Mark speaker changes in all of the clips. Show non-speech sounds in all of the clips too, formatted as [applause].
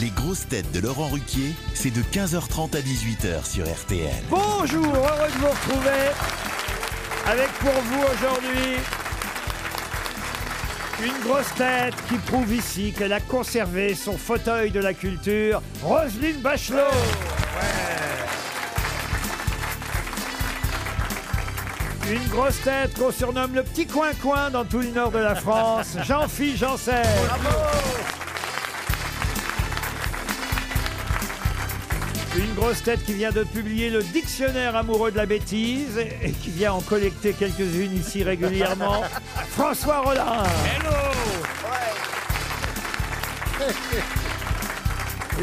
Speaker 1: Les grosses têtes de Laurent Ruquier, c'est de 15h30 à 18h sur RTL.
Speaker 2: Bonjour, heureux de vous retrouver avec pour vous aujourd'hui une grosse tête qui prouve ici qu'elle a conservé son fauteuil de la culture, Roselyne Bachelot. Une grosse tête qu'on surnomme le petit coin-coin dans tout le nord de la France, Jean-Philippe Janssen. Une grosse tête qui vient de publier le dictionnaire amoureux de la bêtise et et qui vient en collecter quelques-unes ici régulièrement, François Rollin.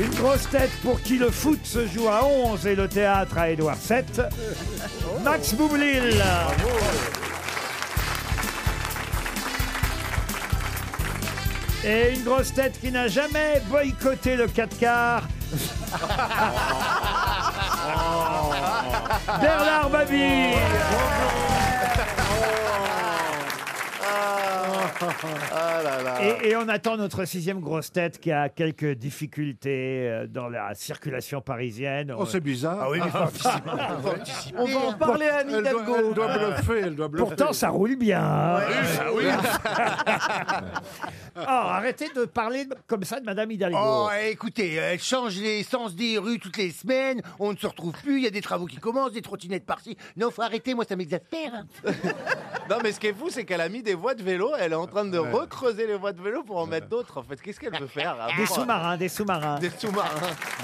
Speaker 2: Une grosse tête pour qui le foot se joue à 11 et le théâtre à Édouard VII, Max Boublil. Et une grosse tête qui n'a jamais boycotté le 4 quarts, Oh. Bernard Mabille.
Speaker 3: Oh. Ah
Speaker 2: Et, et on attend notre sixième grosse tête qui a quelques difficultés euh, dans la circulation parisienne.
Speaker 3: Oh, c'est bizarre. Ah oui,
Speaker 4: On va en parler à Anne
Speaker 3: elle, doit,
Speaker 4: Hidalgo.
Speaker 3: elle doit bluffer, elle doit bluffer.
Speaker 2: Pourtant, ça roule bien. hein. Alors, arrêtez de parler de- comme ça de Madame Hidalgo.
Speaker 5: Oh, écoutez, elle change les sens des rues toutes les semaines, on ne se retrouve plus, il y a des travaux qui commencent, des trottinettes par-ci. Non, faut arrêter, moi ça m'exaspère.
Speaker 4: Non, mais ce qui est fou, c'est qu'elle a mis des voies de vélo. Elle est en train de recreuser les voies de vélo pour en mettre d'autres. En fait, qu'est-ce qu'elle veut faire à
Speaker 2: Des
Speaker 4: part-
Speaker 2: sous-marins, des sous-marins.
Speaker 4: Ah, Des sous-marins.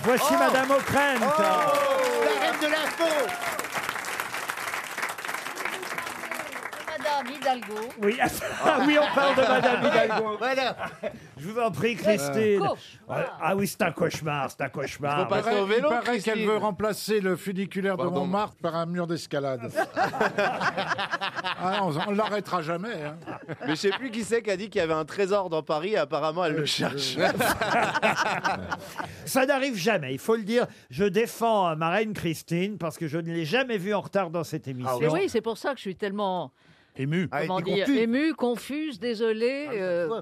Speaker 2: Voici Madame O'Krent.
Speaker 5: Oh. La reine de l'info
Speaker 6: Madame Hidalgo.
Speaker 2: Oui. [laughs] Ah oui, on parle de Madame
Speaker 7: [laughs]
Speaker 2: Hidalgo.
Speaker 5: Voilà
Speaker 4: Ah,
Speaker 2: Je vous en prie, Christine.
Speaker 6: Cauchemar.
Speaker 2: Ah oui, c'est un cauchemar, c'est un cauchemar.
Speaker 4: Faut pas-
Speaker 3: Il paraît-
Speaker 4: Au vélo,
Speaker 3: il paraît qu'elle
Speaker 4: Christine.
Speaker 3: veut remplacer le funiculaire de
Speaker 4: Pardon.
Speaker 3: Montmartre par un mur d'escalade. Ah, on on l'arrêtera jamais. hein.
Speaker 4: Mais je sais plus qui c'est qui a dit qu'il y avait un trésor dans Paris. et apparemment,
Speaker 3: Euh,
Speaker 4: elle le cherche. [laughs] Ah, bah,
Speaker 2: Ça n'arrive jamais, il faut le dire. Je défends euh, ma reine Christine parce que je ne l'ai jamais vue en retard dans cette émission.
Speaker 7: Mais Ah oui, c'est pour ça que je suis tellement
Speaker 3: Ému.
Speaker 4: Ah,
Speaker 7: comment dire, émue, confuse, désolée. euh,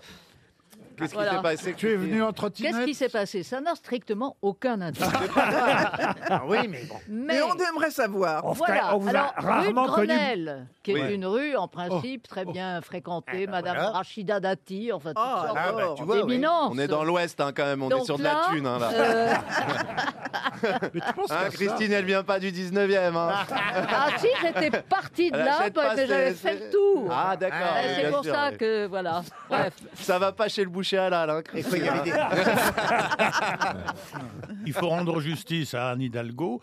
Speaker 4: Qu'est-ce qui
Speaker 7: Voilà.
Speaker 4: s'est passé
Speaker 3: Tu es venu en
Speaker 7: Qu'est-ce
Speaker 3: trottinette
Speaker 7: qui s'est passé Ça n'a strictement aucun intérêt.
Speaker 3: Ah
Speaker 5: Oui, mais bon.
Speaker 7: Mais
Speaker 8: Mais on aimerait savoir.
Speaker 2: Enfin,
Speaker 7: voilà.
Speaker 2: on vous
Speaker 7: Alors,
Speaker 2: a
Speaker 7: rue de
Speaker 2: rarement connu. Oh.
Speaker 7: Grenelle, qui est
Speaker 4: Oui. Eh ben
Speaker 7: une rue en principe très bien fréquentée, Madame
Speaker 5: voilà.
Speaker 7: Rachida Dati, enfin toutes
Speaker 8: Ah,
Speaker 7: sortes
Speaker 5: Ah, bah, tu vois, ouais.
Speaker 7: d'éminences.
Speaker 4: On est dans l'ouest hein, quand même, on est
Speaker 7: Donc
Speaker 4: sur de
Speaker 7: là,
Speaker 4: la thune. hein, là.
Speaker 7: euh,
Speaker 3: Mais tu penses
Speaker 4: Hein,
Speaker 3: qu'à ça
Speaker 4: Christine, elle vient pas du 19e. hein.
Speaker 7: ah si, j'étais partie de
Speaker 4: Elle
Speaker 7: là,
Speaker 4: achète
Speaker 7: parce
Speaker 4: pas
Speaker 7: que j'avais
Speaker 4: ses-
Speaker 7: fait le tour.
Speaker 4: Ah, d'accord.
Speaker 7: Euh,
Speaker 4: oui,
Speaker 7: c'est
Speaker 4: bien
Speaker 7: pour
Speaker 4: sûr,
Speaker 7: ça
Speaker 4: oui. Ah.
Speaker 7: que voilà. Bref.
Speaker 4: Ça va pas chez le boucher à l'âle, hein,
Speaker 5: Et
Speaker 4: Christine.
Speaker 5: quoi, il y avait des...
Speaker 9: Hein. Il faut rendre justice à Anne Hidalgo.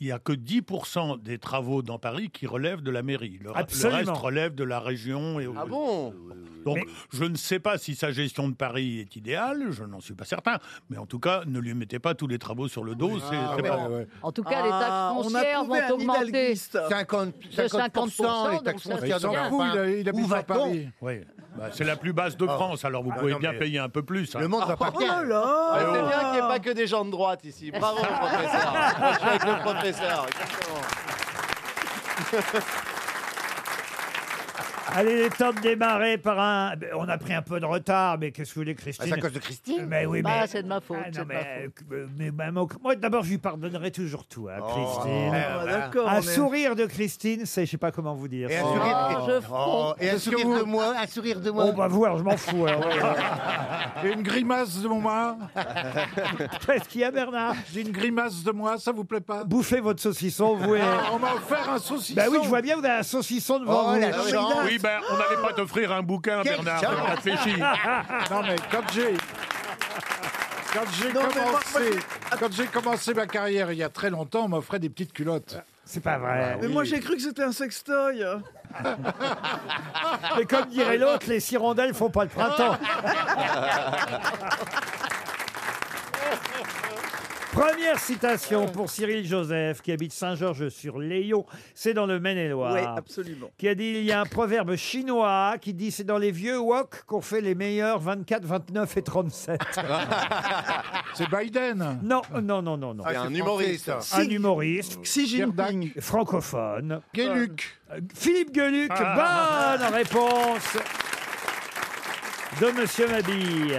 Speaker 9: Il n'y a que 10% des travaux dans Paris qui relèvent de la mairie. Le, le
Speaker 2: Absolument.
Speaker 9: reste relève de la région. Et,
Speaker 4: Ah bon
Speaker 9: euh, Donc,
Speaker 2: Mais-
Speaker 9: je ne sais pas si sa gestion de Paris est idéale, je n'en suis pas certain. Mais en tout cas, ne lui mettez pas tous les travaux sur le dos. c'est-
Speaker 3: Ah,
Speaker 9: c'est
Speaker 3: ouais,
Speaker 9: pas-
Speaker 3: ouais.
Speaker 7: En tout cas, les
Speaker 8: Ah,
Speaker 7: taxes foncières
Speaker 8: trouvé
Speaker 7: vont
Speaker 8: un
Speaker 7: augmenter.
Speaker 8: hidalguiste.
Speaker 5: 50, 50%, les
Speaker 7: donc ça,
Speaker 5: taxes
Speaker 7: c'est
Speaker 3: Mais Il
Speaker 5: foncières
Speaker 7: Regarde
Speaker 3: s'en
Speaker 5: dans la-
Speaker 7: bien.
Speaker 3: fout, il, a- il
Speaker 5: Où
Speaker 3: habite pas
Speaker 5: va-t-on
Speaker 3: Paris.
Speaker 9: Ouais. Bah, c'est la plus basse de France, alors vous
Speaker 5: Ah,
Speaker 9: pouvez
Speaker 5: non,
Speaker 9: bien
Speaker 5: mais-
Speaker 9: payer un peu plus. hein.
Speaker 5: Le monde va pas
Speaker 8: Oh là
Speaker 5: bien.
Speaker 4: Ah,
Speaker 8: là
Speaker 4: C'est bien qu'il n'y ait pas que des gens de droite ici. Bravo, le
Speaker 8: [laughs]
Speaker 4: professeur. Je suis avec le professeur. exactement.
Speaker 2: [laughs] Allez, il est temps de démarrer par un. ben, On a pris un peu de retard, mais qu'est-ce que vous voulez,
Speaker 5: Ah,
Speaker 2: Christine
Speaker 5: C'est à cause de Christine
Speaker 2: Mais oui, mais.
Speaker 7: Bah, c'est de ma faute,
Speaker 2: Ah, non,
Speaker 7: c'est de ma
Speaker 2: mais, euh, mais même au- Moi, d'abord, je lui pardonnerai toujours tout, hein, Christine.
Speaker 5: Oh, merde.
Speaker 8: Ah, D'accord.
Speaker 2: un
Speaker 8: on est-
Speaker 2: sourire de Christine, c'est, je sais pas comment vous dire.
Speaker 5: Et un
Speaker 2: Oh.
Speaker 5: sourire,
Speaker 7: je
Speaker 5: Oh, et un sourire de moi, un sourire de moi.
Speaker 2: Oh, bah, vous, alors, je m'en fous. alors.
Speaker 3: Et une grimace de moi
Speaker 2: [laughs] Qu'est-ce qu'il y a, Bernard
Speaker 3: J'ai une grimace de moi, ça vous plaît pas
Speaker 2: Bouffez votre saucisson, vous et.
Speaker 3: Ah, On m'a offert un saucisson.
Speaker 2: Bah oui, je vois bien, vous avez un saucisson devant
Speaker 5: Oh,
Speaker 2: vous.
Speaker 5: la
Speaker 2: Ah,
Speaker 5: chance.
Speaker 9: Oui, ben, on n'allait pas t'offrir un bouquin,
Speaker 5: Quelle
Speaker 9: Bernard.
Speaker 5: chance.
Speaker 9: Réfléchis.
Speaker 2: [laughs]
Speaker 3: Non mais quand j'ai quand j'ai
Speaker 8: Non, mais moi,
Speaker 3: commencé quand j'ai commencé ma carrière il y a très longtemps, on m'offrait des petites culottes.
Speaker 2: Ah,
Speaker 3: Bah
Speaker 2: C'est pas
Speaker 5: Ah
Speaker 2: vrai.
Speaker 8: Mais moi j'ai cru que c'était un sextoy. hein.
Speaker 4: [laughs]
Speaker 2: Mais comme dirait l'autre, les hirondelles font pas
Speaker 5: [laughs]
Speaker 2: le printemps. Première citation pour Cyril Joseph, qui habite Saint-Georges-sur-Layon, c'est dans le
Speaker 8: Oui,
Speaker 2: Maine-et-Loire,
Speaker 8: absolument.
Speaker 2: qui a dit il y a un proverbe chinois qui dit c'est dans les vieux wok qu'on fait les meilleurs 24, 29 et 37.
Speaker 3: C'est Biden.
Speaker 2: Non, non, non, non, non.
Speaker 4: C'est un humoriste. ça.
Speaker 2: Un humoriste
Speaker 8: Xi Jinping.
Speaker 2: francophone.
Speaker 3: Guéluc.
Speaker 2: Euh, Philippe Gueluc, bonne réponse de Monsieur Mabille.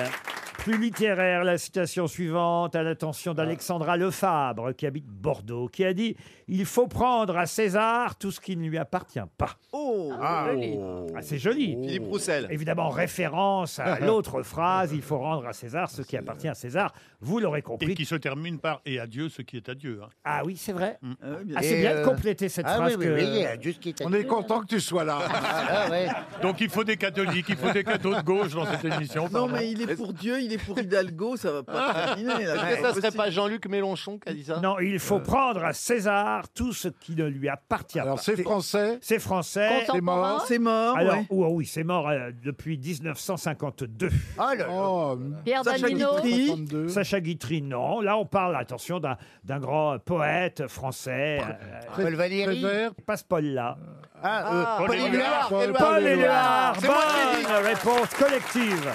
Speaker 2: Plus littéraire, la citation suivante, à l'attention d'Alexandra Lefabre, qui habite Bordeaux, qui a dit « Il faut prendre à César tout ce qui ne lui appartient pas
Speaker 4: Oh
Speaker 7: Ah, joli.
Speaker 5: euh,
Speaker 2: Ah, C'est joli
Speaker 4: Philippe Roussel.
Speaker 2: Évidemment, référence à l'autre phrase, il faut rendre à César ce qui appartient à César. Vous l'aurez
Speaker 9: Et
Speaker 2: compris.
Speaker 9: qui se termine par et adieu ce qui est à Dieu. hein.
Speaker 2: Ah oui, c'est vrai.
Speaker 8: Ah oui, bien
Speaker 2: Ah,
Speaker 5: Et
Speaker 2: c'est bien
Speaker 5: euh,
Speaker 2: de compléter cette
Speaker 5: Ah oui,
Speaker 2: phrase
Speaker 5: oui,
Speaker 2: que-
Speaker 5: oui, il y a Dieu ce qui est à
Speaker 3: On
Speaker 5: Dieu.
Speaker 3: est
Speaker 8: hein.
Speaker 3: content que tu sois là.
Speaker 5: Ah, ouais.
Speaker 9: Donc il faut des catholiques, il faut des cathos de gauche dans cette émission.
Speaker 8: Non,
Speaker 9: pardon.
Speaker 8: mais il est pour Dieu, il est pour Hidalgo, ça
Speaker 4: [laughs]
Speaker 8: va pas terminer. là,
Speaker 4: Est-ce
Speaker 8: c'est
Speaker 4: que ça serait
Speaker 8: possible.
Speaker 4: pas Jean-Luc Mélenchon qui a dit ça
Speaker 2: Non, il faut prendre à César tout ce qui ne lui appartient
Speaker 3: Alors
Speaker 2: pas.
Speaker 3: c'est français,
Speaker 2: C'est français.
Speaker 3: c'est mort.
Speaker 8: C'est mort,
Speaker 2: Alors,
Speaker 8: ouais.
Speaker 2: oh oui, c'est mort euh, depuis 1952.
Speaker 5: Ah là là.
Speaker 3: Oh,
Speaker 7: Pierre
Speaker 8: Sacha
Speaker 7: Danino.
Speaker 8: Guitry.
Speaker 3: 52.
Speaker 2: Sacha Guitry, non. Là, on parle, attention, d'un- d'un grand poète français. euh,
Speaker 5: Paul Valéry.
Speaker 3: Prévert.
Speaker 2: passe Paul là.
Speaker 5: Ah, euh,
Speaker 9: Paul
Speaker 5: Paul
Speaker 9: Éluard.
Speaker 5: Éluard.
Speaker 4: Éluard, Éluard.
Speaker 2: Paul Éluard,
Speaker 4: C'est moi qui l'ai dit.
Speaker 2: bonne réponse collective.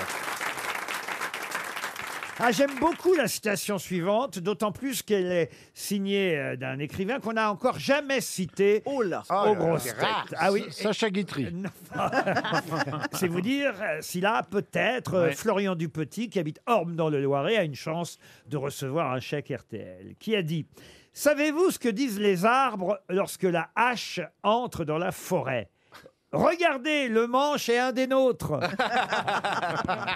Speaker 2: Ah, j'aime beaucoup la citation suivante, d'autant plus qu'elle est signée euh, d'un écrivain qu'on n'a encore jamais cité
Speaker 8: Oh là
Speaker 2: aux grosses
Speaker 5: c'est rare.
Speaker 2: têtes. Ah oui, [laughs]
Speaker 3: Sacha Guitry.
Speaker 2: c'est vous dire euh, si là, peut-être, euh,
Speaker 9: Ouais.
Speaker 2: Florian Dupetit, qui habite Orme dans le Loiret, a une chance de recevoir un chèque RTL, qui a dit « Savez-vous ce que disent les arbres lorsque la hache entre dans la forêt ?» Regardez, le manche est un des nôtres.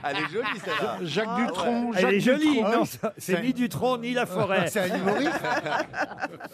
Speaker 4: Elle est jolie celle-là. Ah,
Speaker 3: Jacques Dutronc.
Speaker 2: Ah, Elle
Speaker 3: Jacques
Speaker 2: est jolie.
Speaker 3: Dutronc.
Speaker 2: non, ça- c'est ni Dutronc ni la forêt.
Speaker 5: Ah, C'est un humoriste. hein.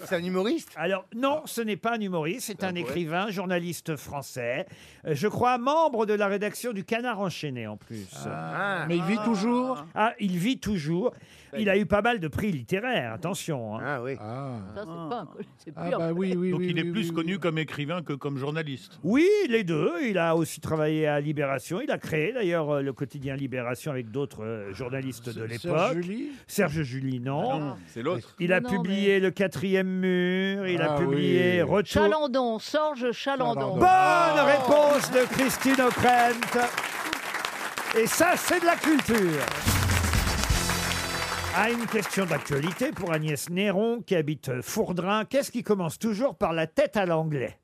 Speaker 5: C'est un humoriste.
Speaker 2: Alors non, ce n'est pas un humoriste, c'est un écrivain, journaliste français. Euh, Je crois membre de la rédaction du Canard enchaîné en plus.
Speaker 5: Ah.
Speaker 3: Mais il vit toujours.
Speaker 2: Ah, il vit toujours. Il a eu pas mal de prix littéraires, attention. hein.
Speaker 5: Ben Ah oui.
Speaker 3: Ah,
Speaker 7: Ça, c'est pas un col- c'est
Speaker 3: Ah,
Speaker 7: plus un-
Speaker 3: bah oui, oui,
Speaker 9: Donc
Speaker 3: oui,
Speaker 9: il est
Speaker 3: oui,
Speaker 9: plus
Speaker 3: oui,
Speaker 9: connu
Speaker 3: oui.
Speaker 9: comme écrivain que comme journaliste.
Speaker 2: Oui, les deux. Il a aussi travaillé à Libération. Il a créé d'ailleurs euh, le quotidien Libération avec d'autres euh, journalistes de
Speaker 3: Ah, Serge
Speaker 2: l'époque.
Speaker 3: Julie.
Speaker 2: Serge Julie, non.
Speaker 4: Ah C'est l'autre.
Speaker 2: Il a
Speaker 7: Non,
Speaker 2: publié Le quatrième mur. Il a
Speaker 3: Ah
Speaker 2: publié
Speaker 3: oui.
Speaker 2: Retour.
Speaker 7: Chalandon, Sorge Chalandon.
Speaker 3: Chalandon.
Speaker 2: Bonne réponse de Christine O'Krent. Et ça, c'est de la culture. À une question d'actualité pour Agnès Néron qui habite Fourdrin. Qu'est-ce qui commence toujours par la tête à l'anglais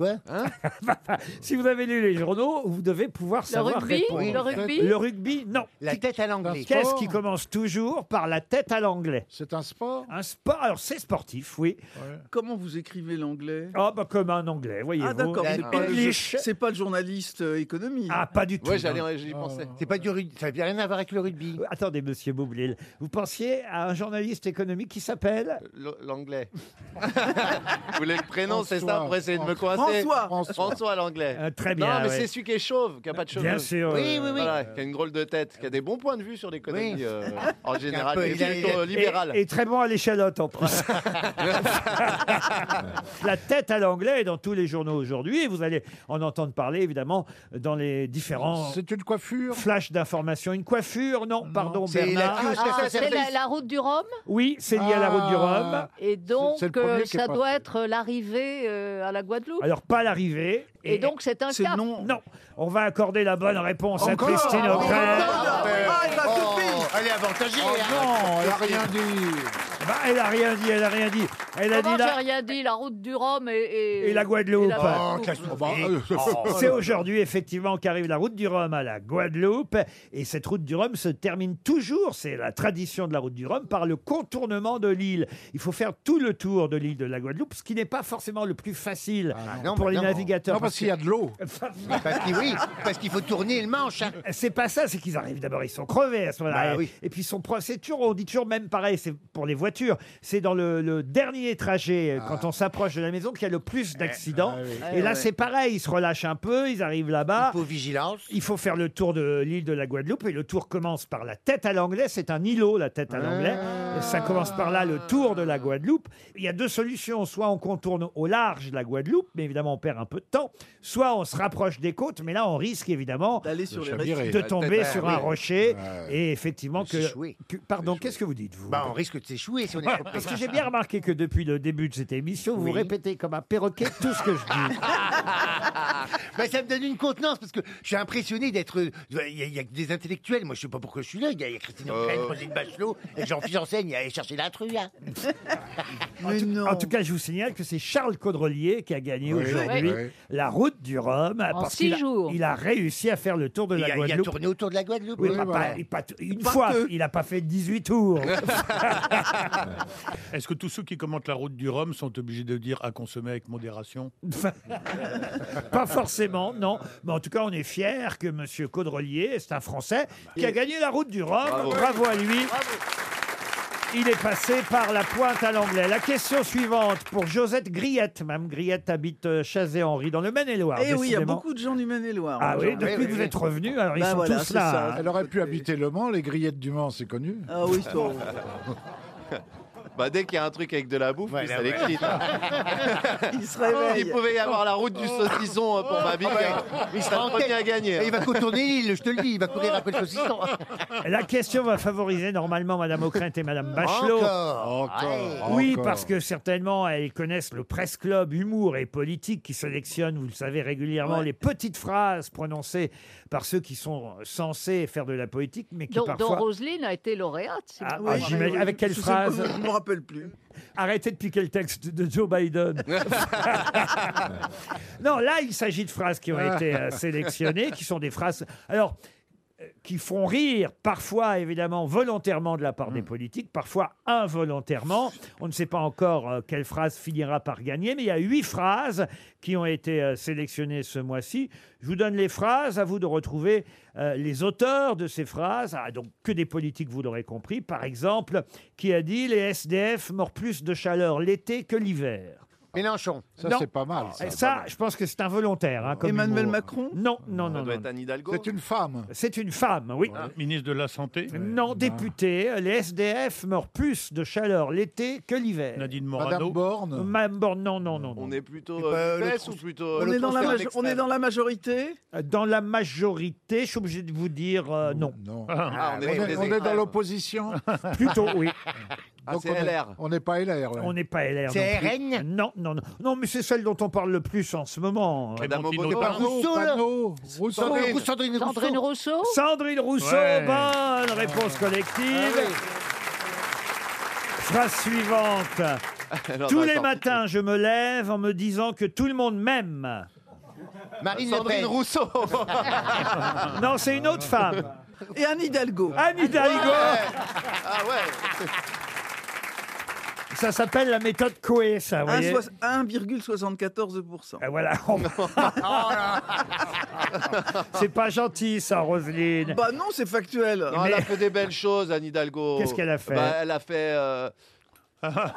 Speaker 2: Hein?
Speaker 5: Quoi
Speaker 2: [laughs] Si vous avez lu les journaux, vous devez pouvoir
Speaker 7: Le
Speaker 2: savoir
Speaker 7: rugby,
Speaker 2: répondre.
Speaker 7: le rugby.
Speaker 2: Le rugby, non.
Speaker 5: La tête à l'anglais.
Speaker 2: Qu'est-ce qui commence toujours par la tête à l'anglais
Speaker 3: C'est un sport.
Speaker 2: Un sport, alors c'est sportif, oui.
Speaker 8: Comment vous écrivez l'anglais
Speaker 2: Ah, bah comme un anglais, voyez-vous.
Speaker 8: Ah d'accord,
Speaker 5: La
Speaker 8: c'est pas, le-
Speaker 2: English.
Speaker 8: c'est pas le journaliste euh, économie. Oh.
Speaker 2: Ah, pas du tout.
Speaker 4: Ouais,
Speaker 2: non.
Speaker 4: j'allais, j'y pensais.
Speaker 5: C'est pas du rugby. Ça n'a rien à voir avec le rugby.
Speaker 2: Attendez, monsieur Boublil, vous pensiez à un journaliste économique qui s'appelle
Speaker 4: L- L'anglais. Vous voulez le prénom, c'est ça,
Speaker 3: François.
Speaker 4: pour essayer de me coincer
Speaker 8: François
Speaker 4: François l'anglais.
Speaker 2: Euh, Très bien.
Speaker 4: non, mais
Speaker 2: ouais.
Speaker 4: c'est celui qui est chauve, qui a pas de cheveux.
Speaker 2: Bien sûr.
Speaker 5: Oui,
Speaker 2: euh,
Speaker 5: oui, oui.
Speaker 4: Voilà, qui a une drôle de tête, qui a des bons points de vue sur l'économie
Speaker 5: Oui.
Speaker 4: euh, en général,
Speaker 5: Un peu,
Speaker 4: qui est
Speaker 5: il a- il a-
Speaker 4: plutôt
Speaker 2: et-
Speaker 4: libéral.
Speaker 2: Et, très bon à l'échalote en plus.
Speaker 5: [laughs]
Speaker 2: La tête à l'anglais est dans tous les journaux aujourd'hui et vous allez en entendre parler évidemment dans les différents
Speaker 3: C'est une coiffure.
Speaker 2: flashs d'information. Une coiffure, non, pardon
Speaker 5: C'est
Speaker 2: Bernard.
Speaker 5: la
Speaker 7: Ah, c'est la, la route du Rhum.
Speaker 2: Oui, c'est lié à la route du Rhum.
Speaker 3: Ah.
Speaker 7: Et donc,
Speaker 3: c'est le premier
Speaker 7: euh,
Speaker 3: qui est
Speaker 7: ça
Speaker 3: pas-
Speaker 7: doit être l'arrivée euh, à la Guadeloupe.
Speaker 2: Alors pas l'arrivée.
Speaker 7: Et donc, c'est un
Speaker 8: C'est
Speaker 7: cap.
Speaker 8: non.
Speaker 2: Non, on va accorder la bonne réponse à
Speaker 3: Encore
Speaker 2: Christine
Speaker 3: Ah,
Speaker 2: O'Crell.
Speaker 8: Ah, elle va
Speaker 5: Oh,
Speaker 8: couper.
Speaker 5: elle est avantagée.
Speaker 3: Oh
Speaker 5: hein.
Speaker 3: non, elle a rien dit.
Speaker 2: Bah, elle a rien dit, elle a rien dit. Elle a
Speaker 7: Comment
Speaker 2: dit
Speaker 7: j'ai
Speaker 2: la,
Speaker 7: rien dit La route du Rhum et, et,
Speaker 2: et la Guadeloupe.
Speaker 7: et la- Oh,
Speaker 5: classe-
Speaker 3: Oh, bah, euh,
Speaker 2: C'est aujourd'hui effectivement qu'arrive la route du Rhum à la Guadeloupe et cette route du Rhum se termine toujours, c'est la tradition de la route du Rhum, par le contournement de l'île. Il faut faire tout le tour de l'île de la Guadeloupe, ce qui n'est pas forcément le plus facile
Speaker 5: non,
Speaker 2: pour
Speaker 5: bah
Speaker 2: les
Speaker 5: non.
Speaker 2: navigateurs.
Speaker 3: Ah, Non, parce qu'il y a
Speaker 2: [laughs]
Speaker 3: de l'eau.
Speaker 5: [laughs] Parce que oui, parce qu'il faut tourner le manche. hein.
Speaker 2: Euh, C'est pas ça, c'est qu'ils arrivent d'abord, ils sont crevés à ce moment-là.
Speaker 5: Bah
Speaker 2: et,
Speaker 5: oui.
Speaker 2: et puis ils sont pro- c'est toujours, on dit toujours même pareil, c'est pour les voitures, c'est dans le, le dernier trajet, euh,
Speaker 5: Ah.
Speaker 2: quand on s'approche de la maison, qu'il y a le
Speaker 5: Eh,
Speaker 2: plus d'accidents.
Speaker 3: Ah oui.
Speaker 2: Et là,
Speaker 8: ouais.
Speaker 2: c'est pareil, ils se relâchent un peu, ils arrivent là-bas.
Speaker 5: Il faut vigilance.
Speaker 2: Il faut faire le tour de l'île de la Guadeloupe et le tour commence par la tête à l'anglais. C'est un îlot, la tête à l'anglais. Ça commence par là, le tour de la Guadeloupe. Il y a deux solutions. Soit on contourne au large la Guadeloupe, mais évidemment on perd un peu de temps. Soit on se rapproche des côtes, mais là on risque évidemment
Speaker 8: D'aller sur les
Speaker 3: Chaviré.
Speaker 8: restes.
Speaker 2: de
Speaker 4: la tête
Speaker 2: tomber
Speaker 4: à-
Speaker 2: sur
Speaker 4: oui.
Speaker 2: un rocher et effectivement
Speaker 5: De
Speaker 2: que...
Speaker 5: s'échouer.
Speaker 2: que- pardon, qu'est-ce que vous dites vous
Speaker 5: Bah, on risque de s'échouer. trompé, si on est trompé.
Speaker 2: Parce que j'ai bien remarqué que depuis le début de cette émission, vous répétez comme un perroquet tout ce que je dis.
Speaker 5: [laughs] Bah, ça me donne une contenance parce que je suis impressionné d'être. euh, Il y, a- il y a que des intellectuels. Moi, je sais pas pourquoi je suis là. Il y a, il y a Christine O'Crane,
Speaker 4: Euh.
Speaker 5: Roselyne Bachelot, et Jean-Philippe Janssen, il est allé chercher l'intrus. Hein.
Speaker 4: Oh,
Speaker 8: Mais non.
Speaker 2: En tout cas, je vous signale que c'est Charles Caudrelier qui a gagné
Speaker 3: Oui,
Speaker 2: aujourd'hui
Speaker 3: oui.
Speaker 2: la route du Rhum. parce
Speaker 7: six
Speaker 2: qu'il a-
Speaker 7: jours.
Speaker 2: Il a réussi à faire le tour de
Speaker 5: Il
Speaker 2: la
Speaker 5: a, il a
Speaker 2: Guadeloupe.
Speaker 5: tourné autour de la Guadeloupe.
Speaker 2: Oui,
Speaker 5: Oui,
Speaker 2: pas-
Speaker 5: voilà.
Speaker 2: pas- et pas t- une
Speaker 8: Pas
Speaker 2: fois,
Speaker 8: que.
Speaker 2: il n'a pas fait 18 tours.
Speaker 9: Est-ce que tous ceux qui commentent la route du Rhum sont obligés de dire à consommer avec modération
Speaker 2: [laughs] pas forcément, non. Mais en tout cas, on est fiers que M. Caudrelier, c'est un Français, qui a gagné la route du Rhum. Bravo, à lui. Il est passé par la pointe à l'anglais. La question suivante pour Josette Griette. Mme Griette habite euh, Chazé-Henri, dans le Maine-et-Loire.
Speaker 8: Eh oui, il y a
Speaker 2: Bah, décidément.
Speaker 8: beaucoup de gens du Maine-et-Loire. hein,
Speaker 2: Ah oui,
Speaker 8: aujourd'hui.
Speaker 2: depuis
Speaker 5: oui,
Speaker 2: que vous
Speaker 5: oui.
Speaker 2: êtes revenu, hein. alors ils
Speaker 8: Bah
Speaker 2: sont
Speaker 8: voilà,
Speaker 2: tous
Speaker 8: c'est
Speaker 2: là.
Speaker 8: ça.
Speaker 2: hein.
Speaker 3: Elle aurait pu habiter Le Mans, les grillettes du Mans, c'est connu.
Speaker 8: Ah oui, toi.
Speaker 4: [laughs] Bah, dès qu'il y a un truc avec de la bouffe,
Speaker 5: Voilà,
Speaker 4: plus ça l'excite.
Speaker 8: [laughs] Il se
Speaker 4: Il
Speaker 8: réveille.
Speaker 4: pouvait y avoir la route du saucisson euh, pour ma
Speaker 5: Ah
Speaker 4: big. Il
Speaker 5: sera en
Speaker 4: serait le premier
Speaker 5: tête.
Speaker 4: à
Speaker 5: [laughs]
Speaker 4: gagner.
Speaker 5: Et il va contourner l'île, je te le dis. Il va courir après le saucisson.
Speaker 2: [laughs] La question va favoriser normalement Madame Ockrent et Madame Bachelot.
Speaker 5: Encore.
Speaker 3: Encore.
Speaker 2: Oui,
Speaker 3: Encore.
Speaker 2: parce que certainement, elles connaissent le Presse Club Humour et Politique qui sélectionne, vous le savez régulièrement, les petites phrases prononcées par ceux qui sont censés faire de la politique, mais qui
Speaker 7: dont, dont
Speaker 2: parfois...
Speaker 7: Roselyne a été lauréate. si
Speaker 2: Ah,
Speaker 7: vous
Speaker 2: ah,
Speaker 7: voulez.
Speaker 2: j'imagine- Avec quelle
Speaker 8: Je sais
Speaker 2: phrase
Speaker 8: pas, Je ne me rappelle plus.
Speaker 2: Arrêtez de piquer le texte de Joe
Speaker 5: [laughs]
Speaker 2: Biden. non, là, il s'agit de phrases qui ont été euh, sélectionnées, qui sont des phrases. Alors. euh, Qui font rire, parfois évidemment volontairement de la part des
Speaker 3: Hmm.
Speaker 2: politiques, parfois involontairement. On ne sait pas encore euh, quelle phrase finira par gagner, mais il y a huit phrases qui ont été euh, sélectionnées ce mois-ci. Je vous donne les phrases, à vous de retrouver euh, les auteurs de ces phrases. Ah, donc que des politiques, vous l'aurez compris. Par exemple, qui a dit les SDF meurent plus de chaleur l'été que l'hiver.
Speaker 5: Mélenchon.
Speaker 3: Ça,
Speaker 2: Non.
Speaker 3: c'est pas mal.
Speaker 2: Et
Speaker 3: ça.
Speaker 2: ça, je pense que c'est involontaire. hein, comme
Speaker 8: Emmanuel
Speaker 2: humour.
Speaker 8: Macron
Speaker 2: Non, non,
Speaker 4: Ça
Speaker 2: non.
Speaker 4: doit
Speaker 2: non.
Speaker 4: être Anne Hidalgo.
Speaker 3: C'est une femme.
Speaker 2: C'est une femme, oui.
Speaker 9: Ministre de la Santé
Speaker 2: Non, député, les SDF meurent plus de chaleur l'été que l'hiver.
Speaker 9: Nadine
Speaker 3: Madame
Speaker 9: Morano
Speaker 3: Borne.
Speaker 2: Madame Borne, non, non, non. non.
Speaker 4: On est plutôt
Speaker 5: Euh,
Speaker 4: euh,
Speaker 5: le
Speaker 4: PS
Speaker 5: trou-
Speaker 4: ou plutôt.
Speaker 8: on
Speaker 4: le
Speaker 8: est, dans la
Speaker 4: transfert
Speaker 8: majo- on est dans la majorité
Speaker 2: Euh, Dans la majorité, je suis obligé de vous dire euh, non.
Speaker 3: Non.
Speaker 4: Ah, on est
Speaker 3: on,
Speaker 4: dans
Speaker 3: est,
Speaker 4: les
Speaker 3: on est dans
Speaker 4: extrêmes.
Speaker 3: l'opposition.
Speaker 2: Plutôt, oui.
Speaker 4: Ah,
Speaker 3: Donc
Speaker 4: c'est
Speaker 3: on est-
Speaker 4: LR.
Speaker 3: On n'est pas LR. ouais.
Speaker 2: On n'est pas LR.
Speaker 5: C'est
Speaker 2: non plus.
Speaker 5: RN
Speaker 2: Non, non, non. Non, mais c'est celle dont on parle le plus en ce moment.
Speaker 4: Madame
Speaker 9: Clémentine
Speaker 4: Obono.
Speaker 9: Autain.
Speaker 4: Pardon.
Speaker 3: Rousseau,
Speaker 5: Rousseau, là.
Speaker 3: Panot, Rousseau.
Speaker 5: Sandrine Rousseau. Sandrine
Speaker 7: Sandrine
Speaker 5: Rousseau.
Speaker 7: Rousseau
Speaker 2: Sandrine Rousseau,
Speaker 9: Ouais.
Speaker 2: bonne réponse collective. Phrase suivante.
Speaker 4: Alors,
Speaker 2: Tous
Speaker 4: bah,
Speaker 2: les
Speaker 4: attends.
Speaker 2: matins, je me lève en me disant que tout le monde m'aime.
Speaker 5: Marine Le
Speaker 4: Sandrine
Speaker 5: Pen.
Speaker 4: Rousseau.
Speaker 2: [laughs] Non, c'est une autre femme.
Speaker 8: et Anne Hidalgo.
Speaker 2: Anne Hidalgo.
Speaker 4: Ah ouais.
Speaker 2: Ça s'appelle la méthode Coé, ça, vous
Speaker 8: Un
Speaker 2: voyez.
Speaker 8: soix- 1,74%.
Speaker 5: [laughs]
Speaker 2: Ah, Voilà. Ah
Speaker 8: Ah
Speaker 2: c'est pas gentil, ça, Roselyne.
Speaker 8: Bah non, c'est factuel.
Speaker 4: Non, Oh, Elle a fait des belles choses, Anne Hidalgo.
Speaker 2: Qu'est-ce qu'elle a fait
Speaker 4: Bah, Elle a fait.
Speaker 5: [laughs]
Speaker 4: euh,
Speaker 5: Bah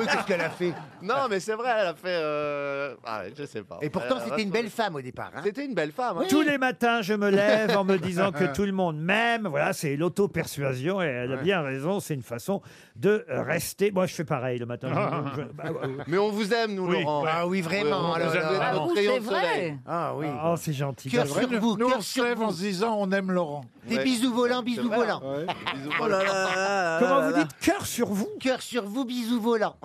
Speaker 5: oui, qu'est-ce qu'elle a fait
Speaker 4: Non, mais c'est vrai, elle a fait. euh, ah, je sais pas.
Speaker 5: Et pourtant,
Speaker 4: Elle a-
Speaker 5: c'était une belle femme au départ. hein.
Speaker 4: C'était une belle femme. hein.
Speaker 2: Tous les matins, je me
Speaker 4: [laughs]
Speaker 2: lève en me disant que tout le monde m'aime. Voilà, c'est l'auto-persuasion et elle a bien raison. C'est une façon de rester. Moi, je fais pareil le matin. Je- je- bah, ouais.
Speaker 4: Ah. Mais on vous aime, nous,
Speaker 9: Oui.
Speaker 4: Laurent.
Speaker 5: Ah oui, vraiment.
Speaker 4: On- on-
Speaker 5: alors
Speaker 4: vous
Speaker 5: là.
Speaker 4: avez-
Speaker 7: Ah,
Speaker 4: Notre
Speaker 7: vous,
Speaker 4: rayon
Speaker 7: c'est
Speaker 4: de soleil.
Speaker 7: vrai.
Speaker 5: Ah oui.
Speaker 2: Oh, c'est gentil.
Speaker 5: Cœur
Speaker 2: Bah,
Speaker 5: sur vous,
Speaker 3: Nous, on
Speaker 5: cœur
Speaker 3: se
Speaker 5: sur
Speaker 3: lève en
Speaker 5: vous.
Speaker 3: se disant, on aime Laurent.
Speaker 5: Des
Speaker 4: Ouais.
Speaker 5: bisous volants, bisous
Speaker 4: vrai.
Speaker 5: volants.
Speaker 4: Bisous,
Speaker 8: Oh là là là là
Speaker 2: Comment
Speaker 8: là
Speaker 2: vous
Speaker 8: là.
Speaker 2: dites cœur sur vous
Speaker 5: Cœur sur vous, bisous volants.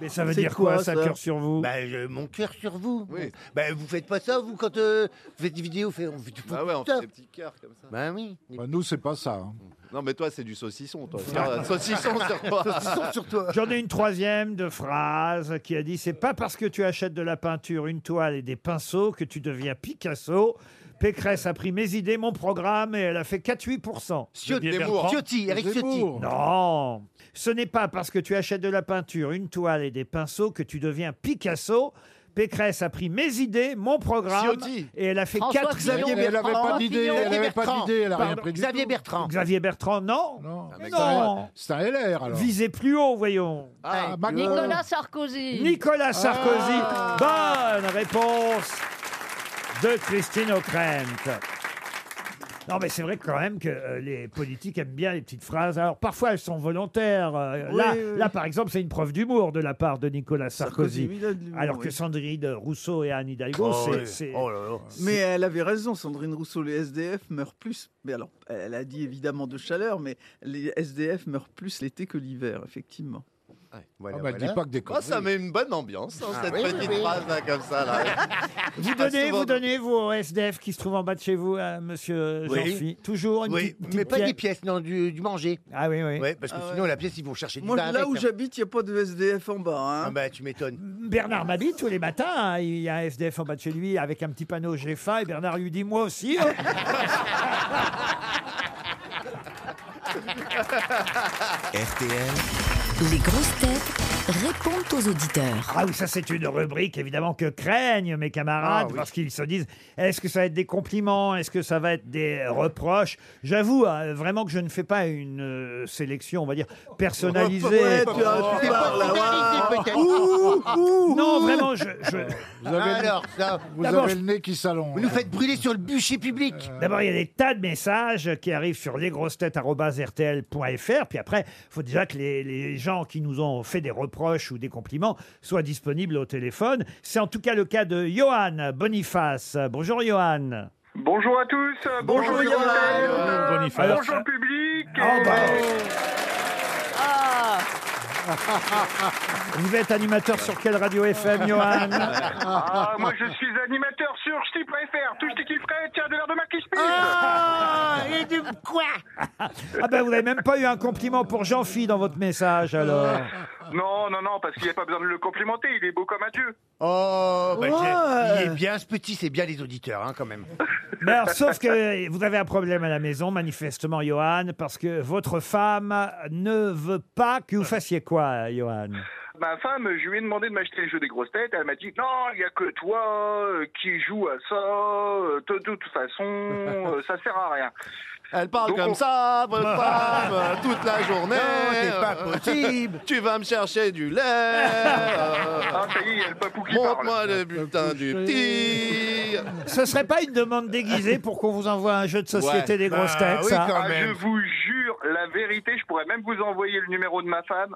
Speaker 2: Mais ça veut
Speaker 8: C'est
Speaker 2: dire quoi,
Speaker 8: quoi,
Speaker 2: ça,
Speaker 8: ça
Speaker 2: cœur sur vous
Speaker 5: Bah, je- mon cœur sur vous.
Speaker 4: Oui.
Speaker 5: Bah, vous faites pas ça, vous, quand euh, vous faites des vidéos, fait- on fait tout
Speaker 8: Bah
Speaker 4: Ah ouais, on fait
Speaker 5: ça.
Speaker 4: des petits cœurs comme ça.
Speaker 5: Bah oui. Des
Speaker 3: Bah, nous, c'est pas ça. hein.
Speaker 4: Non, mais toi, c'est du saucisson,
Speaker 5: [laughs]
Speaker 4: toi. Cœur- saucisson
Speaker 3: [laughs]
Speaker 4: sur toi.
Speaker 5: saucissons sur toi.
Speaker 2: J'en ai une troisième de phrase qui a dit C'est pas parce que tu achètes de la peinture, une toile et des pinceaux que tu deviens Picasso. Pécresse a pris mes idées, mon programme et elle a fait 4-8%.
Speaker 5: Ciotti,
Speaker 9: Olivier
Speaker 4: Bertrand.
Speaker 5: Ciotti, Eric Ciotti.
Speaker 3: Zemmour.
Speaker 2: Non, ce n'est pas parce que tu achètes de la peinture, une toile et des pinceaux que tu deviens Picasso. Pécresse a pris mes idées, mon programme,
Speaker 4: Ciotti.
Speaker 2: et elle a fait
Speaker 7: François
Speaker 2: 4
Speaker 7: Fillon.
Speaker 3: Elle
Speaker 7: Bertrand.
Speaker 3: n'avait pas d'idée, elle
Speaker 5: Xavier
Speaker 3: n'avait pas
Speaker 5: Bertrand.
Speaker 3: d'idée, elle a rien
Speaker 5: Pardon,
Speaker 3: pris du
Speaker 5: Xavier
Speaker 3: tout.
Speaker 5: Bertrand.
Speaker 2: Xavier Bertrand, non. Ah,
Speaker 3: Non,
Speaker 4: Un mec
Speaker 2: Non.
Speaker 3: c'est un LR alors.
Speaker 2: Visez plus haut, voyons.
Speaker 4: Ah,
Speaker 3: Ah, Macron.
Speaker 7: Nicolas Sarkozy.
Speaker 2: Nicolas Sarkozy.
Speaker 3: Ah.
Speaker 2: Bonne réponse de Christine O'Krent. Non, mais c'est vrai quand même que euh, les politiques aiment bien les petites phrases. Alors, parfois, elles sont volontaires. Euh,
Speaker 8: Oui,
Speaker 2: là,
Speaker 8: oui, oui.
Speaker 2: là, par exemple, c'est une preuve d'humour de la part de Nicolas Sarkozy.
Speaker 8: Sarkozy, oui, il a de l'humour,
Speaker 2: alors que
Speaker 8: oui.
Speaker 2: Sandrine Rousseau et Anne Hidalgo,
Speaker 4: Ah
Speaker 5: Oh,
Speaker 2: c'est-
Speaker 5: oui.
Speaker 2: c'est...
Speaker 5: Oh là là.
Speaker 8: Mais elle avait raison, Sandrine Rousseau, les SDF meurent plus. Mais alors, elle a dit évidemment de chaleur, mais les SDF meurent plus l'été que l'hiver, effectivement.
Speaker 3: Ah bah, dis pas que des
Speaker 4: Oh, ça
Speaker 3: conneries.
Speaker 4: met une bonne ambiance,
Speaker 8: Ah
Speaker 4: hein, cette petite phrase là, comme ça. Là.
Speaker 2: Vous
Speaker 4: Pas
Speaker 2: donnez,
Speaker 4: souvent.
Speaker 2: vous donnez, vous, au SDF qui se trouve en bas de chez vous, à monsieur
Speaker 5: Oui.
Speaker 2: Jean-Phi Toujours une
Speaker 5: Oui,
Speaker 2: petite,
Speaker 5: mais
Speaker 2: petite
Speaker 5: pas
Speaker 2: pièce.
Speaker 5: des pièces, non, du, du manger.
Speaker 2: Ah oui, oui.
Speaker 5: Ouais, parce que
Speaker 8: Ah ouais.
Speaker 5: sinon, la pièce, ils vont chercher du
Speaker 8: Moi,
Speaker 5: pain
Speaker 8: là
Speaker 5: avec,
Speaker 8: où
Speaker 5: hein.
Speaker 8: j'habite, il n'y a pas de SDF en bas.
Speaker 5: Ah
Speaker 8: hein.
Speaker 5: bah, tu m'étonnes.
Speaker 2: Bernard m'habite tous les matins. hein, Il y a un SDF en bas de chez lui avec un petit panneau J'ai faim et Bernard lui dit Moi aussi. hein.
Speaker 1: RTL,
Speaker 10: Les grosses têtes répondent aux auditeurs.
Speaker 2: Ah oui, ça c'est une rubrique évidemment que craignent mes
Speaker 5: Ah
Speaker 2: camarades
Speaker 5: oui.
Speaker 2: parce qu'ils se disent est-ce que ça va être des compliments, est-ce que ça va être des reproches J'avoue hein, vraiment que je ne fais pas une euh, sélection, on va dire, personnalisée.
Speaker 8: Ouais,
Speaker 3: bah
Speaker 8: tu as- tu
Speaker 5: C'est pas
Speaker 8: parles là.
Speaker 5: scénarisé, peut-être.
Speaker 2: Non, vraiment, je, je-
Speaker 3: Vous avez,
Speaker 5: Alors, ça,
Speaker 3: vous
Speaker 2: d'abord,
Speaker 3: avez
Speaker 2: je-
Speaker 3: le nez qui
Speaker 5: vous
Speaker 3: s'allonge.
Speaker 5: nous faites brûler sur le bûcher public.
Speaker 2: Euh, D'abord, il y a des tas de messages qui arrivent sur lesgrossetêtes.rtl.fr. Puis après, il faut déjà que les, les gens qui nous ont fait des reproches ou des compliments soient disponibles au téléphone. C'est en tout cas le cas de Johan Boniface. Bonjour Johan.
Speaker 11: Bonjour à tous, bonjour,
Speaker 8: Bonjour,
Speaker 11: Yolande,
Speaker 8: Yann.
Speaker 11: euh,
Speaker 9: Boniface.
Speaker 11: bonjour public.
Speaker 2: Ah,
Speaker 11: et-
Speaker 2: bah,
Speaker 7: Ah,
Speaker 2: Vous êtes animateur sur quelle
Speaker 11: [laughs]
Speaker 2: radio FM, Johan
Speaker 11: Ah, moi je suis animateur sur je t'y préfère, tout je t'y kifferais, tiens de l'air de ma qui se pisse.
Speaker 5: Oh, et de quoi
Speaker 2: Ah ben, vous n'avez même pas eu un compliment pour Jean-Phi dans votre message, alors.
Speaker 11: Non, non, non, parce qu'il n'y a pas besoin de le complimenter, il est beau comme un dieu.
Speaker 5: Oh, bah,
Speaker 8: Ouais.
Speaker 5: j'ai- il est bien ce petit, c'est bien les auditeurs, hein, quand
Speaker 8: [laughs]
Speaker 5: même.
Speaker 2: Mais alors, sauf que vous avez un problème à la maison, manifestement, Johan, parce que votre femme ne veut pas que vous fassiez quoi, Johan
Speaker 11: Ma femme, je lui ai demandé de m'acheter les jeux des grosses têtes, elle m'a dit non, il n'y a que toi euh, qui joue à ça, euh, de, de toute façon, euh, ça sert à rien.
Speaker 4: Elle parle
Speaker 11: Donc, on- Ah,
Speaker 4: comme ça, votre femme, euh, toute la journée.
Speaker 5: Non, c'est
Speaker 4: euh,
Speaker 5: pas possible.
Speaker 4: Tu vas me chercher du lait.
Speaker 11: [laughs]
Speaker 4: euh,
Speaker 11: Ah, ça y est, il y a le papou qui parle.
Speaker 4: Montre-moi le bulletin du petit.
Speaker 2: Ce serait pas une demande déguisée pour qu'on vous envoie un jeu de société
Speaker 4: Ouais.
Speaker 2: des grosses
Speaker 5: Bah
Speaker 2: têtes,
Speaker 5: oui,
Speaker 2: ça
Speaker 5: quand
Speaker 11: Ah, je
Speaker 5: même.
Speaker 11: vous jure, la vérité, je pourrais même vous envoyer le numéro de ma femme.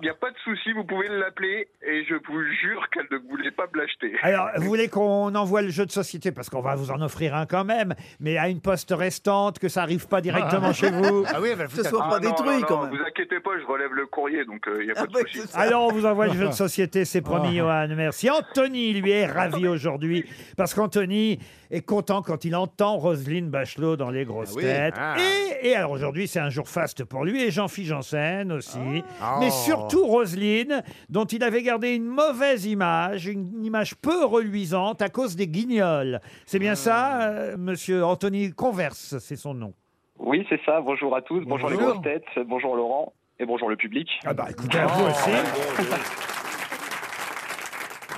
Speaker 11: Il n'y a pas de souci, vous pouvez l'appeler et je vous jure qu'elle ne voulait pas me l'acheter.
Speaker 2: Alors, euh, vous voulez qu'on envoie le jeu de société parce qu'on va vous en offrir un quand même, mais à une poste restante, que ça arrive pas directement chez vous.
Speaker 5: Ah oui, elle va le
Speaker 8: Que ce
Speaker 5: foutre à- Ah,
Speaker 8: soit pas
Speaker 11: non,
Speaker 8: détruit,
Speaker 11: non,
Speaker 8: quand
Speaker 11: non,
Speaker 8: même.
Speaker 11: Vous inquiétez pas, je relève le courrier, donc il n'y a
Speaker 8: Ah
Speaker 11: pas
Speaker 8: bah,
Speaker 11: de souci.
Speaker 8: c'est ça.
Speaker 2: Alors, on vous envoie le jeu de
Speaker 8: [laughs]
Speaker 2: société, c'est promis,
Speaker 5: Ah.
Speaker 2: Johan. Merci. Anthony, lui, est ravi aujourd'hui parce qu'Anthony est content quand il entend Roselyne Bachelot dans Les Grosses
Speaker 4: Ah oui.
Speaker 2: Têtes.
Speaker 5: Ah.
Speaker 2: Et, et alors, aujourd'hui, c'est un jour faste pour lui et Jean-Philippe Janssen aussi.
Speaker 5: Ah.
Speaker 2: Mais
Speaker 5: Oh.
Speaker 2: surtout Roselyne, dont il avait gardé une mauvaise image, une image peu reluisante à cause des guignols. C'est bien ça,
Speaker 5: Ah.
Speaker 2: euh, monsieur Anthony Converse, c'est son nom.
Speaker 11: Oui, c'est ça. Bonjour à tous, bonjour, les grosses têtes, bonjour Laurent et bonjour le public.
Speaker 2: Ah bah écoutez, à vous aussi.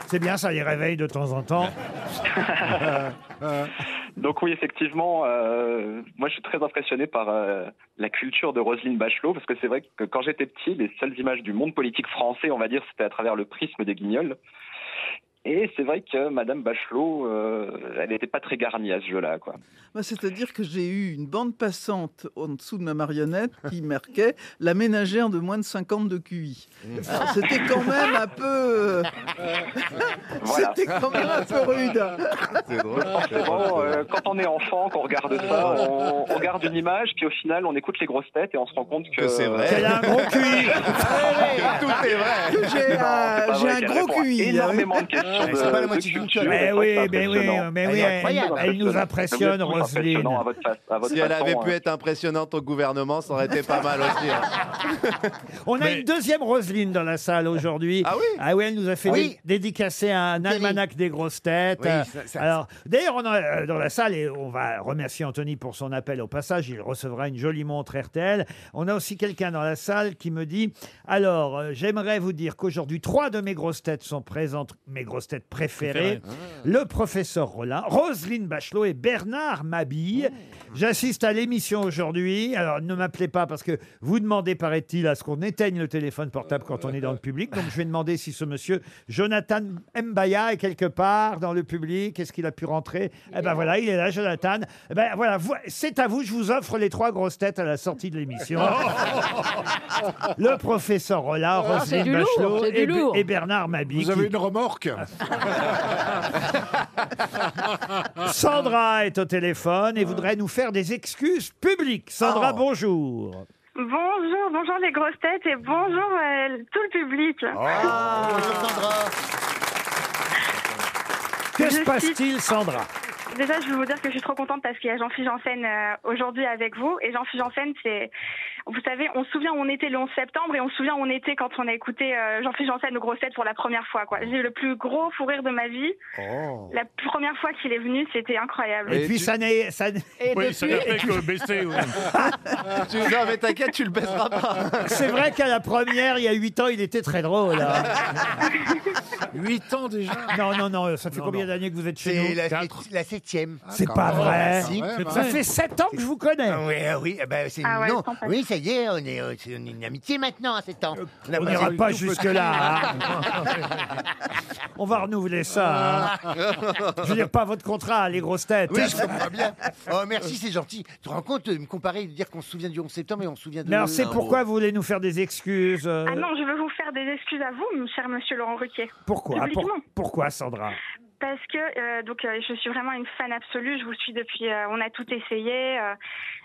Speaker 2: C'est bien ça, les réveille de temps en temps.
Speaker 11: [laughs] Donc oui, effectivement, euh, moi je suis très impressionné par euh, la culture de Roselyne Bachelot, parce que c'est vrai que quand j'étais petit, les seules images du monde politique français, on va dire, c'était à travers le prisme des guignols. Et c'est vrai que Madame Bachelot, euh, elle n'était pas très garnie à ce jeu-là, quoi.
Speaker 8: Bah, C'est-à-dire que j'ai eu une bande passante en dessous de ma marionnette qui marquait la ménagère de moins de 50 de QI.
Speaker 4: Mmh.
Speaker 8: Alors, C'était quand même un
Speaker 4: [laughs]
Speaker 8: peu. euh,
Speaker 11: Voilà.
Speaker 8: C'était quand même un peu rude.
Speaker 4: C'est drôle.
Speaker 11: Forcément, euh, quand on est enfant, qu'on regarde ça, on, on regarde une image, puis au final, on écoute les grosses têtes et on se rend compte que,
Speaker 4: Que c'est vrai.
Speaker 2: Qu'elle a un gros cul.
Speaker 4: Tout est vrai.
Speaker 8: Que J'ai
Speaker 11: Non,
Speaker 8: un,
Speaker 11: c'est
Speaker 8: j'ai
Speaker 11: pas
Speaker 8: un
Speaker 11: vrai,
Speaker 8: gros
Speaker 11: qu'elle répond à
Speaker 8: QI.
Speaker 11: Énormément de questions
Speaker 5: Ouais,
Speaker 11: de,
Speaker 5: Ah, c'est pas la
Speaker 11: de
Speaker 5: moitié d'une
Speaker 11: culture.
Speaker 5: chose.
Speaker 2: Mais
Speaker 11: et ça,
Speaker 2: Eh ben oui,
Speaker 11: c'est
Speaker 2: mais oui,
Speaker 11: impressionnant.
Speaker 2: mais
Speaker 5: Elle
Speaker 2: oui,
Speaker 5: est
Speaker 2: elle,
Speaker 5: incroyable.
Speaker 2: elle nous impressionne,
Speaker 11: Vous êtes tous
Speaker 2: Roselyne.
Speaker 11: impressionnants à votre face- à votre
Speaker 4: Si elle
Speaker 11: façon,
Speaker 4: avait
Speaker 11: hein.
Speaker 4: pu être impressionnante au gouvernement, ça aurait été pas mal aussi. hein.
Speaker 2: On a
Speaker 9: Mais-
Speaker 2: une deuxième Roselyne dans la salle aujourd'hui.
Speaker 4: Ah oui
Speaker 2: Ah oui, elle nous a fait
Speaker 5: Oui.
Speaker 2: dé- dédicacer un
Speaker 5: Thierry.
Speaker 2: almanach des grosses têtes.
Speaker 5: Oui,
Speaker 2: Euh,
Speaker 5: ça- ça-
Speaker 2: Alors, d'ailleurs, on a euh, dans la salle et on va remercier Anthony pour son appel au passage. Il recevra une jolie montre RTL. On a aussi quelqu'un dans la salle qui me dit Alors, euh, j'aimerais vous dire qu'aujourd'hui, trois de mes grosses têtes sont présentes. Mes grosses grosses têtes
Speaker 9: Préférées.
Speaker 2: préférées,
Speaker 9: Ah.
Speaker 2: le professeur Rollin, Roselyne Bachelot et Bernard Mabille. J'assiste à l'émission aujourd'hui. Alors ne m'appelez pas parce que vous demandez, paraît-il, à ce qu'on éteigne le téléphone portable quand on est dans le public. Donc je vais demander si ce monsieur Jonathan Mbaya est quelque part dans le public. Est-ce qu'il a pu rentrer Eh ben voilà, il est là, Jonathan. Eh ben voilà, vo- c'est à vous. Je vous offre les trois grosses têtes à la sortie de
Speaker 3: [laughs]
Speaker 2: l'émission. le professeur Rollin,
Speaker 3: Ah, c'est
Speaker 2: Roselyne
Speaker 3: du lourd,
Speaker 2: Bachelot
Speaker 3: c'est du
Speaker 2: et, Be-
Speaker 3: lourd.
Speaker 2: et Bernard Mabille.
Speaker 3: Vous
Speaker 2: qui-
Speaker 3: avez une remorque
Speaker 2: Sandra est au téléphone et voudrait nous faire des excuses publiques. Sandra, bonjour.
Speaker 12: Bonjour, bonjour les grosses têtes et bonjour euh, tout le public.
Speaker 2: Que se
Speaker 12: Je
Speaker 2: passe-t-il, Sandra
Speaker 12: Déjà, je vais vous dire que je suis trop contente parce qu'il y a Jean-Philippe Janssen euh, aujourd'hui avec vous. Et Jean-Philippe Janssen, c'est. Vous savez, on se souvient où on était le 11 septembre et on se souvient où on était quand on a écouté euh, Jean-Philippe Janssen aux grosses têtes pour la première fois. quoi. J'ai eu le plus gros fou rire de ma vie.
Speaker 8: [laughs]
Speaker 12: La première fois qu'il est venu, c'était incroyable.
Speaker 2: Et, puis ça n'est... Ça... n'est-
Speaker 4: tu... Non, mais t'inquiète, tu le baisseras pas.
Speaker 2: C'est vrai qu'à la première, il y a 8 ans, il était très drôle. hein.
Speaker 3: 8 ans déjà
Speaker 2: Non, non, non, ça fait combien d'années que vous êtes chez
Speaker 5: C'est
Speaker 2: nous
Speaker 5: la, sept- la septième.
Speaker 2: C'est pas vrai.
Speaker 5: Ah, Si.
Speaker 2: Ça fait 7 ans que je vous connais.
Speaker 5: Ah oui, ah oui, ah bah, c'est
Speaker 2: Ah ouais,
Speaker 5: non.
Speaker 2: sans faute.
Speaker 5: Oui, ça y est, on est, euh, c'est- on est une amitié maintenant à 7 ans. a
Speaker 2: Euh, on
Speaker 5: passé
Speaker 2: n'ira
Speaker 5: le
Speaker 2: pas
Speaker 5: tout petit-
Speaker 2: jusque-là, hein. On va renouveler ça. hein. Je veux dire, pas votre contrat, les grosses têtes.
Speaker 5: Oui, je comprends bien. Oh, merci, c'est gentil. Tu te rends compte de me comparer, de dire qu'on se souvient du 11 septembre et on se souvient de. Ah, oh,
Speaker 2: Mais alors, c'est pourquoi vous voulez nous faire des excuses euh,
Speaker 12: Ah non, je veux vous faire des excuses à vous, cher monsieur Laurent Ruquier.
Speaker 2: Pourquoi Ah, Pour-
Speaker 12: Publiquement.
Speaker 2: Pourquoi, Sandra
Speaker 12: Parce que euh, donc euh, je suis vraiment une fan absolue. Je vous suis depuis. euh, on a tout essayé. euh,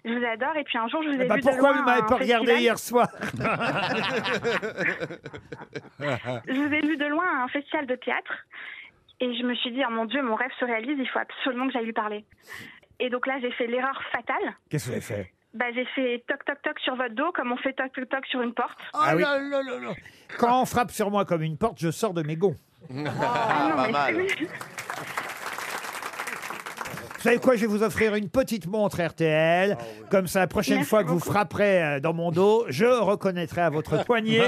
Speaker 12: je vous adore. Et puis un jour, je vous ai
Speaker 2: Bah,
Speaker 12: vu. de
Speaker 2: Pourquoi
Speaker 12: loin
Speaker 2: vous ne
Speaker 12: à
Speaker 2: m'avez
Speaker 12: un
Speaker 2: pas regardé
Speaker 12: festival.
Speaker 2: hier soir
Speaker 12: [laughs] Je vous ai vu de loin à un festival de théâtre. Et je me suis dit, ah mon Dieu, mon rêve se réalise. Il faut absolument que j'aille lui parler. Et donc là, j'ai fait l'erreur fatale.
Speaker 2: Qu'est-ce que vous avez fait
Speaker 12: Bah, j'ai fait toc toc toc sur votre dos comme on fait toc toc toc sur une porte.
Speaker 2: Oh Ah oui. là
Speaker 5: là là là
Speaker 2: Quand on frappe sur moi comme une porte, je sors de mes
Speaker 4: [laughs]
Speaker 2: gonds.
Speaker 4: Ah,
Speaker 11: Ah,
Speaker 4: pas mal.
Speaker 2: Vous savez quoi, je vais vous offrir une petite montre RTL.
Speaker 4: Ah,
Speaker 2: Comme ça, la prochaine
Speaker 9: Merci
Speaker 2: fois que vous frapperez euh, dans mon dos, je reconnaîtrai à votre
Speaker 4: [laughs]
Speaker 2: poignet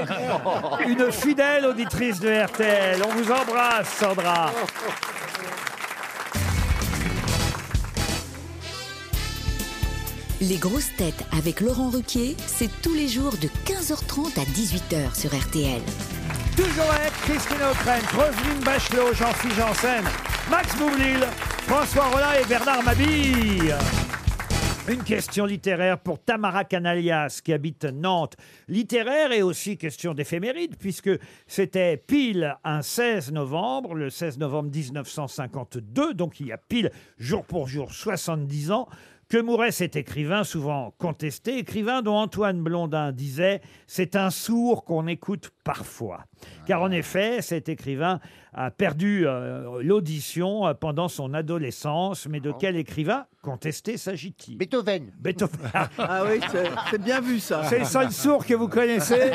Speaker 2: une fidèle auditrice de RTL. On vous embrasse, Sandra.
Speaker 10: Les grosses têtes avec Laurent Ruquier, c'est tous les jours de 15h30 à 18h sur RTL.
Speaker 2: Toujours avec Christine O'Krent, Roselyne Bachelot, Jean-Philippe Janssen, Max Boublil, François Rollin et Bernard Mabille. Une question littéraire pour Tamara Canalias qui habite Nantes. Littéraire et aussi question d'éphéméride puisque c'était pile un 16 novembre, le 16 novembre 1952, donc il y a pile jour pour jour 70 ans, que mourait cet écrivain souvent contesté, écrivain dont Antoine Blondin disait C'est un sourd qu'on écoute parfois. Car en effet, cet écrivain a perdu euh, l'audition euh, pendant son adolescence, mais de
Speaker 8: Oh.
Speaker 2: quel écrivain contesté s'agit-il
Speaker 5: Beethoven.
Speaker 2: Beethoven.
Speaker 8: [laughs] Ah oui, c'est- c'est bien vu ça.
Speaker 2: C'est le seul sourd que vous connaissez.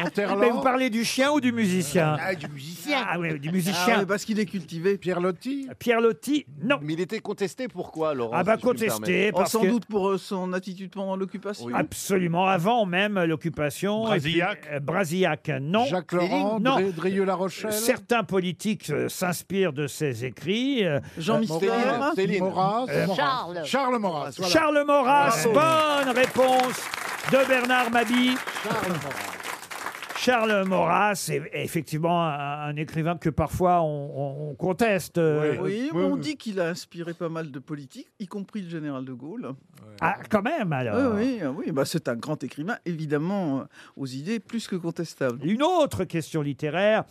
Speaker 8: Monterland.
Speaker 2: Mais vous parlez du chien ou du musicien
Speaker 5: Ah, du musicien.
Speaker 2: Ah oui, du musicien.
Speaker 8: Ah oui, parce qu'il est cultivé.
Speaker 4: Pierre Lotti
Speaker 2: Pierre Lotti, non. Ah bah,
Speaker 4: Mais il était contesté pourquoi, Laurent si je puis me permettre
Speaker 8: Oh, sans doute pour euh, son attitude pendant l'occupation.
Speaker 2: Absolument, avant même l'occupation.
Speaker 9: Brasillac.
Speaker 2: Et puis, euh, Brasillac, non.
Speaker 3: Jacques Laurent,
Speaker 2: non.
Speaker 3: Dri- Drieux-La Rochelle
Speaker 2: Certains politiques euh, s'inspirent de ses écrits. euh,
Speaker 3: Jean Mistral, Céline, Céline. Maurras,
Speaker 2: Euh,
Speaker 3: Maurras. Charles. Charles Maurras, voilà.
Speaker 2: Charles Maurras,
Speaker 3: Bravo.
Speaker 2: bonne réponse de Bernard Mabille. Charles Maurras est effectivement un, un écrivain que parfois on, on- on conteste. euh,
Speaker 8: Oui, on dit qu'il a inspiré pas mal de politiques, y compris le général de Gaulle.
Speaker 2: Ah, quand même, alors.
Speaker 8: Oui, oui, oui. Bah, c'est un grand écrivain, évidemment, euh, aux idées plus que contestables.
Speaker 2: Une autre question littéraire.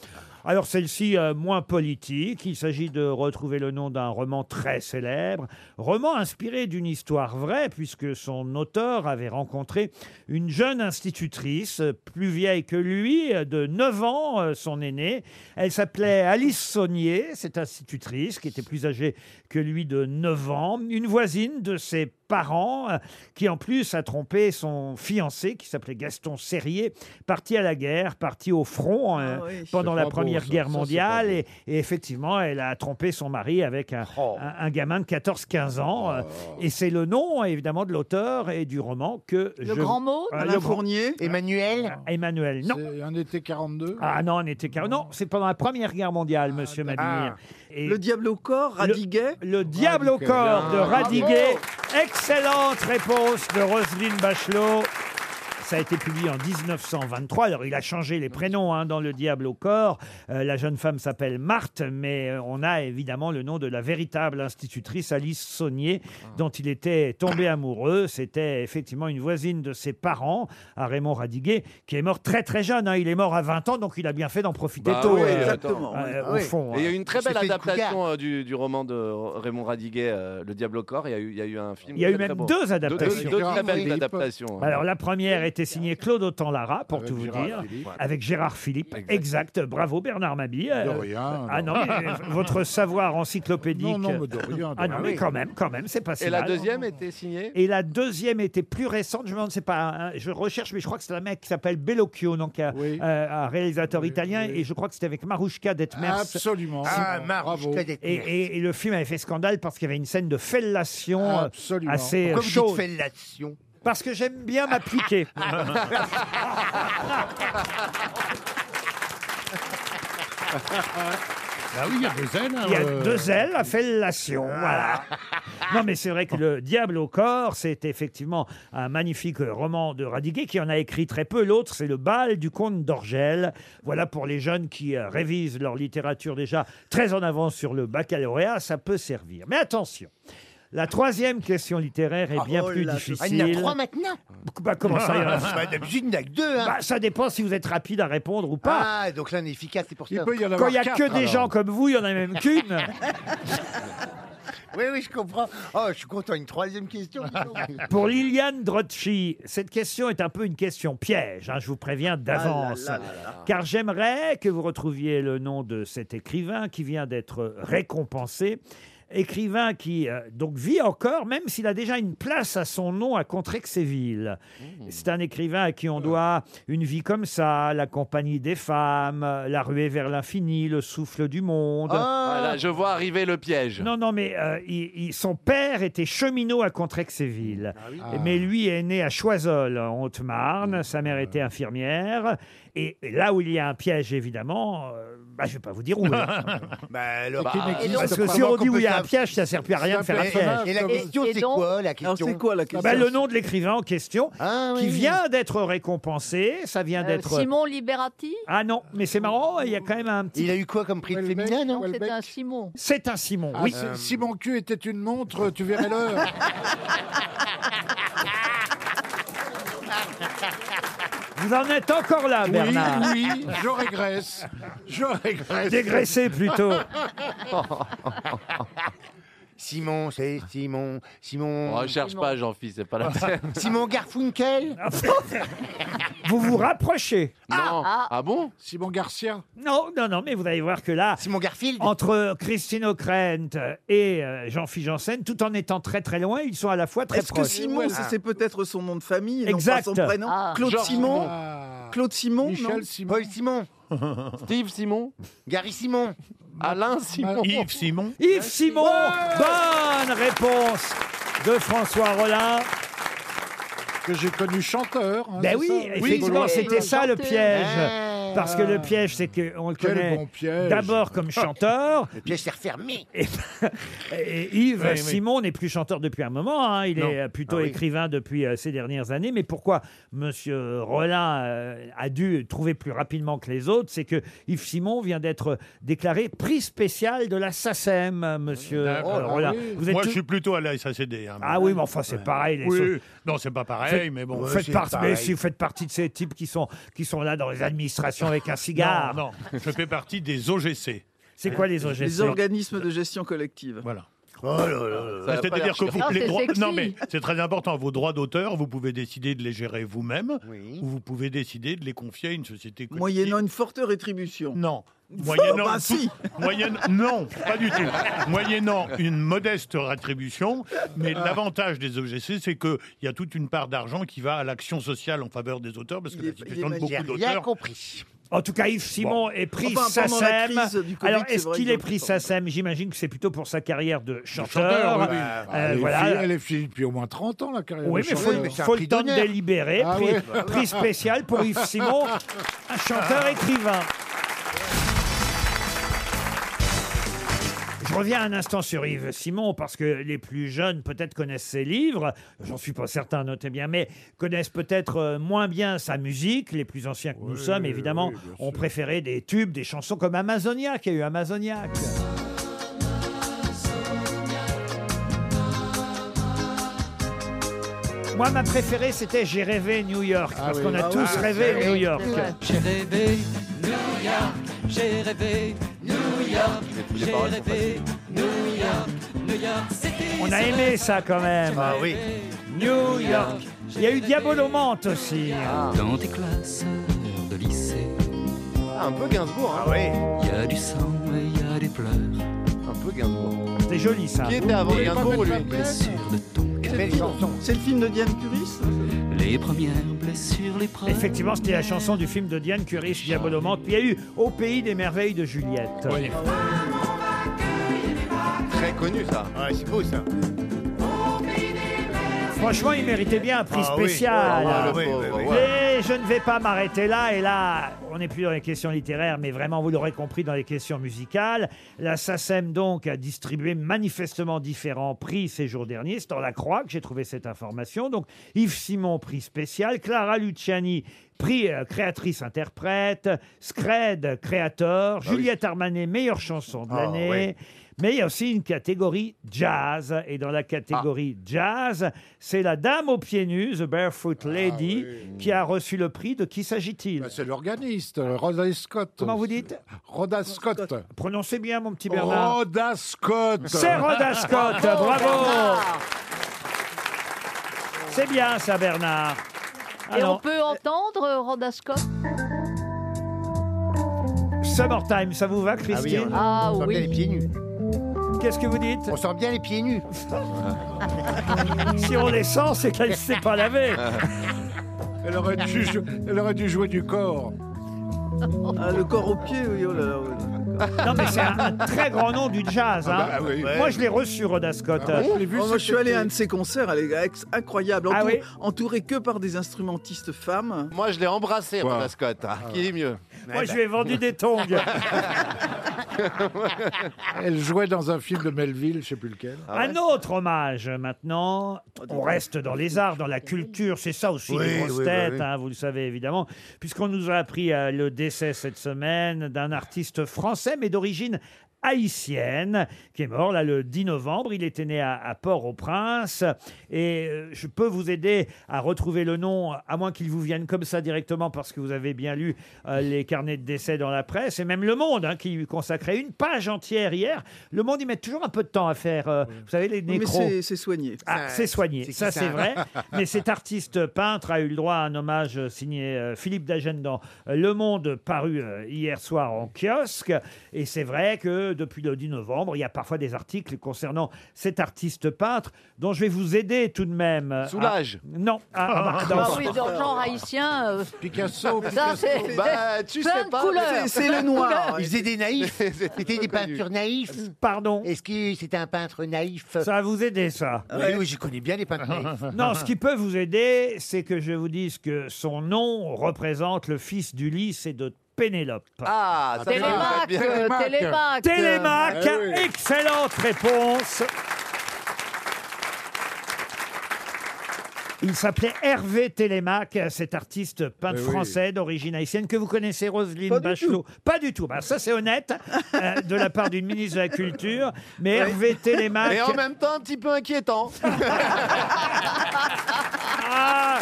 Speaker 2: Alors celle-ci euh, moins politique, il s'agit de retrouver le nom d'un roman très célèbre, roman inspiré d'une histoire vraie puisque son auteur avait rencontré une jeune institutrice euh, plus vieille que lui, euh, de 9 ans, euh, son aînée. Elle s'appelait Alice Saunier, cette institutrice qui était plus âgée que lui de 9 ans, une voisine de ses parent, euh, qui en plus a trompé son fiancé, qui s'appelait Gaston Serrier, parti à la guerre, parti au front euh,
Speaker 9: Ah oui.
Speaker 2: pendant
Speaker 9: C'est
Speaker 2: la
Speaker 9: pas beau,
Speaker 2: Première
Speaker 9: ça.
Speaker 2: Guerre
Speaker 9: Ça, c'est pas
Speaker 2: mondiale. et, et effectivement, elle a trompé son mari avec un,
Speaker 9: Oh.
Speaker 2: un- un gamin de 14-15 ans. euh, Et c'est le nom, évidemment, de l'auteur et du roman que... Ah,
Speaker 7: Le grand mot Alain
Speaker 2: Fournier Emmanuel Ah, Emmanuel, non. Un été 42 Ah non, un été 42. Non, c'est pendant la Première Guerre mondiale, monsieur Madinier.
Speaker 8: Ah. Le diable au corps, Radiguet
Speaker 2: Le, diable au corps de Radiguet. Excellente réponse de Roselyne Bachelot. Ça a été publié en 1923. Alors, il a changé les prénoms hein, dans Le Diable au corps. Euh, la jeune femme s'appelle Marthe, mais euh, on a évidemment le nom de la véritable institutrice, Alice Saunier, dont il était tombé amoureux. C'était effectivement une voisine de ses parents, à Raymond Radiguet, qui est mort très très jeune. hein. Il est mort à 20 ans, donc il a bien fait d'en profiter
Speaker 4: Bah
Speaker 2: tôt.
Speaker 4: oui,
Speaker 2: euh,
Speaker 4: exactement,
Speaker 2: euh,
Speaker 4: oui.
Speaker 2: au
Speaker 4: Oui.
Speaker 2: fond,
Speaker 4: Et il y a
Speaker 2: hein.
Speaker 4: eu une très belle adaptation euh, du, du roman de Raymond Radiguet, euh, Le Diable au corps. Il y a eu, il y a eu un film.
Speaker 2: Il y a eu
Speaker 4: très, très
Speaker 2: même
Speaker 4: beau.
Speaker 2: deux adaptations.
Speaker 4: Deux, deux très belles adaptations. hein.
Speaker 2: Alors la première était signée Claude Autant Lara, pour tout vous
Speaker 4: Gérard
Speaker 2: dire,
Speaker 4: Philippe.
Speaker 2: avec Gérard Philippe. Exact. Bravo Bernard Mabille. Euh,
Speaker 3: rien,
Speaker 2: Ah non,
Speaker 3: non. [laughs]
Speaker 2: mais, euh, votre savoir encyclopédique.
Speaker 3: Non, non, mais de rien, de
Speaker 2: ah non,
Speaker 3: rien.
Speaker 2: mais quand même, quand même, c'est pas si
Speaker 4: Et la
Speaker 2: mal.
Speaker 4: deuxième était signée
Speaker 2: Et la deuxième était plus récente, je me demande, c'est pas, un- je recherche, mais je crois que c'est un mec qui s'appelle Bellocchio, donc un, euh, un réalisateur italien, et je crois que c'était avec Marushka Detmers.
Speaker 3: Absolument.
Speaker 2: Si-
Speaker 3: Ah, Marushka
Speaker 2: Et,
Speaker 3: Detmers.
Speaker 2: et- et le film avait fait scandale parce qu'il y avait une scène de fellation euh,
Speaker 5: Absolument.
Speaker 2: assez
Speaker 5: Pourquoi
Speaker 2: euh,
Speaker 5: vous dites
Speaker 2: chaude.
Speaker 5: fellation
Speaker 2: Parce que j'aime bien
Speaker 5: [laughs]
Speaker 2: m'appliquer.
Speaker 9: Ah oui, il y a deux ailes.
Speaker 2: Il y a
Speaker 9: euh. Ah.
Speaker 2: deux ailes, la fellation. Voilà. Non, mais c'est vrai que Le Diable au corps, c'est effectivement un magnifique euh, roman de Radiguet qui en a écrit très peu. L'autre, c'est Le bal du comte d'Orgel. Voilà pour les jeunes qui euh, révisent leur littérature déjà très en avance sur le baccalauréat, ça peut servir. Mais attention, la troisième question littéraire est bien
Speaker 5: Oh
Speaker 2: plus
Speaker 5: là,
Speaker 2: difficile.
Speaker 5: Ah, il y en a trois maintenant
Speaker 2: Bah, comment ça
Speaker 5: [laughs]
Speaker 2: il y en a-
Speaker 5: Bah, D'habitude, il n'y en a que deux. Hein.
Speaker 2: Bah, ça dépend si vous êtes rapide à répondre ou pas.
Speaker 5: ah, donc l'un est efficace, c'est pour ça.
Speaker 2: Quand il n'y a que des gens comme vous, il n'y en a même qu'une.
Speaker 5: [laughs] Oui, oui, je comprends. Oh, je suis content. Une troisième question. dis donc.
Speaker 2: [laughs] Pour Liliane Drotchi, cette question est un peu une question piège, hein, je vous préviens d'avance.
Speaker 5: Ah là là là là.
Speaker 2: Car j'aimerais que vous retrouviez le nom de cet écrivain qui vient d'être récompensé. Écrivain qui euh, donc vit encore, même s'il a déjà une place à son nom à Contrexéville.
Speaker 5: Mmh.
Speaker 2: C'est un écrivain à qui on doit une vie comme ça, la compagnie des femmes, la ruée vers l'infini, le souffle du monde.
Speaker 5: Ah,
Speaker 4: Voilà, je vois arriver le piège.
Speaker 2: Oh, bah. Non, non, mais euh, il- il- son père était cheminot à Contrexéville.
Speaker 4: Ah.
Speaker 2: Mais lui est né à Choiseul, en Haute-Marne. Sa
Speaker 5: Ah
Speaker 2: mère était infirmière. Et là où il y a un piège, évidemment, euh, bah, je vais pas vous dire où. hein.
Speaker 5: [laughs] Bah, alors,
Speaker 2: Bah,
Speaker 5: qui n'existe
Speaker 2: parce que
Speaker 5: pas.
Speaker 2: si on
Speaker 5: Comment
Speaker 2: dit
Speaker 5: qu'on
Speaker 2: où il y a
Speaker 5: peut
Speaker 2: un piège, ça sert plus à rien de faire un
Speaker 5: Et, et la
Speaker 2: piège.
Speaker 5: question, c'est quoi la question Ah
Speaker 2: Bah, Le nom de l'écrivain en question, qui vient d'être récompensé. Ça vient
Speaker 7: Euh,
Speaker 2: d'être...
Speaker 7: Simon Liberati
Speaker 2: Ah non, mais c'est marrant, il y a quand même un petit...
Speaker 5: Il a eu quoi comme prix de féminin, non
Speaker 7: C'est un Simon.
Speaker 2: C'est un Simon,
Speaker 3: Ah,
Speaker 2: oui.
Speaker 3: si- Si mon cul était une montre, tu verrais l'heure.
Speaker 2: [laughs] Vous en êtes encore là,
Speaker 3: oui,
Speaker 2: Bernard.
Speaker 3: oui, je régresse. Je régresse.
Speaker 2: Dégraissez
Speaker 3: [laughs]
Speaker 2: plutôt.
Speaker 5: [laughs] Simon, c'est Simon. Simon.
Speaker 4: On recherche pas, Jean-Philippe, c'est pas
Speaker 5: [laughs]
Speaker 4: la peine.
Speaker 5: Simon Garfunkel
Speaker 2: Vous vous rapprochez.
Speaker 4: Non. Ah, bon
Speaker 3: Simon Garcia.
Speaker 2: Non, non, non, mais vous allez voir que là,
Speaker 5: Simon Garfield.
Speaker 2: entre Christine O'Krent et euh, Jean-Philippe Janssen, tout en étant très très loin, ils sont à la fois très
Speaker 8: Est-ce que
Speaker 2: proches.
Speaker 8: Simon,
Speaker 3: ah.
Speaker 8: c'est c'est peut-être son nom de famille et
Speaker 2: Exact.
Speaker 8: non pas son prénom
Speaker 2: Ah.
Speaker 8: Claude
Speaker 2: Georges
Speaker 8: Simon
Speaker 3: Ah.
Speaker 8: Claude Simon non
Speaker 3: Michel Simon.
Speaker 5: Paul Simon.
Speaker 4: [laughs] Steve Simon.
Speaker 5: Gary Simon.
Speaker 4: Alain Simon.
Speaker 9: Yves Simon.
Speaker 2: Yves Simon, bonne réponse de François Rollin.
Speaker 3: Que j'ai connu chanteur. hein,
Speaker 2: Ben
Speaker 3: c'est
Speaker 2: oui,
Speaker 3: ça
Speaker 2: effectivement, c'était ça le piège.
Speaker 5: Ah.
Speaker 2: Parce que le piège, c'est qu'on le
Speaker 3: Quel
Speaker 2: connaît
Speaker 3: bon piège.
Speaker 2: d'abord
Speaker 4: [laughs]
Speaker 3: [laughs]
Speaker 2: comme chanteur.
Speaker 5: Le piège s'est refermé.
Speaker 2: [laughs] Et Yves
Speaker 5: Oui, oui.
Speaker 2: Simon n'est plus chanteur depuis un moment, hein. il
Speaker 5: Non.
Speaker 2: est euh, plutôt
Speaker 5: Ah oui.
Speaker 2: écrivain depuis euh, ces dernières années. Mais pourquoi Monsieur Rollin euh, a dû trouver plus rapidement que les autres, c'est que Yves Simon vient d'être déclaré prix spécial de la SACEM, euh, Monsieur
Speaker 3: Ah,
Speaker 2: euh,
Speaker 3: ben
Speaker 9: D'accord.
Speaker 2: Rollin. Vous êtes
Speaker 9: Moi,
Speaker 2: tout-
Speaker 9: je suis plutôt à la SACD. hein,
Speaker 2: Ah oui, mais enfin, c'est pareil. les
Speaker 9: Oui,
Speaker 2: choses-
Speaker 9: non, c'est pas pareil,
Speaker 2: Faites-
Speaker 9: mais bon.
Speaker 2: vous
Speaker 9: Ouais,
Speaker 2: faites
Speaker 9: c'est
Speaker 2: part- mais
Speaker 9: pareil.
Speaker 2: si vous faites partie de ces types qui sont, qui sont là dans les
Speaker 9: [laughs]
Speaker 2: administrations avec un cigare.
Speaker 9: Non, non, je fais partie des OGC.
Speaker 2: C'est quoi les OGC
Speaker 8: Les organismes de gestion collective.
Speaker 9: Voilà.
Speaker 5: Oh là là là.
Speaker 9: Ah, C'est-à-dire que vous,
Speaker 5: Non,
Speaker 9: les
Speaker 5: c'est
Speaker 9: droits,
Speaker 5: sexy.
Speaker 9: non mais c'est très important. Vos droits d'auteur, vous pouvez décider de les gérer vous-même, ou vous pouvez décider de les confier à une société collective.
Speaker 8: Moyennant une forte rétribution.
Speaker 9: Non. Moyennant,
Speaker 8: bah, si.
Speaker 9: moyennant- non, pas du tout. Moyennant une modeste rétribution, mais l'avantage des OGC, c'est qu'il y a toute une part d'argent qui va à l'action sociale en faveur des auteurs, parce que la situation de beaucoup d'auteurs.
Speaker 5: compris.
Speaker 2: En tout cas, Yves Simon
Speaker 9: Bon.
Speaker 2: est pris
Speaker 9: Enfin, pendant la
Speaker 2: SACEM.
Speaker 9: crise du Covid,
Speaker 2: Alors,
Speaker 9: c'est
Speaker 2: est-ce
Speaker 9: vrai
Speaker 2: qu'il
Speaker 9: qu'ils
Speaker 2: est
Speaker 9: ont
Speaker 2: pris
Speaker 9: fait
Speaker 2: SACEM J'imagine que c'est plutôt pour sa carrière de chanteur.
Speaker 3: chanteur, oui.
Speaker 2: Euh,
Speaker 3: Bah, elle, est
Speaker 2: voilà.
Speaker 3: finie, elle est finie depuis au moins 30 ans, la carrière.
Speaker 2: Oui,
Speaker 3: de
Speaker 2: mais faut,
Speaker 3: chanteur.
Speaker 2: faut le temps de délibérer.
Speaker 3: Ah
Speaker 2: prix,
Speaker 3: oui.
Speaker 2: prix spécial pour
Speaker 3: [laughs]
Speaker 2: Yves Simon,
Speaker 9: [laughs]
Speaker 2: un chanteur-écrivain. Je reviens un instant sur Yves Simon parce que les plus jeunes peut-être connaissent ses livres, j'en suis pas certain, notez bien, mais connaissent peut-être euh, moins bien sa musique. Les plus anciens que nous sommes, évidemment, ont préféré des tubes, des chansons comme Amazonia, qui a eu Amazoniac. Moi, ma préférée, c'était J'ai rêvé New York,
Speaker 13: Ah
Speaker 2: parce qu'on a tous rêvé New York.
Speaker 13: J'ai rêvé New York, j'ai rêvé New York, j'ai rêvé New York, New York City.
Speaker 2: On a aimé ça quand même.
Speaker 13: Ah oui.
Speaker 2: New York. Il y a eu Diabolomante aussi.
Speaker 13: Dans tes classes de
Speaker 4: [laughs]
Speaker 13: lycée.
Speaker 4: un peu Gainsbourg, hein.
Speaker 13: Ah oui. Il y a du sang et il y a des pleurs. Un peu Gainsbourg.
Speaker 2: C'est joli ça.
Speaker 4: Qui était avant
Speaker 13: les
Speaker 4: Gainsbourg ou lui
Speaker 13: blessures de ton
Speaker 8: C'est le film de Diane Curis
Speaker 13: Les premières blessures, les premières.
Speaker 2: Effectivement, c'était la chanson du film de Diane Curis, Diabolomante. Puis il y a eu Au pays des merveilles de Juliette.
Speaker 4: Très connu ça. Ouais, c'est beau ça.
Speaker 2: Franchement, il méritait bien un prix
Speaker 4: Ah oui.
Speaker 2: spécial.
Speaker 4: Ah oui, oui, oui, oui.
Speaker 2: Mais je ne vais pas m'arrêter là. Et là, on n'est plus dans les questions littéraires, mais vraiment, vous l'aurez compris, dans les questions musicales. La SACEM, donc, a distribué manifestement différents prix ces jours derniers. C'est dans la croix que j'ai trouvé cette information. Donc, Yves Simon, prix spécial. Clara Luciani, prix euh, créatrice-interprète. Scred, créateur.
Speaker 4: Ah
Speaker 2: Juliette Armanet, meilleure chanson de
Speaker 13: Ah,
Speaker 2: l'année.
Speaker 13: oui.
Speaker 2: Mais il y a aussi une catégorie jazz. Et dans la
Speaker 5: Ah.
Speaker 2: catégorie jazz, c'est la dame aux pieds nus, The Barefoot
Speaker 5: Ah
Speaker 2: Lady, qui a reçu le prix. De qui s'agit-il
Speaker 5: Ben,
Speaker 3: C'est l'organiste, euh, Rhoda Scott.
Speaker 2: Comment vous dites
Speaker 3: Rhoda Scott.
Speaker 2: Prononcez bien, mon petit Bernard.
Speaker 3: Rhoda Scott.
Speaker 2: C'est Rhoda Scott, bravo C'est bien ça, Bernard.
Speaker 7: Et on
Speaker 2: Alors,
Speaker 7: peut entendre euh, Rhoda Scott
Speaker 2: Summertime, ça vous va,
Speaker 5: Ah oui,
Speaker 2: Christine
Speaker 5: on- on sent bien les pieds nus.
Speaker 2: Qu'est-ce que vous dites
Speaker 5: On sent bien les pieds nus.
Speaker 2: [laughs] Si on les sent, c'est qu'elle ne s'est pas lavée.
Speaker 5: [laughs]
Speaker 3: Elle aurait, dû, jou- elle aurait dû jouer du corps.
Speaker 8: Ah, le corps aux pieds, oui, oh là là. oui, d'accord.
Speaker 2: Non, mais c'est un, un très grand nom du jazz. hein.
Speaker 8: Ah bah oui.
Speaker 2: Moi, je l'ai reçu, Rhoda Scott.
Speaker 8: Ah bon Oh, moi, je suis allé à un de ses concerts, elle est ex- incroyable,
Speaker 2: Ah
Speaker 8: entou- entouré que par des instrumentistes femmes.
Speaker 4: Moi, je l'ai embrassé, Rhoda Scott. Ah, Qui est mieux
Speaker 2: Moi,
Speaker 8: Eh ben.
Speaker 2: je lui ai vendu des
Speaker 8: [laughs]
Speaker 2: tongs.
Speaker 3: Elle jouait dans un film de Melville, je sais plus lequel.
Speaker 4: Ah
Speaker 2: Un autre hommage maintenant. On reste dans les arts, dans la culture. C'est ça aussi,
Speaker 3: Oui,
Speaker 2: les grosses
Speaker 3: oui, bah
Speaker 2: têtes,
Speaker 3: oui.
Speaker 2: hein, vous le savez évidemment. Puisqu'on nous a appris euh, le décès cette semaine d'un artiste français, mais d'origine haïtienne, qui est mort là le 10 novembre. Il était né à, à Port-au-Prince. Et euh, je peux vous aider à retrouver le nom, à moins qu'il vous vienne comme ça directement, parce que vous avez bien lu euh, les carnets de décès dans la presse, et même Le Monde, hein, qui lui consacrait une page entière hier. Le Monde, ils mettent toujours un peu de temps à faire, euh, vous savez, les
Speaker 8: Mais
Speaker 2: nécros.
Speaker 8: c'est c'est soigné.
Speaker 2: Ah, c'est soigné, ça c'est [laughs] vrai. Mais cet artiste peintre a eu le droit à un hommage euh, signé euh, Philippe Dagen dans euh, Le Monde, paru euh, hier soir en kiosque. Et c'est vrai que depuis le 10 novembre, il y a parfois des articles concernant cet artiste peintre dont je vais vous aider tout de même. euh, à-
Speaker 4: Soulage.
Speaker 2: Non. à- à-
Speaker 7: [laughs] Ah
Speaker 2: dans-
Speaker 7: oui, dans le genre haïtien. euh,
Speaker 3: Picasso,
Speaker 7: Ça, c'est
Speaker 4: Bah, tu
Speaker 7: plein
Speaker 4: sais
Speaker 7: de
Speaker 4: pas.
Speaker 7: couleurs. plein de couleurs.
Speaker 5: Ils étaient des naïfs. [laughs] C'était des peintures naïfs.
Speaker 2: Pardon
Speaker 5: Est-ce que c'était un peintre naïf
Speaker 2: Ça va vous aider, ça.
Speaker 5: Oui, oui, je connais bien les peintres naïfs.
Speaker 2: Non, ce qui peut vous aider, c'est que je vous dise que son nom représente le fils d'Ulysse et de Pénélope.
Speaker 4: Ah, ça
Speaker 7: Télémaque, euh, Télémaque.
Speaker 2: Télémaque,
Speaker 7: Ah oui.
Speaker 2: excellente réponse. Il s'appelait Hervé Télémaque, cet artiste peintre
Speaker 13: Eh oui.
Speaker 2: français d'origine haïtienne que vous connaissez, Roselyne
Speaker 13: Pas du
Speaker 2: Bachelot. Pas du tout. Bah, ça, c'est honnête euh, de la part d'une ministre de la Culture. Mais
Speaker 4: Oui.
Speaker 2: Hervé Télémaque.
Speaker 4: Et en même temps, un petit peu
Speaker 9: [laughs]
Speaker 4: inquiétant.
Speaker 2: Ah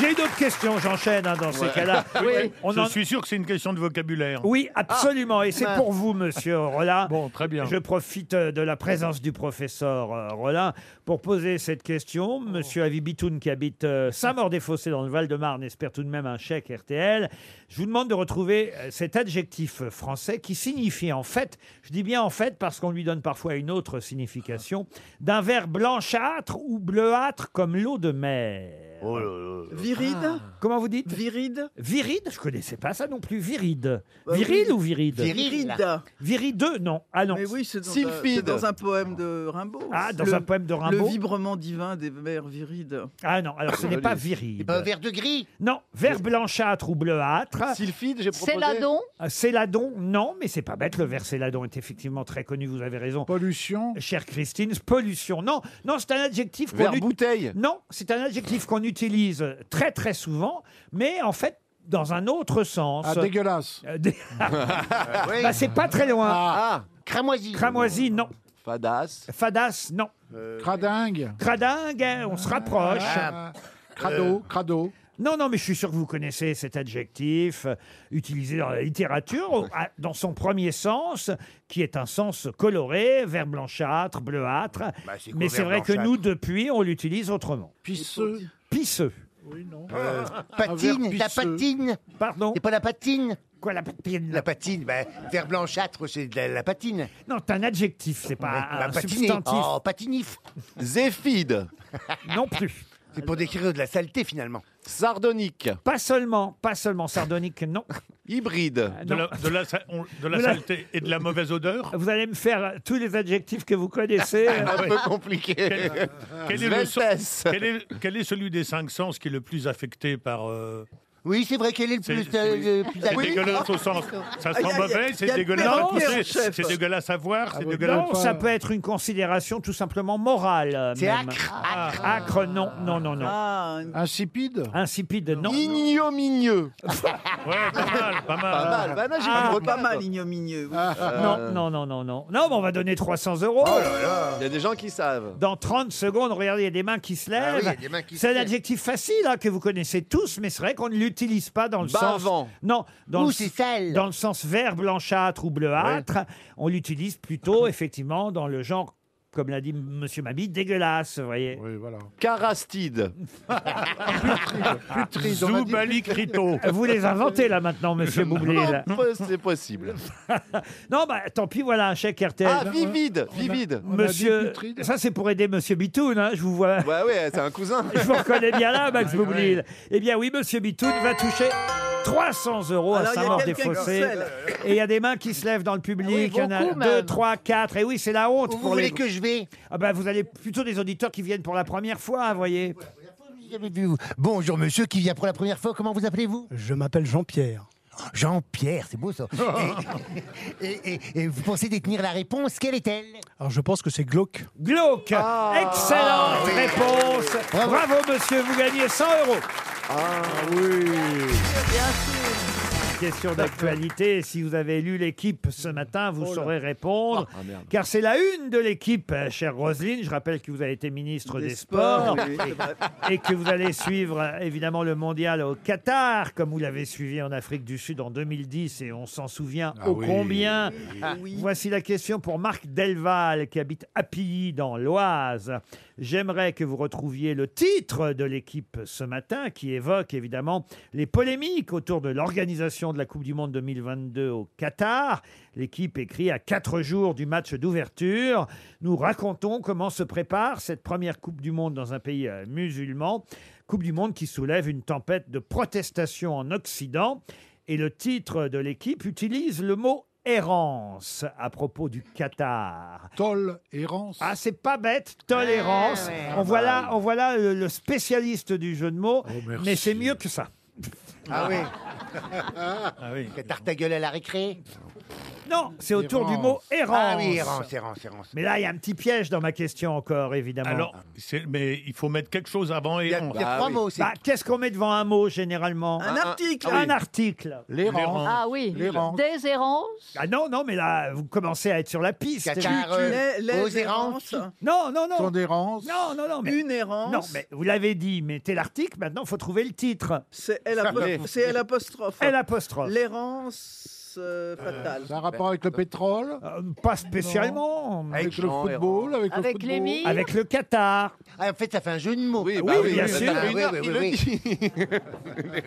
Speaker 2: J'ai d'autres questions, j'enchaîne hein, dans ces
Speaker 9: [laughs]
Speaker 2: cas-là. On
Speaker 9: Je
Speaker 2: en-
Speaker 9: suis sûr que c'est une question de vocabulaire.
Speaker 2: Oui, absolument. Et c'est
Speaker 9: Ah.
Speaker 2: pour vous, monsieur Rollin.
Speaker 9: Bon, très bien.
Speaker 2: Je profite euh, de la présence du professeur euh, Rollin pour poser cette question. Monsieur Avibitoun, qui habite euh, Saint-Maur-des-Fossés dans le Val-de-Marne, espère tout de même un chèque RTL. Je vous demande de retrouver euh, cet adjectif euh, français qui signifie en fait, je dis bien en fait parce qu'on lui donne parfois une autre signification, d'un vert blanchâtre ou bleuâtre comme l'eau de mer. Ah.
Speaker 8: Viride
Speaker 2: Comment vous dites
Speaker 8: Viride
Speaker 2: Viride Je connaissais pas ça non plus. Viride.
Speaker 8: Bah oui.
Speaker 2: Viril ou viride
Speaker 8: Virida.
Speaker 2: Virideux, non. Ah non.
Speaker 8: Mais oui, c'est dans, un- c'est dans un poème de Rimbaud.
Speaker 2: Ah, dans
Speaker 8: Le-
Speaker 2: un poème de Rimbaud.
Speaker 8: Le vibrement divin des vers virides.
Speaker 2: Ah non, alors ce n'est pas viril.
Speaker 8: vers ben, de gris
Speaker 2: Non, vert blanchâtre ou bleuâtre.
Speaker 4: Sylphide, j'ai
Speaker 7: proposé. Céladon
Speaker 2: Ah, Céladon, non, mais c'est pas bête. Le vert céladon est effectivement très connu, vous avez raison. Pollution Chère Christine, pollution. Non, non c'est un adjectif. qu'on
Speaker 4: Vert
Speaker 2: ut-
Speaker 4: bouteille
Speaker 2: Non, c'est un adjectif qu'on utilise très très souvent, mais en fait dans un autre sens.
Speaker 3: Ah, dégueulasse.
Speaker 2: Euh, dé- Bah, c'est pas très loin.
Speaker 4: Ah.
Speaker 2: Cramoisi. Cramoisi, non.
Speaker 4: Fadas.
Speaker 2: Fadas, non.
Speaker 9: Euh,
Speaker 3: Cradingue.
Speaker 2: Cradingue, hein, on se rapproche.
Speaker 9: Euh,
Speaker 3: Crado,
Speaker 2: crado. Non, non, mais je suis sûr que vous connaissez cet adjectif euh, utilisé dans la littérature au- à- dans son premier sens, qui est un sens coloré, vert blanchâtre, bleuâtre.
Speaker 5: Bah, c'est quoi,
Speaker 2: mais
Speaker 5: vert
Speaker 2: c'est vrai que
Speaker 5: blanchâtre
Speaker 2: nous, depuis, on l'utilise autrement.
Speaker 5: Pisseux.
Speaker 2: Pisseux.
Speaker 5: Euh,
Speaker 2: Un
Speaker 5: patine,
Speaker 2: verre
Speaker 5: la
Speaker 2: puceux.
Speaker 5: patine.
Speaker 2: Pardon.
Speaker 5: C'est pas la patine.
Speaker 2: Quoi, la patine
Speaker 5: La patine, ben, vert blanchâtre, c'est de la, la patine.
Speaker 2: Non, c'est un adjectif, c'est pas
Speaker 5: Ouais, bah,
Speaker 2: un
Speaker 5: patiner.
Speaker 2: substantif.
Speaker 5: Oh, patinif.
Speaker 4: Zéphide.
Speaker 2: Non plus.
Speaker 5: C'est pour décrire de la saleté, finalement.
Speaker 4: Sardonique.
Speaker 2: Pas seulement, pas seulement sardonique, non. Euh,
Speaker 4: Hybride.
Speaker 9: Ah. De la, de la sa- on- de la
Speaker 2: De la-
Speaker 9: saleté et de la mauvaise odeur.
Speaker 2: Vous allez me faire tous les adjectifs que
Speaker 9: [laughs]
Speaker 2: vous connaissez.
Speaker 9: Ah ouais. Quel,
Speaker 4: Quel-
Speaker 9: quel est le sens-
Speaker 4: Sveltesse.
Speaker 9: quel est- quel est celui des cinq sens qui est le plus affecté par... euh,
Speaker 5: Oui, c'est vrai qu'elle est le
Speaker 9: C'est
Speaker 5: plus.
Speaker 9: c'est-
Speaker 5: euh, le plus
Speaker 9: c'est
Speaker 5: Oui.
Speaker 9: dégueulasse au sens. Ça
Speaker 5: Aïe,
Speaker 9: sent
Speaker 5: aïe,
Speaker 9: mauvais,
Speaker 5: aïe,
Speaker 9: c'est
Speaker 5: y a le
Speaker 9: dégueulasse
Speaker 2: père
Speaker 9: à
Speaker 2: Pierre,
Speaker 9: pousser,
Speaker 2: chef. Ah
Speaker 9: c'est dégueulasse à voir, c'est dégueulasse.
Speaker 2: Non, ça peut être une considération tout simplement morale. euh,
Speaker 9: C'est
Speaker 2: même.
Speaker 9: acre,
Speaker 2: acre. non, non, non, non.
Speaker 3: Insipide
Speaker 2: Insipide, non. [laughs]
Speaker 4: Ignominieux.
Speaker 9: ouais, pas mal, pas mal.
Speaker 4: Pas mal, bah non, j'ai
Speaker 2: Ah,
Speaker 4: pas
Speaker 2: pas
Speaker 4: retenu.
Speaker 8: mal ignominieux. oui.
Speaker 4: Euh.
Speaker 2: Non, non, non, non, non. Non, mais on va donner 300 euros.
Speaker 4: Il y a des gens qui savent.
Speaker 2: Dans 30 secondes, regardez, il y a des mains qui se
Speaker 4: Ah oui,
Speaker 2: lèvent.
Speaker 4: il y a des mains qui se
Speaker 2: c'est un
Speaker 4: lèvent.
Speaker 2: adjectif facile hein, que vous connaissez tous, mais c'est vrai qu'on ne l'utilise pas dans le
Speaker 4: Bavant.
Speaker 2: sens. Non, dans
Speaker 5: Ouh,
Speaker 2: le,
Speaker 5: c'est sale.
Speaker 2: dans le sens vert, blanchâtre ou bleuâtre. On l'utilise plutôt, effectivement, dans le genre, comme l'a dit Monsieur Mabi, dégueulasse, vous voyez.
Speaker 3: Oui, voilà.
Speaker 2: [laughs]
Speaker 4: Carastide.
Speaker 9: Zoubalicrito.
Speaker 2: Vous les inventez là maintenant, Monsieur Boublil.
Speaker 4: Comment C'est possible.
Speaker 2: [laughs] Non, bah tant pis, voilà un chèque RTL.
Speaker 4: Ah, vivide, vivide.
Speaker 2: Monsieur, ça c'est pour aider Monsieur Bitoun, hein, je vous vois.
Speaker 4: Ouais, ouais, c'est un cousin.
Speaker 2: [laughs] Je vous reconnais bien là, Max Boublil. Eh bien oui, Monsieur Bitoun va toucher 300 euros
Speaker 8: Alors,
Speaker 2: à
Speaker 8: il y a
Speaker 2: Saint-Maur-des-Fossés.
Speaker 8: quelqu'un
Speaker 2: Et il y a des mains qui se lèvent dans le public.
Speaker 5: Ah Oui,
Speaker 2: il y en a
Speaker 5: beaucoup
Speaker 2: deux,
Speaker 5: même.
Speaker 2: trois, quatre. Et oui, c'est la honte
Speaker 5: Où vous
Speaker 2: pour
Speaker 5: voulez
Speaker 2: les.
Speaker 5: que je vais
Speaker 2: Ah bah, vous allez plutôt des auditeurs qui viennent pour la première fois, vous voyez.
Speaker 5: J'avais vu- Bonjour monsieur qui vient pour la première fois, comment vous appelez-vous
Speaker 14: Je m'appelle Jean-Pierre. Ah.
Speaker 5: Jean-Pierre, c'est
Speaker 14: [laughs]
Speaker 5: beau ça. et, et- et- et vous pensez détenir la réponse, quelle est-elle
Speaker 14: Alors je pense que c'est glauque.
Speaker 2: Glauque. Excellente
Speaker 5: Ah, oui.
Speaker 2: réponse. Bravo. monsieur, vous gagnez 100 euros.
Speaker 4: Ah oui.
Speaker 2: Question d'actualité. Si vous avez lu l'équipe ce matin, vous saurez répondre.
Speaker 4: Ah, merde.
Speaker 2: Car c'est la une de l'équipe, euh, chère Roselyne. Je rappelle que vous avez été ministre des,
Speaker 8: Des
Speaker 2: Sports
Speaker 8: sports, oui, c'est vrai.
Speaker 2: et que vous allez suivre euh, évidemment le mondial au Qatar, comme vous l'avez suivi en Afrique du Sud en 2010 et on s'en souvient
Speaker 4: Ah
Speaker 2: ô
Speaker 4: oui.
Speaker 2: combien.
Speaker 8: Oui.
Speaker 2: Ah, Voici la question pour Marc Delval qui habite à Pilly dans l'Oise. J'aimerais que vous retrouviez le titre de l'équipe ce matin qui évoque évidemment les polémiques autour de l'organisation de la Coupe du Monde 2022 au Qatar. L'équipe écrit à quatre jours du match d'ouverture. Nous racontons comment se prépare cette première Coupe du Monde dans un pays euh, musulman. Coupe du Monde qui soulève une tempête de protestations en Occident. Et le titre de l'équipe utilise le mot errance à propos du Qatar.
Speaker 3: Tolérance.
Speaker 2: Ah, c'est pas bête, tolérance.
Speaker 3: Ah, ouais.
Speaker 2: On voit là, on voit là le, le spécialiste du jeu de mots,
Speaker 3: merci.
Speaker 2: mais c'est mieux que ça.
Speaker 5: Ah oui
Speaker 9: Ah oui.
Speaker 5: T'as ta gueule à la récré
Speaker 2: Non, c'est autour du mot errance.
Speaker 5: Ah oui, errance, errance, errance.
Speaker 2: Mais là, il y a un petit piège dans ma question encore, évidemment.
Speaker 9: Alors, c'est- mais il faut mettre quelque chose avant et on. Ah
Speaker 2: Bah, Qu'est-ce qu'on met devant un mot, généralement
Speaker 9: Un Un- article.
Speaker 2: Un,
Speaker 9: ah oui.
Speaker 2: article
Speaker 9: L'errance.
Speaker 7: Ah oui, des errances.
Speaker 2: Ah non, non, mais là, vous commencez à être sur la piste.
Speaker 7: Cacar, Tu- tu- euh, les- les aux errances.
Speaker 2: Non, non, non.
Speaker 7: Ton
Speaker 2: errance. Non, non, non. mais-
Speaker 8: Une errance.
Speaker 2: Non, mais vous l'avez dit, mettez l'article, maintenant, il faut trouver le titre.
Speaker 8: C'est
Speaker 2: [laughs]
Speaker 8: L apo- c'est L apostrophe.
Speaker 2: L apostrophe.
Speaker 8: L'errance euh, fatale.
Speaker 3: Ça a un rapport avec
Speaker 8: Bah,
Speaker 3: le pétrole
Speaker 2: Pas spécialement.
Speaker 3: Avec, le football, avec, le football.
Speaker 2: Avec le Qatar.
Speaker 5: Ah, en fait, ça fait un jeu de mots.
Speaker 2: Oui, bah oui, bien sûr.
Speaker 5: Ah, oui, oui, oui, oui.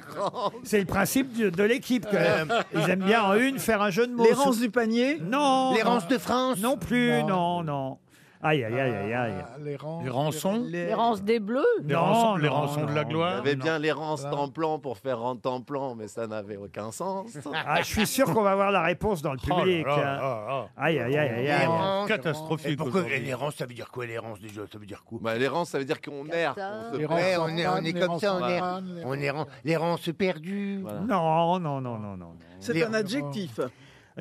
Speaker 2: C'est le principe de, de l'équipe. quand
Speaker 5: euh,
Speaker 2: même. Euh, Ils aiment bien en une faire un jeu de mots.
Speaker 8: L'errance du panier
Speaker 2: Non.
Speaker 8: L'errance
Speaker 2: de France Non plus, non, non. Aïe, aïe, aïe, aïe, aïe.
Speaker 9: Les rançons
Speaker 7: L'errance des bleus.
Speaker 9: Les rançons, les rançons de la
Speaker 4: Il y
Speaker 9: gloire
Speaker 4: avait bien l'errance
Speaker 9: Ah.
Speaker 4: plan pour faire en plan, mais ça n'avait aucun sens.
Speaker 2: Ah,
Speaker 9: [laughs]
Speaker 2: je suis sûr qu'on va avoir la réponse dans le
Speaker 4: Oh là
Speaker 2: public.
Speaker 4: là
Speaker 9: oh.
Speaker 2: hein.
Speaker 4: là là.
Speaker 2: Aïe, aïe, aïe, aïe, aïe.
Speaker 5: Errance. Et
Speaker 4: Catastrophique
Speaker 5: pourquoi
Speaker 4: aujourd'hui.
Speaker 5: l'errance, ça veut dire quoi l'errance déjà Ça veut dire quoi
Speaker 4: Bah, l'errance, ça veut dire qu'on erre. qu'on se
Speaker 5: Ouais,
Speaker 4: perd.
Speaker 5: on est, on est comme ça, on est,
Speaker 4: Voilà.
Speaker 5: on est errant. L'errance perdue.
Speaker 2: Non, non, non, non, non.
Speaker 8: C'est un adjectif.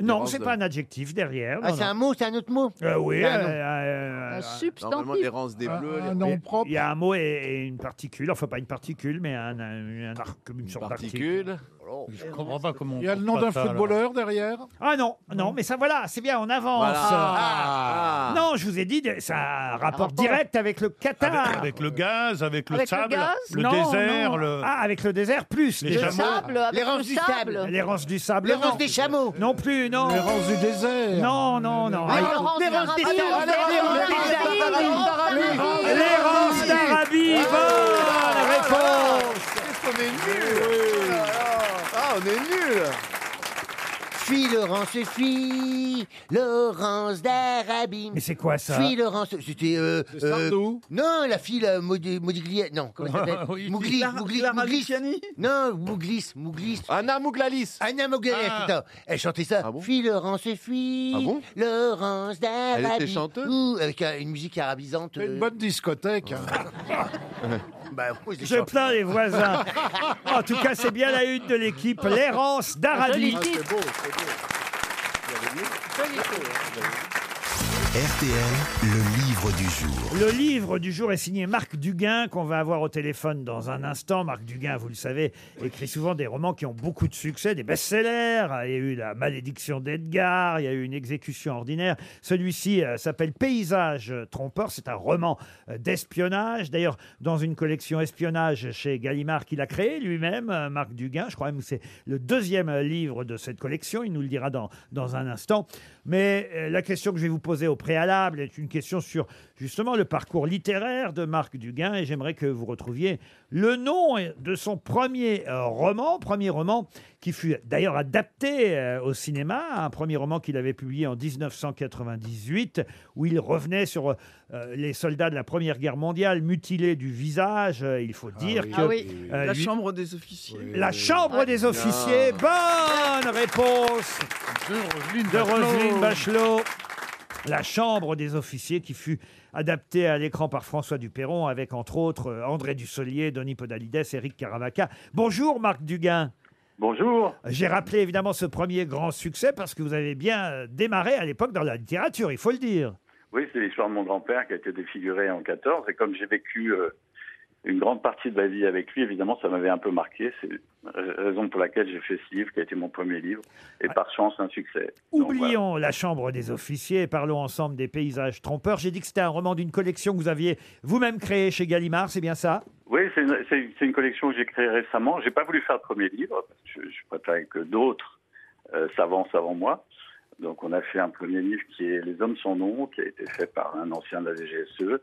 Speaker 2: Non,
Speaker 5: L'errance
Speaker 2: c'est
Speaker 5: de-
Speaker 2: pas un adjectif derrière.
Speaker 5: Ah,
Speaker 2: non,
Speaker 5: c'est
Speaker 2: non.
Speaker 5: un mot, c'est un autre mot
Speaker 2: Euh, oui.
Speaker 5: Ah,
Speaker 2: euh,
Speaker 5: non.
Speaker 2: euh,
Speaker 5: Un
Speaker 2: euh, Ah,
Speaker 5: substantif. Normalement, l'errance des bleus,
Speaker 2: Il y
Speaker 5: les-
Speaker 2: a-
Speaker 5: nom propre.
Speaker 2: Il y a un mot et, et une particule. Enfin, pas une particule, mais un, un, un arc, une, sorte
Speaker 4: particule.
Speaker 5: Oh.
Speaker 9: Je comprends pas comment. on
Speaker 2: Il y a le
Speaker 9: trouve
Speaker 2: nom
Speaker 9: pas
Speaker 2: d'un
Speaker 9: ça, alors.
Speaker 2: footballeur.
Speaker 3: derrière
Speaker 2: Ah non, non, mais ça voilà, c'est bien, on avance.
Speaker 9: Voilà. Ah.
Speaker 2: Non, je vous ai dit, ça a un rapport direct avec le Qatar.
Speaker 9: Avec, avec le gaz, avec le
Speaker 2: Avec le
Speaker 9: sable,
Speaker 2: gaz
Speaker 9: le,
Speaker 2: Non,
Speaker 9: désert,
Speaker 2: non.
Speaker 9: le.
Speaker 2: Ah, avec le désert plus.
Speaker 9: Les
Speaker 2: déjà.
Speaker 9: chameaux. Le sable, avec
Speaker 5: L'errance le du sable. sable.
Speaker 2: L'errance du sable.
Speaker 5: L'errance
Speaker 2: non.
Speaker 5: des chameaux.
Speaker 2: Non plus, non.
Speaker 3: L'errance du désert.
Speaker 2: Non, non, non.
Speaker 5: Ah, l'errance
Speaker 2: Ah,
Speaker 5: d'Arabie.
Speaker 2: l'errance
Speaker 5: Ah, l'errance d'Arabie.
Speaker 2: d'Arabie.
Speaker 5: Ah,
Speaker 2: L'errance
Speaker 5: l'errance
Speaker 2: d'Arabie.
Speaker 5: d'Arabie.
Speaker 2: Bonne
Speaker 4: Ah,
Speaker 2: réponse.
Speaker 4: Qu'est-ce qu'on est nuls Ah, on est nuls
Speaker 5: Suis Laurence, suis Laurence d'Arabie.
Speaker 2: Mais c'est quoi ça
Speaker 5: Suis Laurence, c'était. Euh,
Speaker 2: C'est Sardou
Speaker 5: Non, la fille là, Modi- Modigliani. Non, comment ça s'appelle
Speaker 2: Ah, Oui.
Speaker 5: Mouglis.
Speaker 2: Clara-
Speaker 5: Mouglis.
Speaker 2: Clara
Speaker 5: Mouglis. Non, Mouglis. Mouglis.
Speaker 4: Anna Mouglalis.
Speaker 5: Anna Mouglalis,
Speaker 4: Ah.
Speaker 5: putain. Elle chantait ça. Suis Laurence, suis
Speaker 4: Ah bon
Speaker 5: Laurence d'Arabie.
Speaker 4: Elle était chanteuse
Speaker 5: Ouh, Avec euh, une musique arabisante. euh.
Speaker 3: Une bonne discothèque.
Speaker 2: Ah.
Speaker 5: Bah, oui, c'est
Speaker 2: Je
Speaker 5: ça.
Speaker 2: plains les voisins. En tout cas, c'est bien la une de l'équipe, l'errance
Speaker 5: Ah,
Speaker 2: d'Arabie.
Speaker 4: beau, c'est beau. Il y avait mieux.
Speaker 1: RTL, le livre du jour.
Speaker 2: Le livre du jour est signé Marc Duguin, qu'on va avoir au téléphone dans un instant. Marc Duguin, vous le savez, écrit souvent des romans qui ont beaucoup de succès, des best-sellers. Il y a eu La malédiction d'Edgar, il y a eu Une exécution ordinaire. Celui-ci euh, s'appelle Paysage trompeur. C'est un roman euh, d'espionnage. D'ailleurs, dans une collection espionnage chez Gallimard qu'il a créé lui-même, euh, Marc Duguin. Je crois même que c'est le deuxième euh, livre de cette collection. Il nous le dira dans, dans un instant. Mais euh, la question que je vais vous poser au préalable est une question sur justement le parcours littéraire de Marc Duguin et j'aimerais que vous retrouviez le nom de son premier euh, roman, premier roman qui fut d'ailleurs adapté euh, au cinéma, un premier roman qu'il avait publié en 1998 où il revenait sur euh, les soldats de la Première Guerre mondiale mutilés du visage, euh, il faut dire que
Speaker 8: Ah oui,
Speaker 2: euh,
Speaker 8: la
Speaker 2: lui-
Speaker 8: chambre Ah, des officiers.
Speaker 2: la chambre des officiers. Bonne réponse de Roselyne Bachelot. La chambre des officiers qui fut adaptée à l'écran par François Duperron avec entre autres euh, André Dussolier, Denis Podalides, Éric Caravaca. Bonjour Marc Duguin.
Speaker 15: Bonjour.
Speaker 2: J'ai rappelé évidemment ce premier grand succès parce que vous avez bien euh, démarré à l'époque dans la littérature, il faut le dire.
Speaker 15: Oui, c'est l'histoire de mon grand-père qui a été défiguré en 14 et comme j'ai vécu euh, une grande partie de ma vie avec lui, évidemment, ça m'avait un peu marqué. C'est la raison pour laquelle j'ai fait ce livre qui a été mon premier livre et par chance un succès.
Speaker 2: Oublions la chambre des officiers et parlons ensemble des paysages trompeurs. J'ai dit que c'était un roman d'une collection que vous aviez vous-même créée chez Gallimard, c'est bien ça
Speaker 15: Oui, c'est une, c'est- c'est une collection que j'ai créée récemment. J'ai pas voulu faire de premier livre parce que je, je préfère que d'autres euh, s'avancent avant moi. Donc, on a fait un premier livre qui est Les hommes sans nom, qui a été fait par un ancien de la DGSE. E.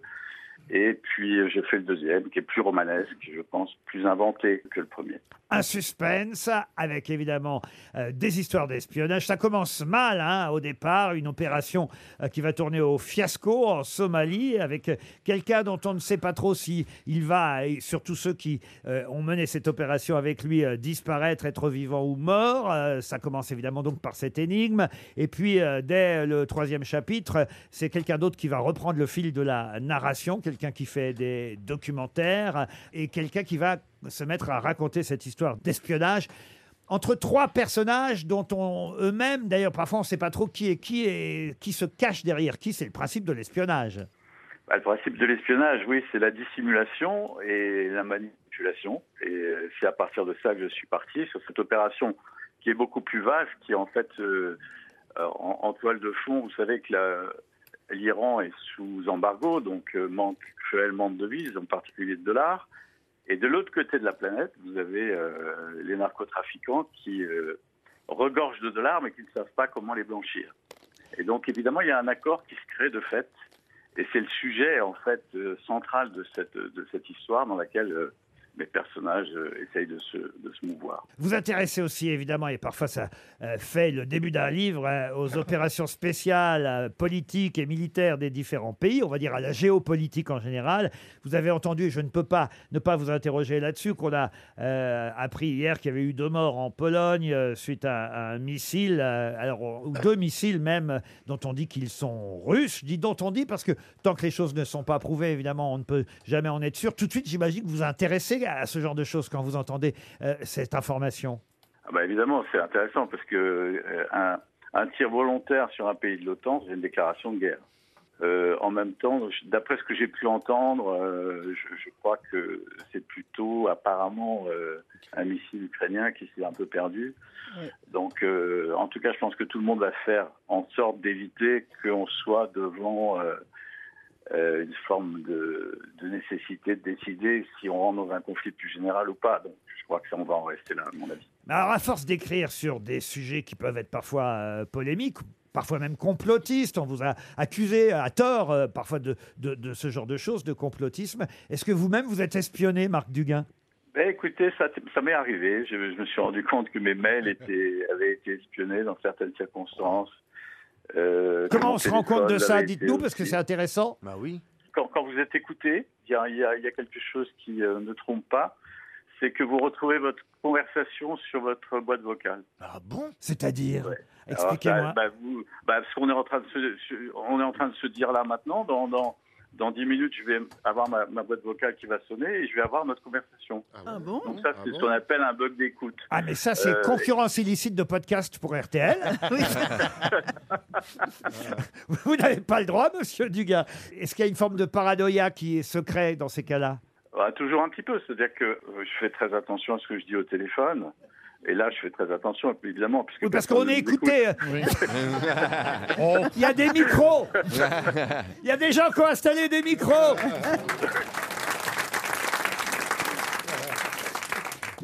Speaker 15: Et puis, euh, j'ai fait le deuxième, qui est plus romanesque, je pense, plus inventé que le premier.
Speaker 2: un suspense avec évidemment euh, des histoires d'espionnage. Ça commence mal hein, au départ, une opération euh, qui va tourner au fiasco en Somalie avec euh, quelqu'un dont on ne sait pas trop si il va, et surtout ceux qui euh, ont mené cette opération avec lui, euh, disparaître, être vivant ou mort. Euh, ça commence évidemment donc par cette énigme. Et puis, euh, dès le troisième chapitre, euh, c'est quelqu'un d'autre qui va reprendre le fil de la narration, quelqu'un qui fait des documentaires euh, et quelqu'un qui va se mettre à raconter cette histoire d'espionnage. entre trois personnages dont on eux-mêmes, d'ailleurs parfois on ne sait pas trop qui est qui et qui se cache derrière qui, c'est le principe de l'espionnage.
Speaker 15: Bah, le principe de l'espionnage, oui, c'est la dissimulation et la manipulation. Et euh, c'est à partir de ça que je suis parti sur cette opération qui est beaucoup plus vaste, qui est en fait euh, euh, en, en toile de fond. Vous savez que la- l'Iran est sous embargo, donc euh, manque cruellement de devises, en particulier de dollars. Et de l'autre côté de la planète, vous avez euh, les narcotrafiquants qui euh, regorgent de dollars, mais qui ne savent pas comment les blanchir. Et donc, évidemment, il y a un accord qui se crée de fait. Et c'est le sujet, en fait, euh, central de cette, de cette histoire dans laquelle euh, mes personnages euh, essayent de se, de se mouvoir.
Speaker 2: Vous intéressez aussi évidemment, et parfois ça euh, fait le début d'un livre, euh, aux opérations spéciales euh, politiques et militaires des différents pays, on va dire à la géopolitique en général. Vous avez entendu, et je ne peux pas ne pas vous interroger là-dessus, qu'on a euh, appris hier qu'il y avait eu deux morts en Pologne euh, suite à, à un missile, euh, alors, ou deux missiles même, euh, dont on dit qu'ils sont russes. Je dis dont on dit parce que tant que les choses ne sont pas prouvées, évidemment, on ne peut jamais en être sûr. Tout de suite, j'imagine que vous vous intéressez à ce genre de choses quand vous entendez euh, cette information.
Speaker 15: Ah bah évidemment, c'est intéressant parce que euh, un, un tir volontaire sur un pays de l'OTAN, c'est une déclaration de guerre. Euh, en même temps, je- d'après ce que j'ai pu entendre, euh, je, je crois que c'est plutôt apparemment euh, un missile ukrainien qui s'est un peu perdu. Donc, euh, en tout cas, je pense que tout le monde va faire en sorte d'éviter qu'on soit devant euh, euh, une forme de, de nécessité de décider si on rentre dans un conflit plus général ou pas. Donc, je crois que ça, on va en rester là, à mon avis.
Speaker 2: Mais Alors, à force d'écrire sur des sujets qui peuvent être parfois euh, polémiques, parfois même complotistes, on vous a accusé à tort euh, parfois de, de- de ce genre de choses, de complotisme. Est-ce que vous-même vous êtes espionné, Marc Duguin
Speaker 15: Ben, écoutez, ça, ça m'est arrivé. Je, je me suis rendu compte que mes [laughs] mails étaient, avaient été espionnés dans certaines circonstances. Euh, que
Speaker 2: Comment
Speaker 15: mon
Speaker 2: on se rend compte de
Speaker 15: téléphone
Speaker 2: ça
Speaker 15: avait
Speaker 2: Dites-nous
Speaker 15: été
Speaker 2: parce que
Speaker 15: aussi-
Speaker 2: c'est intéressant.
Speaker 15: Bah oui. Quand, quand vous êtes écouté, il y a, il y a- il y a quelque chose qui euh, ne trompe pas. C'est que vous retrouvez votre conversation sur votre boîte vocale. Ah bon
Speaker 2: C'est-à-dire
Speaker 15: alors,
Speaker 2: Expliquez-moi.
Speaker 15: bah, bah, vous- bah, ce qu'on est en train de se, se- on est en train de se dire là maintenant, dans dans dans dix minutes, je vais avoir ma, ma boîte vocale qui va sonner et je vais avoir notre conversation.
Speaker 8: Ah bon
Speaker 15: Donc ça, c'est ce qu'on appelle un bug d'écoute.
Speaker 2: Ah, mais ça, c'est
Speaker 15: Euh,
Speaker 2: concurrence illicite de podcast pour RTL.
Speaker 15: [laughs]
Speaker 2: Vous n'avez pas le droit, monsieur Dugas. Est-ce qu'il y a une forme de paranoïa qui est secret dans ces cas-là
Speaker 15: Bah, toujours un petit peu, c'est-à-dire que euh, je fais très attention à ce que je dis au téléphone. Et là, je fais très attention, évidemment. Puisque
Speaker 2: Oui, parce
Speaker 15: personne
Speaker 2: qu'on
Speaker 15: ne
Speaker 2: est
Speaker 15: nous
Speaker 2: écouté.
Speaker 15: écoute.
Speaker 2: [laughs] Oh. Il y a des micros. Il y a des gens qui ont installé des micros.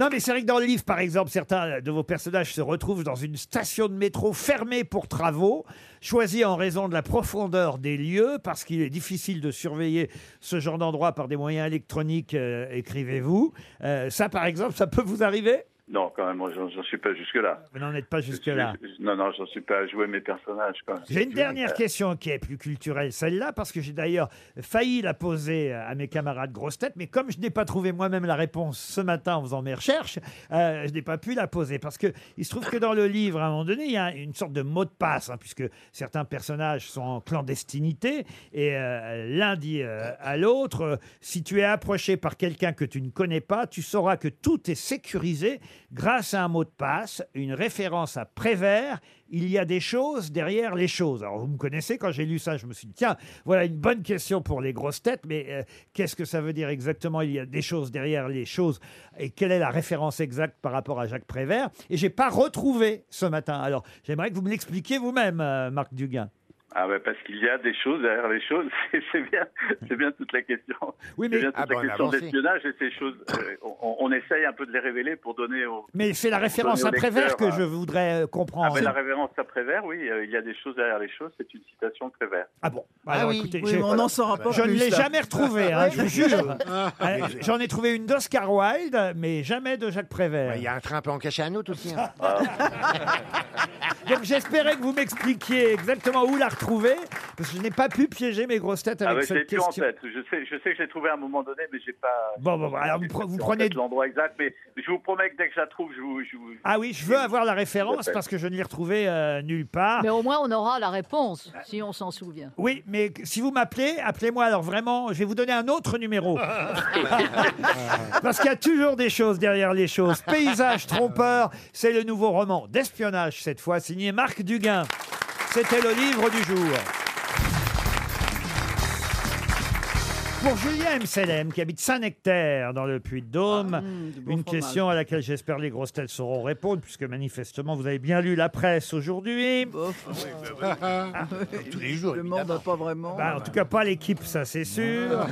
Speaker 2: Non, mais c'est vrai que dans le livre, par exemple, certains de vos personnages se retrouvent dans une station de métro fermée pour travaux, choisie en raison de la profondeur des lieux, parce qu'il est difficile de surveiller ce genre d'endroit par des moyens électroniques, euh, écrivez-vous. Euh, ça, par exemple, ça peut vous arriver
Speaker 15: Non, quand même, j'en j'en suis pas jusque-là.
Speaker 2: Vous n'en êtes pas jusque-là.
Speaker 15: Non, non, j'en suis pas à jouer mes personnages. quand même.
Speaker 2: J'ai une dernière
Speaker 15: Euh,
Speaker 2: question qui est plus culturelle, celle-là, parce que j'ai d'ailleurs failli la poser à mes camarades grosses têtes, mais comme je n'ai pas trouvé moi-même la réponse ce matin en faisant mes recherches, euh, je n'ai pas pu la poser. Parce que il se trouve que dans le livre, à un moment donné, il y a une sorte de mot de passe, hein, puisque certains personnages sont en clandestinité, et euh, l'un dit euh, à l'autre, euh, si tu es approché par quelqu'un que tu ne connais pas, tu sauras que tout est sécurisé grâce à un mot de passe, une référence à Prévert il y a des choses derrière les choses. Alors, vous me connaissez, quand j'ai lu ça, je me suis dit, tiens, voilà une bonne question pour les grosses têtes, mais euh, qu'est-ce que ça veut dire exactement Il y a des choses derrière les choses, et quelle est la référence exacte par rapport à Jacques Prévert Et j'ai pas retrouvé ce matin. Alors, j'aimerais que vous me l'expliquiez vous-même, euh, Marc Duguin.
Speaker 15: Ah ben parce qu'il y a des choses derrière les choses, [laughs] c'est c'est bien, c'est bien toute la question.
Speaker 2: Oui,
Speaker 15: mais
Speaker 2: mais-
Speaker 15: bien toute la
Speaker 2: Ah, bon, on a
Speaker 15: question
Speaker 2: avancé.
Speaker 15: d'espionnage et ces choses, euh, on, on essaye un peu de les révéler pour donner au.
Speaker 2: Mais c'est la
Speaker 15: pour
Speaker 2: référence à
Speaker 15: donner au
Speaker 2: Prévert
Speaker 15: lecteur,
Speaker 2: que
Speaker 15: hein.
Speaker 2: je voudrais euh,
Speaker 15: Ah
Speaker 2: comprendre.
Speaker 15: ben, la révérence à Prévert, oui, euh, il y a des choses derrière les choses, c'est une citation de Prévert.
Speaker 2: Ah bon
Speaker 8: Ah
Speaker 2: Alors,
Speaker 8: oui.
Speaker 2: écoutez,
Speaker 8: Oui,
Speaker 2: j'ai-
Speaker 8: mais on en saura pas
Speaker 2: Je ne
Speaker 8: plus,
Speaker 2: l'ai
Speaker 8: ça.
Speaker 5: [laughs]
Speaker 2: jamais retrouvé, hein, je vous jure.
Speaker 5: Ah,
Speaker 2: Euh,
Speaker 5: mais-
Speaker 2: J'en ai trouvé une d'Oscar Wilde, mais jamais de Jacques Prévert.
Speaker 5: Il y a un train peut en cacher un
Speaker 2: [laughs]
Speaker 5: autre aussi. hein.
Speaker 2: Donc j'espérais que vous m'expliquiez exactement où la trouvé Parce que je n'ai pas pu piéger mes grosses têtes
Speaker 15: Ah
Speaker 2: avec
Speaker 15: ouais, je l'ai
Speaker 2: cette
Speaker 15: plus en
Speaker 2: question.
Speaker 15: tête. Je sais, je sais que je l'ai trouvé à un moment donné, mais j'ai pas.
Speaker 2: Bon, bon, bon, alors vous
Speaker 15: j'ai
Speaker 2: pre-
Speaker 15: plus
Speaker 2: vous
Speaker 15: en
Speaker 2: prenez-
Speaker 15: tête l'endroit exact, mais je vous promets que dès que je la trouve, je vous. je vous-
Speaker 2: Ah oui, je veux avoir la référence
Speaker 15: fait.
Speaker 2: parce que je ne l'ai retrouvée euh, nulle part.
Speaker 7: Mais au moins, on aura la réponse, si on s'en souvient.
Speaker 2: Oui, mais si vous m'appelez, appelez-moi alors vraiment, je vais vous donner un autre numéro. Parce qu'il y a toujours des choses derrière les choses. Paysage trompeur, c'est le nouveau roman d'espionnage cette fois, signé Marc Duguin. C'était le livre du jour. Pour Julien M. Selem, qui habite Saint-Nectaire, dans le Puy-de-Dôme, une
Speaker 8: Ah, fromage.
Speaker 2: question à laquelle j'espère les grosses têtes sauront répondre, puisque manifestement, vous avez bien lu la presse aujourd'hui.
Speaker 8: hein. Ah, bah tous les jours. Le monde n'a pas vraiment.
Speaker 2: Bah, en tout cas, pas l'équipe, ça c'est
Speaker 8: Ah,
Speaker 2: sûr.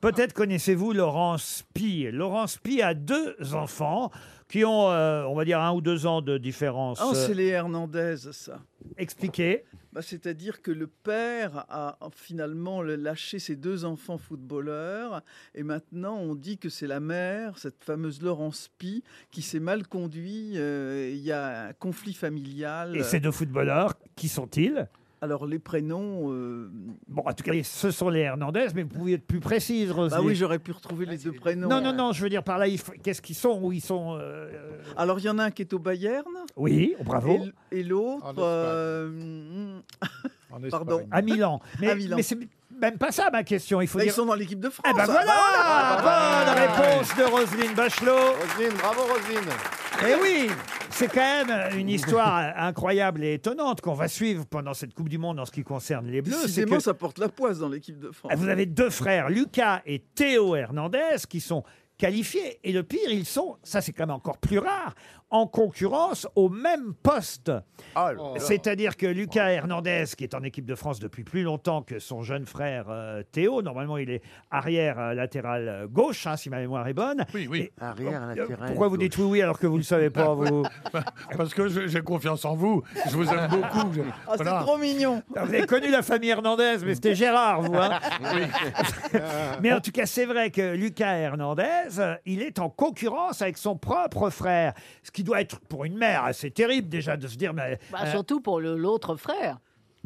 Speaker 2: Peut-être connaissez-vous Laurence Pi. Laurence Pi a deux enfants qui ont, euh, on va dire, un ou deux ans de différence. euh,
Speaker 8: Oh, c'est les Hernandez, ça.
Speaker 2: Expliquez.
Speaker 8: Bah, C'est-à-dire que le père a finalement le- lâché ses deux enfants footballeurs et maintenant on dit que c'est la mère, cette fameuse Laurence Pi, qui s'est mal conduite. euh, Il y a un conflit familial.
Speaker 2: Et ces deux footballeurs, qui sont-ils
Speaker 8: Alors les prénoms. euh,
Speaker 2: Bon, en tout cas, ce sont les Hernandez, mais vous pouvez être plus précise, Roselyne.
Speaker 8: Bah oui, j'aurais pu retrouver les deux prénoms.
Speaker 2: Non, non, non, je veux dire par là, il faut- qu'est-ce qu'ils sont Où ils sont euh,
Speaker 8: Alors il y en a un qui est au Bayern.
Speaker 2: Oui, oh, bravo.
Speaker 8: Et l- Et, l'autre.
Speaker 2: En Espagne.
Speaker 8: euh, [laughs] Pardon.
Speaker 2: À
Speaker 8: [laughs]
Speaker 2: Milan. Mais,
Speaker 8: À Milan.
Speaker 2: mais c'est même pas ça ma question. Il faut
Speaker 8: Bah,
Speaker 2: dire...
Speaker 8: Ils sont dans l'équipe de France.
Speaker 2: Eh ben
Speaker 8: ah, bah,
Speaker 2: voilà,
Speaker 8: voilà.
Speaker 2: Bonne réponse de Roselyne Bachelot Roselyne, bravo
Speaker 5: [laughs]
Speaker 2: Roselyne Eh oui c'est quand même une histoire [laughs] incroyable et étonnante qu'on va suivre pendant cette Coupe du Monde en ce qui concerne les Bleus. C'est
Speaker 8: Décidément,
Speaker 2: que
Speaker 8: ça porte la poisse dans l'équipe de France.
Speaker 2: Ah, vous avez deux frères, Lucas et Théo Hernandez, qui sont qualifiés. Et le pire, ils sont, ça c'est quand même encore plus rare, en concurrence au même poste. Oh
Speaker 9: Oh
Speaker 2: C'est-à-dire que Lucas Hernandez, qui est en équipe de France depuis plus longtemps que son jeune frère euh, Théo, normalement il est arrière euh, latéral euh, gauche, hein, si ma mémoire est bonne. Oui, oui.
Speaker 9: Arrière latéral
Speaker 2: Ah, Pourquoi vous dites oui, oui alors que vous ne le savez pas, vous
Speaker 9: [laughs] Parce que je- j'ai confiance en vous. Je vous aime beaucoup. Je-
Speaker 2: Oh,
Speaker 9: voilà.
Speaker 8: mignon.
Speaker 2: Ah, Vous
Speaker 9: [laughs]
Speaker 2: avez connu la famille Hernandez, mais c'était Gérard, vous. hein. mais en tout cas, c'est vrai que Lucas Hernandez, euh, il est en concurrence avec son propre frère, ce qui doit être pour une mère assez terrible déjà de se dire. Mais,
Speaker 7: Bah,
Speaker 2: euh,
Speaker 7: surtout pour le- l'autre frère.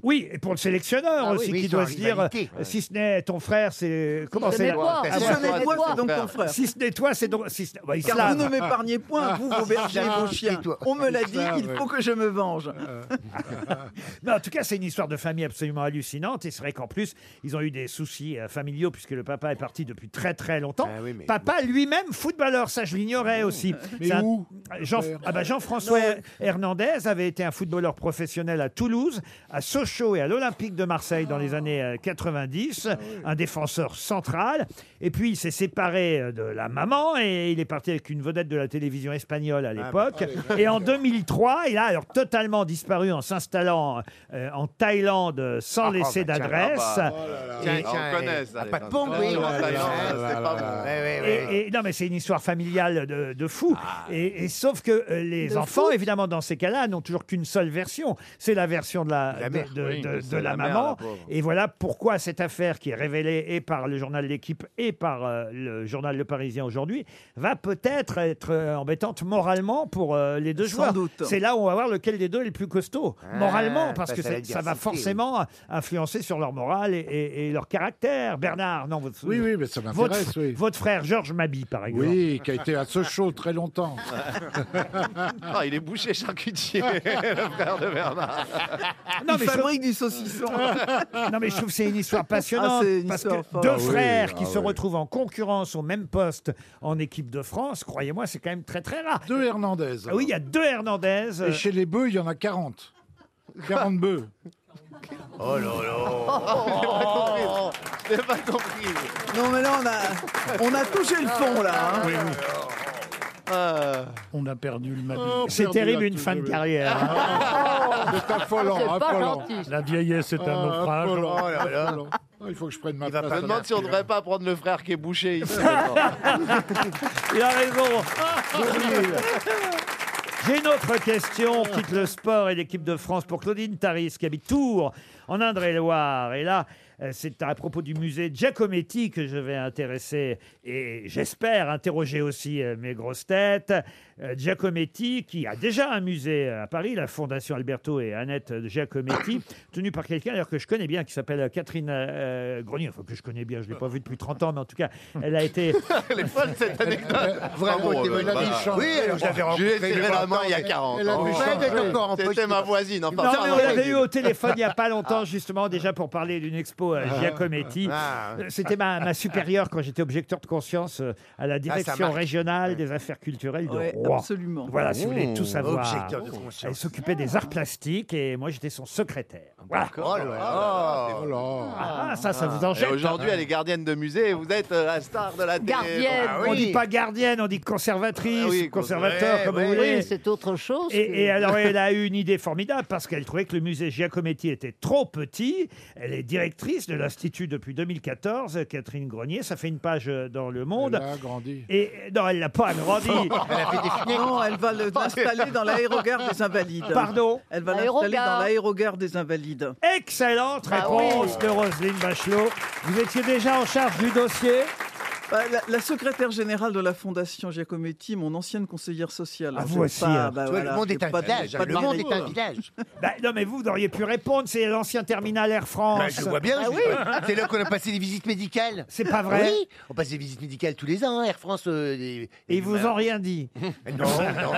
Speaker 2: Oui, et pour le sélectionneur
Speaker 7: Ah oui.
Speaker 2: aussi,
Speaker 7: Oui,
Speaker 2: qui
Speaker 7: ils sont
Speaker 2: doit
Speaker 7: en
Speaker 2: se dire,
Speaker 7: rivalité.
Speaker 2: euh, si ce n'est ton frère, c'est... Comment
Speaker 8: ce
Speaker 2: c'est
Speaker 8: n'est
Speaker 2: la-
Speaker 8: toi,
Speaker 2: Ah, voilà.
Speaker 8: si ce n'est toi, c'est donc ton frère.
Speaker 2: Si ce n'est toi, c'est donc... Si ce n'est- bah, il se
Speaker 8: Car
Speaker 2: lave.
Speaker 8: vous ne m'épargnez point, vous,
Speaker 2: Ah,
Speaker 8: vos bergers
Speaker 2: [laughs]
Speaker 8: et vos chiens. On me l'a dit, il faut que je me venge.
Speaker 2: [laughs] Non, en tout cas, c'est une histoire de famille absolument hallucinante. Et c'est vrai qu'en plus, ils ont eu des soucis euh, familiaux puisque le papa est parti depuis très très longtemps.
Speaker 3: Ah
Speaker 2: papa lui-même footballeur, ça je l'ignorais aussi.
Speaker 3: Mais
Speaker 2: C'est un-
Speaker 3: où,
Speaker 2: Jean,
Speaker 3: père
Speaker 2: ah bah, Jean-François Hernandez avait été un footballeur professionnel à Toulouse, à Sochaux et à l'Olympique de Marseille dans les années euh, 90,
Speaker 5: Ah
Speaker 2: un défenseur central. Et puis il s'est séparé euh, de la maman et il est parti avec une vedette de la télévision espagnole
Speaker 5: Ah, bah,
Speaker 2: à l'époque. et en 2003, il a alors totalement disparu en s'installant euh, en Thaïlande euh, sans
Speaker 5: Ah,
Speaker 2: laisser
Speaker 5: oh, bah, tiens,
Speaker 2: d'adresse.
Speaker 5: ah, bah, oh là là. Tiens,
Speaker 2: Et-
Speaker 5: tiens, On connaît, ça, les pas de pompe, oui.
Speaker 2: Et-
Speaker 5: Oh là là là là là là. Ouais, ouais, ouais.
Speaker 2: et- et- Non, mais c'est une histoire familiale de, de fou. Et, et sauf que euh, les
Speaker 5: De
Speaker 2: enfants,
Speaker 5: fou.
Speaker 2: évidemment, dans ces cas-là, n'ont toujours qu'une seule version. C'est la version de la,
Speaker 5: La
Speaker 2: de,
Speaker 5: mère.
Speaker 2: de-
Speaker 5: Oui,
Speaker 2: de-
Speaker 5: c'est
Speaker 2: de la,
Speaker 5: la mère,
Speaker 2: maman.
Speaker 5: la pauvre.
Speaker 2: et voilà pourquoi cette affaire qui est révélée et par le journal L'équipe et par euh, le journal Le Parisien aujourd'hui va peut-être être euh, embêtante moralement pour euh, les deux
Speaker 8: Sans
Speaker 2: joueurs.
Speaker 8: doute.
Speaker 2: C'est là où on va voir lequel des deux est le plus costaud.
Speaker 8: Ah,
Speaker 2: moralement, parce
Speaker 8: bah,
Speaker 2: que
Speaker 8: ça
Speaker 2: c'est-
Speaker 8: va être
Speaker 2: ça va
Speaker 8: diversifié, oui.
Speaker 2: forcément influencer sur leur morale et, et- et leur caractère. Bernard, non, votre,
Speaker 3: Oui, oui, mais ça
Speaker 2: votre-
Speaker 3: m'intéresse, oui.
Speaker 2: votre frère Georges Mabi, par exemple.
Speaker 3: Oui, qui a été à Sochaux très longtemps.
Speaker 4: Ah, il est bouché
Speaker 3: [laughs]
Speaker 4: charcutier,
Speaker 2: Ah,
Speaker 4: Ah, [laughs] le frère de Bernard.
Speaker 2: Non,
Speaker 8: il
Speaker 2: mais je-
Speaker 8: fabrique du saucisson.
Speaker 2: [laughs] non, mais je trouve que c'est une histoire passionnante
Speaker 8: Ah, c'est une
Speaker 2: parce
Speaker 8: histoire
Speaker 2: que
Speaker 8: folle.
Speaker 2: deux
Speaker 8: Ah oui,
Speaker 2: frères
Speaker 8: ah
Speaker 2: qui se
Speaker 8: oui.
Speaker 2: retrouvent en concurrence au même poste en équipe de France, croyez-moi, c'est quand même très très rare.
Speaker 3: Deux Hernandez.
Speaker 2: Ah oui, il y a deux Hernandez. euh,
Speaker 3: Et chez les bœufs, il y en a 40. 40 bœufs.
Speaker 5: Oh là
Speaker 2: Oh.
Speaker 4: là J'ai pas compris.
Speaker 8: Non, mais là, on a, on a touché le fond, là. hein.
Speaker 9: On a perdu le matin.
Speaker 2: Oh, C'est perdu terrible, la une touche fin de de main. carrière, hein.
Speaker 3: C'est
Speaker 9: [laughs]
Speaker 3: affolant,
Speaker 9: C'est pas
Speaker 3: affolant.
Speaker 9: gentil. La vieillesse est un
Speaker 3: Ah,
Speaker 9: naufrage.
Speaker 3: affolant,
Speaker 9: Oh là là.
Speaker 3: affolant. Ah, Il faut que je prenne ma place.
Speaker 4: Je me demande si on devrait pas prendre le frère qui est bouché [laughs] ici. euh,
Speaker 2: il a raison. Bourvil. J'ai une autre question. On quitte le sport et l'équipe de France pour Claudine Taris, qui habite Tours, en Indre-et-Loire. Et là, Euh, C'est à propos du musée Giacometti que je vais intéresser et j'espère interroger aussi euh, mes grosses têtes. Euh, Giacometti, qui a déjà un musée à Paris, la Fondation Alberto et Annette Giacometti, tenue par quelqu'un d'ailleurs que je connais bien, qui s'appelle Catherine euh, Grenier, enfin que je connais bien, je ne l'ai pas vue depuis 30 ans, mais en tout cas, elle a été...
Speaker 4: Elle est folle cette anecdote.
Speaker 5: Vraiment,
Speaker 4: Ah bon,
Speaker 5: t'es
Speaker 4: euh,
Speaker 5: malade,
Speaker 4: bah,
Speaker 5: il chante. Oui, alors, j'avais
Speaker 4: Je lui ai
Speaker 5: rencontré
Speaker 4: serré
Speaker 5: il y a
Speaker 4: la main il y a
Speaker 5: longtemps,
Speaker 4: 40
Speaker 5: elle a
Speaker 4: ans.
Speaker 5: dû changer de corps en
Speaker 4: C'était
Speaker 5: poste.
Speaker 4: ma voisine. enfin,
Speaker 2: non, mais
Speaker 4: pardon.
Speaker 2: on l'avait eu au téléphone
Speaker 4: [laughs]
Speaker 2: il n'y a pas longtemps, [laughs] justement, déjà pour parler d'une expo à Giacometti.
Speaker 4: Ah.
Speaker 2: Euh, C'était ma, ma supérieure quand j'étais objecteur de conscience euh, à
Speaker 4: Ah,
Speaker 2: la direction
Speaker 5: marque.
Speaker 2: régionale des affaires culturelles de
Speaker 5: Ouais,
Speaker 2: Rouen.
Speaker 5: absolument.
Speaker 2: Voilà, si vous
Speaker 4: Oh,
Speaker 2: voulez tout
Speaker 5: Mmh.
Speaker 2: savoir.
Speaker 5: Objecteur de conscience.
Speaker 2: Elle s'occupait des arts plastiques et moi j'étais son secrétaire. Voilà.
Speaker 4: Oh là Oh là.
Speaker 2: Ah, ça, ça vous en
Speaker 4: Et
Speaker 2: jette,
Speaker 4: Aujourd'hui,
Speaker 2: hein.
Speaker 4: elle est gardienne de musée et vous êtes euh, la star de la télé.
Speaker 7: Gardienne.
Speaker 4: Ah
Speaker 2: On
Speaker 4: oui.
Speaker 2: dit pas gardienne, on dit conservatrice,
Speaker 4: Ah oui,
Speaker 2: ou conservateur,
Speaker 4: ouais,
Speaker 2: comme
Speaker 4: ouais,
Speaker 2: vous voulez.
Speaker 7: Oui, c'est autre chose. que-
Speaker 2: Et, et
Speaker 8: [laughs]
Speaker 2: alors, elle a eu une idée formidable parce qu'elle trouvait que le musée Giacometti était trop petit. Elle est directrice de l'Institut depuis 2014, Catherine Grenier. Ça fait une page euh, dans Le Monde.
Speaker 3: Elle a agrandi.
Speaker 2: Et non, elle l'a pas agrandi.
Speaker 8: Non, elle va le- l'installer dans l'aérogare des Invalides.
Speaker 2: Pardon
Speaker 8: Elle va
Speaker 2: L'aérogare.
Speaker 8: l'installer dans l'aérogare des Invalides.
Speaker 2: Excellente
Speaker 8: Ah
Speaker 2: réponse de Roselyne Bachelot. Vous étiez déjà en charge du dossier
Speaker 8: Bah, la, la secrétaire générale de la Fondation Giacometti, mon ancienne conseillère sociale.
Speaker 2: Ah,
Speaker 8: Alors,
Speaker 2: vous
Speaker 8: je
Speaker 2: aussi,
Speaker 8: sais pas,
Speaker 2: hein.
Speaker 8: bah,
Speaker 2: Tu
Speaker 5: vois, le
Speaker 8: voilà,
Speaker 5: monde est
Speaker 8: j'ai
Speaker 5: un
Speaker 8: pas de-
Speaker 5: village,
Speaker 8: j'ai
Speaker 5: hein,
Speaker 8: pas de
Speaker 5: le monde
Speaker 8: parcours.
Speaker 5: est un village.
Speaker 2: Bah, non, mais vous, vous auriez pu répondre. C'est l'ancien terminal Air [laughs] France.
Speaker 5: Bah, je vois bien,
Speaker 2: Ah
Speaker 5: je-
Speaker 2: oui.
Speaker 5: c'est là qu'on a passé les visites médicales.
Speaker 2: C'est pas vrai
Speaker 5: Oui, on passe des visites médicales tous les ans, hein, Air France. euh, les-
Speaker 2: Et
Speaker 5: les-
Speaker 2: ils vous ont rien dit.
Speaker 5: [laughs] Non, non.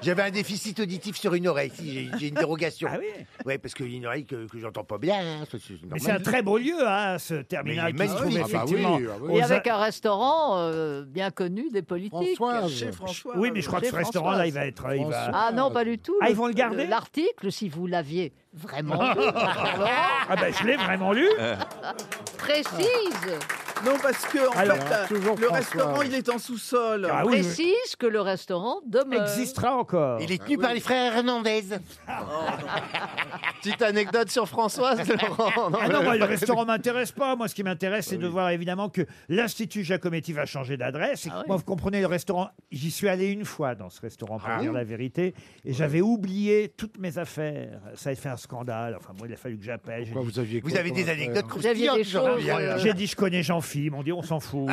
Speaker 5: J'avais un déficit auditif sur une oreille, si j'ai- j'ai une dérogation.
Speaker 2: Ah oui
Speaker 5: Ouais, parce qu'il y a une oreille que, que j'entends pas bien. hein, ça, c'est
Speaker 2: Mais
Speaker 5: normal.
Speaker 2: c'est un très beau lieu, hein, ce terminal
Speaker 5: Mais
Speaker 2: qui
Speaker 5: il est
Speaker 2: se trouve
Speaker 5: magnifique. Ah bah oui,
Speaker 2: effectivement.
Speaker 5: ah bah oui.
Speaker 2: aux
Speaker 7: Et avec un restaurant euh, bien connu des politiques.
Speaker 3: Françoise.
Speaker 2: Chez Françoise. Oui, mais je crois que ce restaurant-là, il va être- euh, il va-
Speaker 7: Ah non, pas du tout.
Speaker 2: Ah, ils vont le garder
Speaker 7: L'article, si vous l'aviez vraiment
Speaker 2: [laughs]
Speaker 7: lu,
Speaker 2: Ah ben je l'ai vraiment lu.
Speaker 5: Euh.
Speaker 7: précise.
Speaker 8: [laughs] Non, parce que en
Speaker 2: Alors, hein,
Speaker 8: fait, la-
Speaker 2: toujours
Speaker 8: le
Speaker 2: François.
Speaker 8: restaurant, il est en sous-sol.
Speaker 2: Ah oui, oui.
Speaker 7: précise que le restaurant demeure.
Speaker 2: Existera encore.
Speaker 5: Il est tenu par les frères Hernandez.
Speaker 4: [laughs] Oh. Petite anecdote sur [laughs] Françoise, Laurent.
Speaker 2: Ah non, moi, le restaurant m'intéresse pas. Moi, ce qui m'intéresse,
Speaker 5: Ah
Speaker 2: c'est de voir évidemment que l'Institut Giacometti va changer d'adresse. Et
Speaker 7: Ah
Speaker 2: que Moi, vous comprenez, le restaurant, j'y suis allé une fois dans ce restaurant, pour
Speaker 5: Ah
Speaker 2: dire
Speaker 5: oui
Speaker 2: la vérité. Et j'avais oublié toutes mes affaires. Ça a fait un scandale. Enfin, moi, il a fallu que j'appelle. J'ai dit-
Speaker 5: Vous quoi avez comme des affaires anecdotes
Speaker 7: Vous aviez des croustillantes, choses, Jean-Pierre. euh,
Speaker 2: J'ai dit, je connais Jean-Philippe. On dit, on s'en
Speaker 5: [laughs]
Speaker 2: fout.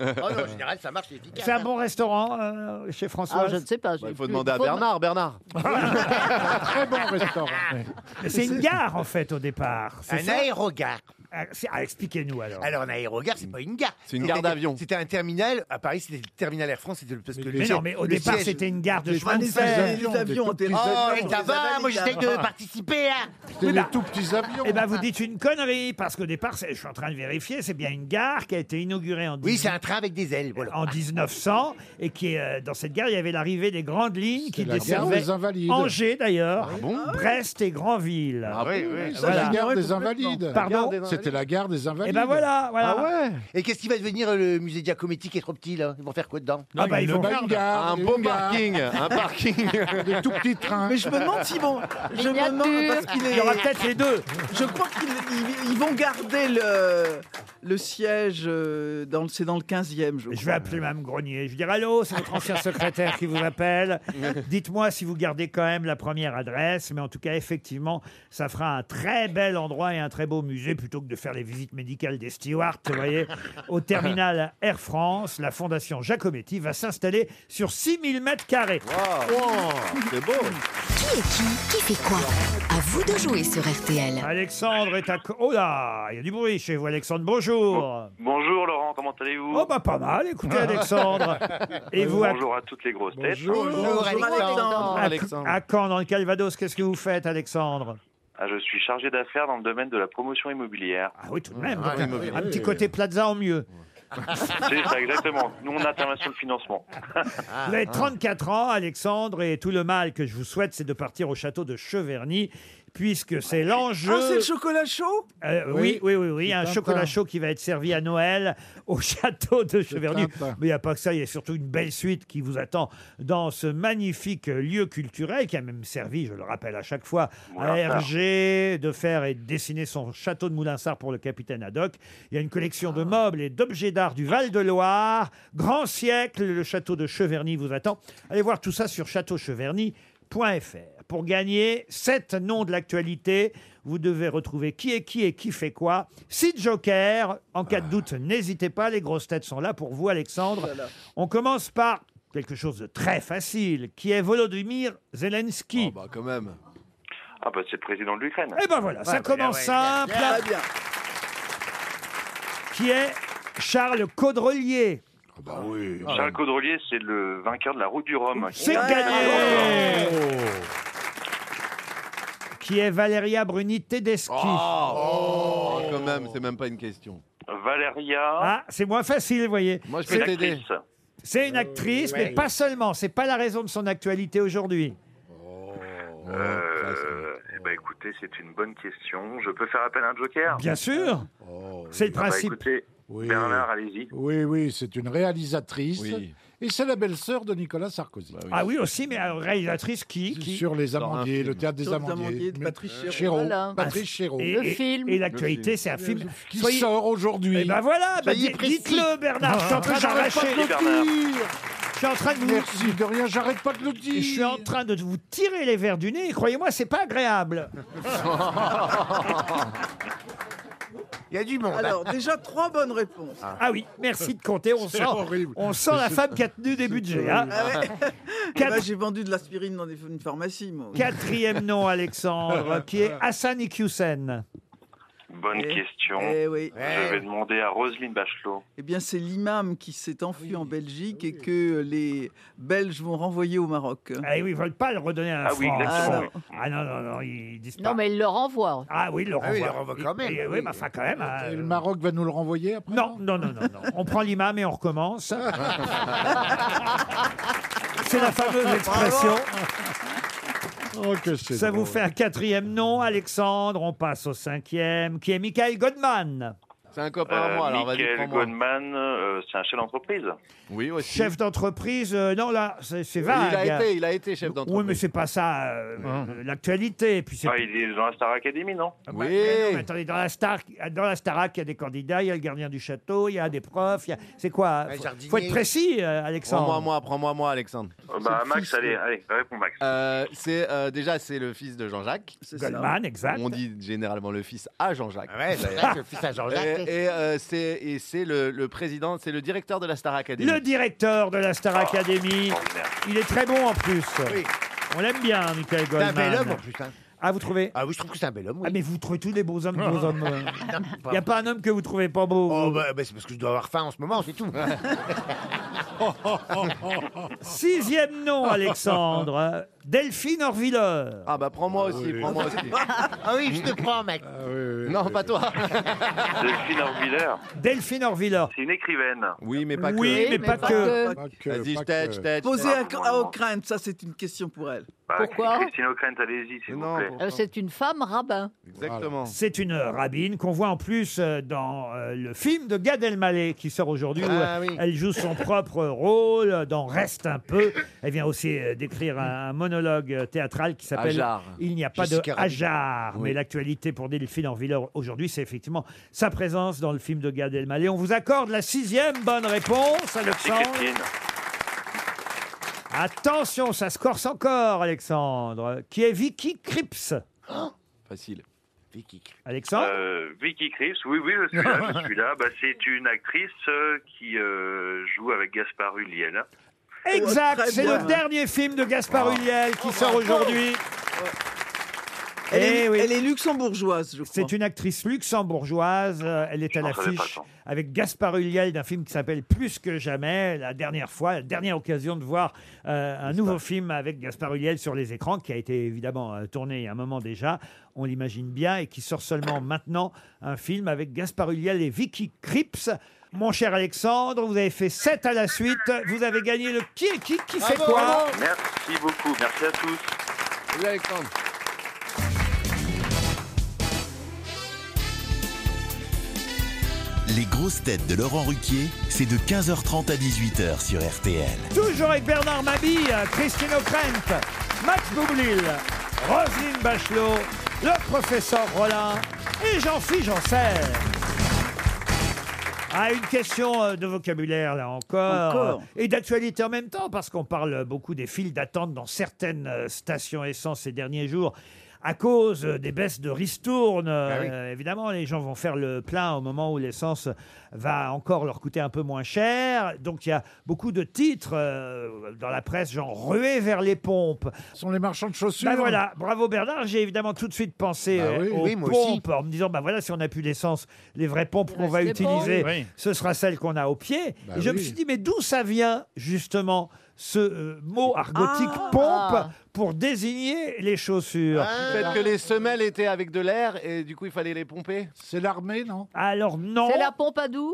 Speaker 5: Oh non, en général, ça marche, c'est
Speaker 2: [laughs]
Speaker 5: efficace.
Speaker 2: c'est un bon restaurant euh, chez François.
Speaker 7: Ah, je ne sais pas.
Speaker 5: Bah,
Speaker 4: Il faut demander à Bernard. Bernard.
Speaker 3: Très bon
Speaker 7: Ah.
Speaker 3: restaurant.
Speaker 2: Ah. C'est une gare, en fait, au départ. C'est
Speaker 5: Un
Speaker 2: ça
Speaker 5: aérogare.
Speaker 2: Ah, c'est- ah, Expliquez-nous alors.
Speaker 5: Alors, un aérogare, c'est pas une gare.
Speaker 4: C'est une gare
Speaker 5: C'est-à-dire,
Speaker 4: d'avion.
Speaker 5: C'était un terminal. À Paris, c'était le terminal Air France. C'était le, parce que le
Speaker 2: Mais
Speaker 5: siège-
Speaker 2: non, mais au
Speaker 5: le
Speaker 2: départ,
Speaker 5: siège-
Speaker 2: c'était une gare de chemin de
Speaker 5: des
Speaker 2: fer.
Speaker 8: Les avions, des-
Speaker 5: Oh,
Speaker 8: des-
Speaker 5: et
Speaker 8: des-
Speaker 5: ça
Speaker 8: des
Speaker 5: va,
Speaker 8: Invalides,
Speaker 5: moi j'essaye de participer. Hein.
Speaker 2: Oui, bah,
Speaker 3: petits avions.
Speaker 2: Eh ben, vous dites une connerie, parce qu'au départ, c'est- je suis en train de vérifier, c'est bien une gare qui a été inaugurée en,
Speaker 5: Oui,
Speaker 2: 19
Speaker 5: c'est un train avec des ailes. Voilà.
Speaker 2: en 1900, et qui, est, euh, dans cette gare, il y avait l'arrivée des grandes lignes qui
Speaker 3: la gare
Speaker 2: desservaient
Speaker 3: des Invalides.
Speaker 2: Angers, d'ailleurs,
Speaker 9: Ah
Speaker 2: Brest et Grandville.
Speaker 4: Ah
Speaker 3: C'est
Speaker 2: Voilà.
Speaker 3: la gare des Invalides.
Speaker 2: Pardon
Speaker 3: C'était la gare des
Speaker 2: Et
Speaker 3: Invalides.
Speaker 2: ben voilà, voilà.
Speaker 3: Ah ouais
Speaker 5: Et qu'est-ce qui va devenir euh, le musée Giacometti qui est trop petit là Ils vont faire quoi dedans
Speaker 2: Ah bah, ils vont-
Speaker 3: Bah, une gare,
Speaker 4: Un
Speaker 3: une
Speaker 4: beau
Speaker 3: gare.
Speaker 4: parking. Un
Speaker 8: [laughs]
Speaker 4: parking.
Speaker 3: Des tout petits trains.
Speaker 8: Mais je me demande si bon, je me demande parce qu'il est.
Speaker 2: Il y aura peut-être les deux.
Speaker 8: Je crois qu'ils ils- ils vont garder le, le siège, euh, dans le- c'est dans le 15e, je
Speaker 2: Je vais
Speaker 8: crois.
Speaker 2: appeler Mme Grenier. Je vais dire Allô, Oh, c'est votre ancien secrétaire qui vous appelle. Dites-moi si vous gardez quand même la première adresse. Mais en tout cas, effectivement, ça fera un très bel endroit et un très beau musée plutôt que de faire les visites médicales des stewards. Vous voyez, au terminal Air France, la fondation Giacometti va s'installer sur 6000 mètres carrés.
Speaker 4: C'est beau.
Speaker 10: Qui est qui Qui fait quoi À vous de jouer sur RTL.
Speaker 2: Alexandre est à. co- Oh là, il y a du bruit chez vous, Alexandre.
Speaker 16: Oh.
Speaker 2: Bonjour.
Speaker 16: Bonjour Laurent, comment allez-vous
Speaker 2: Oh, bah, pas mal.
Speaker 16: [laughs]
Speaker 2: Écoutez, Alexandre. Et vous, à,
Speaker 16: Bonjour à toutes les grosses têtes. Oh.
Speaker 2: à- à Caen, dans le Calvados, qu'est-ce que vous faites, Alexandre
Speaker 16: Ah, je suis chargé d'affaires dans le domaine de la promotion immobilière.
Speaker 2: Ah oui, tout de même.
Speaker 16: Ah,
Speaker 2: donc,
Speaker 16: oui,
Speaker 2: un
Speaker 16: oui,
Speaker 2: petit
Speaker 16: oui.
Speaker 2: côté Plaza en mieux.
Speaker 16: C'est ça, exactement. Nous, on intervient sur le financement. Ah,
Speaker 2: vous avez 34 ans, Alexandre, et tout le mal que je vous souhaite, c'est de partir au château de Cheverny, puisque c'est l'enjeu.
Speaker 8: Ah, c'est le chocolat chaud
Speaker 2: Euh, oui, oui, oui, oui,
Speaker 8: C'est
Speaker 2: un
Speaker 8: sympa.
Speaker 2: chocolat chaud qui va être servi à Noël au [laughs] château de Cheverny. Mais
Speaker 3: sympa.
Speaker 2: il n'y a pas que ça, il y a surtout une belle suite qui vous attend dans ce magnifique lieu culturel qui a même servi, je le rappelle à chaque fois, à
Speaker 16: Voilà.
Speaker 2: Hergé de faire et de dessiner son château de Moulinsart pour le capitaine Haddock. Il y a une collection de meubles et d'objets d'art du Val-de-Loire. Grand siècle, le château de Cheverny vous attend. Allez voir tout ça sur châteaucheverny.fr. radioscoop.fr. Pour gagner sept noms de l'actualité, vous devez retrouver qui est qui et qui fait quoi. Six jokers. En cas de doute, n'hésitez pas. Les grosses têtes sont là pour vous, Alexandre. On commence par quelque chose de très facile, qui est Volodymyr Zelensky. bah quand même.
Speaker 16: Ah bah c'est le président de l'Ukraine.
Speaker 2: Eh ben voilà, ça commence simple.
Speaker 4: Ah,
Speaker 2: Qui est Charles Caudrelier.
Speaker 4: bah
Speaker 16: Charles Caudrelier, c'est le vainqueur de la route du Rhum.
Speaker 2: C'est gagné Qui est Valeria Bruni Tedeschi.
Speaker 4: Oh, quand même, c'est même pas une question.
Speaker 16: Valeria.
Speaker 2: Ah, c'est moins facile, vous voyez.
Speaker 4: Moi, je
Speaker 2: C'est-
Speaker 4: peux t'aider.
Speaker 2: C'est une actrice, mais
Speaker 4: ouais.
Speaker 2: pas seulement. C'est pas la raison de son actualité aujourd'hui.
Speaker 4: Oh,
Speaker 16: Euh, eh ben écoutez, c'est une bonne question. Je peux faire appel à un
Speaker 3: Ah
Speaker 16: joker
Speaker 2: Bien sûr.
Speaker 4: Oh,
Speaker 2: C'est le
Speaker 16: Ah bah,
Speaker 2: principe.
Speaker 16: écoutez, Bernard, allez-y.
Speaker 3: Oh, Oui, oui, c'est une réalisatrice.
Speaker 16: Oui.
Speaker 3: Et c'est la belle-sœur de Nicolas Sarkozy.
Speaker 2: Ah oui, aussi, mais euh, réalisatrice qui, qui-
Speaker 3: Sur les Amandiers, le théâtre des
Speaker 2: Sur les
Speaker 3: Amandiers.
Speaker 2: Amandiers de
Speaker 3: Mais- euh,
Speaker 2: Patrice Chéreau.
Speaker 3: Chéreau.
Speaker 2: Voilà.
Speaker 3: Patrice Chéreau.
Speaker 2: Ah, Et- et- Et l'actualité, c'est un film
Speaker 3: qui sort aujourd'hui.
Speaker 2: Et ben voilà, bah,
Speaker 3: Soyez
Speaker 2: dites-
Speaker 3: précis.
Speaker 2: dites-le, Bernard. Je suis en
Speaker 3: Ah,
Speaker 2: train
Speaker 3: mais j'arrête pas
Speaker 2: d'arracher.
Speaker 3: de le dire.
Speaker 2: Je suis en train de vous.
Speaker 3: Merci de rien, j'arrête pas de le dire.
Speaker 2: Je suis en train de vous tirer les verres du nez. et Croyez-moi, c'est pas agréable.
Speaker 5: Il y a du monde. hein.
Speaker 8: Alors, déjà trois bonnes réponses.
Speaker 2: Ah oui, merci de compter. On
Speaker 8: C'est
Speaker 2: sent,
Speaker 8: horrible.
Speaker 2: on sent la
Speaker 8: C'est-
Speaker 2: femme qui a tenu des budgets. hein.
Speaker 8: Ah
Speaker 2: [laughs]
Speaker 8: ouais.
Speaker 2: Quatre-
Speaker 8: Eh ben, J'ai vendu de l'aspirine dans des- une pharmacie, moi.
Speaker 2: Quatrième nom,
Speaker 3: [laughs]
Speaker 5: [laughs]
Speaker 2: Alexandre, euh, qui est Hassan Iqiyoussen.
Speaker 16: Bonne question.
Speaker 8: eh oui.
Speaker 16: Je vais demander à Roselyne Bachelot.
Speaker 8: Eh bien, c'est l'imam qui s'est enfui en Belgique
Speaker 5: Ah
Speaker 8: et que les Belges vont renvoyer au Maroc.
Speaker 2: Ah oui, ils veulent pas le redonner à un
Speaker 8: Ah oui,
Speaker 2: Franc.
Speaker 8: exactement,
Speaker 2: Ah, non. Ah non, non, non, ils disent
Speaker 7: Non,
Speaker 2: pas.
Speaker 7: mais il le renvoie.
Speaker 2: Ah oui, il le renvoie.
Speaker 5: Ah oui, il le renvoie quand même,
Speaker 2: Et- et- oui,
Speaker 5: oui.
Speaker 2: mais enfin, quand même. hein,
Speaker 3: Euh, Et le Maroc va nous le renvoyer après
Speaker 2: Non, non, non, non, non. On prend l'imam et on
Speaker 3: [laughs]
Speaker 2: recommence. C'est la fameuse
Speaker 3: [laughs]
Speaker 2: expression.
Speaker 3: Oh,
Speaker 2: Ça vous fait un quatrième nom, Alexandre. On passe au cinquième, qui est Michael Goldman.
Speaker 4: C'est un copain à moi, alors vas-y,
Speaker 16: Euh, Michael
Speaker 4: prends-moi.
Speaker 16: Goldman, euh, c'est un chef d'entreprise.
Speaker 4: Oui, aussi.
Speaker 2: Chef d'entreprise, euh, non, là, c'est c'est
Speaker 4: Il
Speaker 2: vague.
Speaker 4: a été, il a été chef d'entreprise. Hum.
Speaker 2: Oui, mais c'est pas ça euh, l'actualité. Puis c'est
Speaker 16: Ah, il est dans la Star Academy, non
Speaker 2: Bah, mais non, mais attendez, dans la star, dans la Starac, il y a des candidats, il y a le gardien du château, il y a des profs, il y a... c'est quoi
Speaker 4: Un
Speaker 2: faut,
Speaker 4: jardinier.
Speaker 2: faut être précis, euh, Alexandre.
Speaker 4: Prends-moi, moi, prends-moi, moi, Alexandre.
Speaker 16: Euh, Bah, Max, allez, allez, réponds, Max.
Speaker 4: Euh, c'est euh, déjà c'est le fils de Jean-Jacques
Speaker 8: ça.
Speaker 2: Goldman, exact. bah,
Speaker 4: On dit généralement le fils à Jean-Jacques.
Speaker 5: Ouais, c'est vrai que le fils à Jean-Jacques.
Speaker 4: Et, et, euh, c'est et c'est le, le président, c'est le directeur de la Star Academy.
Speaker 2: Le directeur de la Star
Speaker 5: Oh,
Speaker 2: Academy, il est très bon en plus. On l'aime bien, Michael
Speaker 5: C'est
Speaker 2: Goldman.
Speaker 5: un bel homme en plus. hein.
Speaker 2: Ah, vous trouvez
Speaker 5: Ah oui, je trouve que c'est un bel homme. oui.
Speaker 2: Ah, mais vous trouvez tous les beaux hommes beaux hommes. euh.
Speaker 5: pas-
Speaker 2: Il n'y a pas un homme que vous trouvez pas beau.
Speaker 5: Oh,
Speaker 2: vous.
Speaker 5: bah, bah, c'est parce que je dois avoir faim en ce moment, c'est tout.
Speaker 2: [laughs] Sixième nom, Alexandre. euh, Delphine Orvilleur.
Speaker 4: Ah bah prends-moi aussi, prends-moi aussi.
Speaker 5: ah oui, je te prends, mec.
Speaker 2: Ah,
Speaker 4: Euh, non, pas toi.
Speaker 16: Delphine Orviller.
Speaker 2: Delphine Orvilleur.
Speaker 16: C'est une écrivaine.
Speaker 4: Oui, mais pas que.
Speaker 2: Oui, mais, pas, que.
Speaker 4: Vas-y, je t'aide, je t'aide.
Speaker 8: Posée à, à Ocrane, ça c'est une question pour elle.
Speaker 16: Bah,
Speaker 7: Pourquoi
Speaker 16: Christine O'Krent, allez-y, s'il vous plaît.
Speaker 7: Euh, c'est une femme rabbin.
Speaker 4: Exactement.
Speaker 2: C'est une rabbine qu'on voit en plus euh, dans euh, le film de Gad Elmaleh qui sort aujourd'hui. où,
Speaker 4: Ah
Speaker 2: euh,
Speaker 4: oui.
Speaker 2: Elle joue son propre rôle euh, dans Reste un peu. Elle vient aussi euh, d'écrire un, un monologue euh, théâtral qui s'appelle
Speaker 4: Ajar.
Speaker 2: Il n'y a pas
Speaker 4: Jessica
Speaker 2: de
Speaker 4: Rabbit.
Speaker 2: Hajar.
Speaker 4: Oui.
Speaker 2: Mais l'actualité pour Delphine Orvilleur aujourd'hui, c'est effectivement sa présence dans le film de Gad Elmaleh. On vous accorde la sixième bonne réponse,
Speaker 16: Merci,
Speaker 4: [laughs]
Speaker 2: Alexandre.
Speaker 16: Christine.
Speaker 2: Attention, ça se corse encore, Alexandre. Qui est Vicky Krips
Speaker 4: Oh Facile.
Speaker 2: Alexandre
Speaker 16: Euh, Vicky Chris, oui, oui, je suis là, je suis là. Bah, c'est une actrice euh, qui euh, joue avec Gaspard Ulliel.
Speaker 2: Exact,
Speaker 8: Oh, très
Speaker 2: c'est
Speaker 8: bien. Ah. bah,
Speaker 2: le dernier film de Gaspard Ulliel qui sort aujourd'hui.
Speaker 8: Elle,
Speaker 2: Eh
Speaker 8: est,
Speaker 2: oui.
Speaker 8: elle est luxembourgeoise, je crois.
Speaker 2: C'est une actrice luxembourgeoise. euh, Elle est à
Speaker 16: m'en savais pas
Speaker 2: l'affiche
Speaker 16: tant.
Speaker 2: avec Gaspard Ulliel d'un film qui s'appelle Plus que jamais. La dernière fois, la dernière occasion de voir euh, un nouveau film avec Gaspard Ulliel sur les écrans, qui a été évidemment euh, tourné il y a un moment déjà. On l'imagine bien et qui sort seulement maintenant un film avec Gaspard Ulliel et Vicky Krips. Mon cher Alexandre, vous avez fait 7 à la suite. Vous avez gagné le qui est qui qui fait
Speaker 3: Bravo,
Speaker 2: quoi.
Speaker 3: bravo.
Speaker 16: Merci beaucoup, merci à tous.
Speaker 4: Salut, Alexandre.
Speaker 1: Les grosses têtes de Laurent Ruquier, c'est de 15h30 à 18h sur RTL.
Speaker 2: Toujours avec Bernard Mabille, Christine O'Krent, Max Boublil, Roselyne Bachelot, le professeur Rollin et Jean-Philippe Janssen. Ah, une question euh, de vocabulaire, là encore.
Speaker 8: Encore.
Speaker 2: Et d'actualité en même temps, parce qu'on parle beaucoup des files d'attente dans certaines euh, stations essence ces derniers jours. À cause euh, des baisses de ristourne, Euh, évidemment, les gens vont faire le plein au moment où l'essence va encore leur coûter un peu moins cher. Donc, il y a beaucoup de titres euh, dans la presse, genre ruée vers les pompes. Ce sont les marchands de chaussures. Bah voilà, bravo Bernard. J'ai évidemment tout de suite pensé
Speaker 5: Bah
Speaker 2: euh,
Speaker 5: oui.
Speaker 2: aux
Speaker 5: Oui, moi aussi.
Speaker 2: pompes en me disant, bah voilà, si on n'a plus d'essence, les vraies pompes qu'on va
Speaker 5: reste les
Speaker 2: utiliser,
Speaker 5: pompes. Oui.
Speaker 2: ce sera celle qu'on a au pied.
Speaker 5: Bah
Speaker 2: et je me
Speaker 5: oui.
Speaker 2: suis dit, mais d'où ça vient justement ce euh, mot argotique
Speaker 4: Ah.
Speaker 2: pompe pour désigner les chaussures
Speaker 5: Ah.
Speaker 4: Peut-être Ah. que les semelles étaient avec de l'air et du coup il fallait les pomper.
Speaker 3: C'est l'armée, non
Speaker 2: Alors non.
Speaker 7: C'est la pompe à doux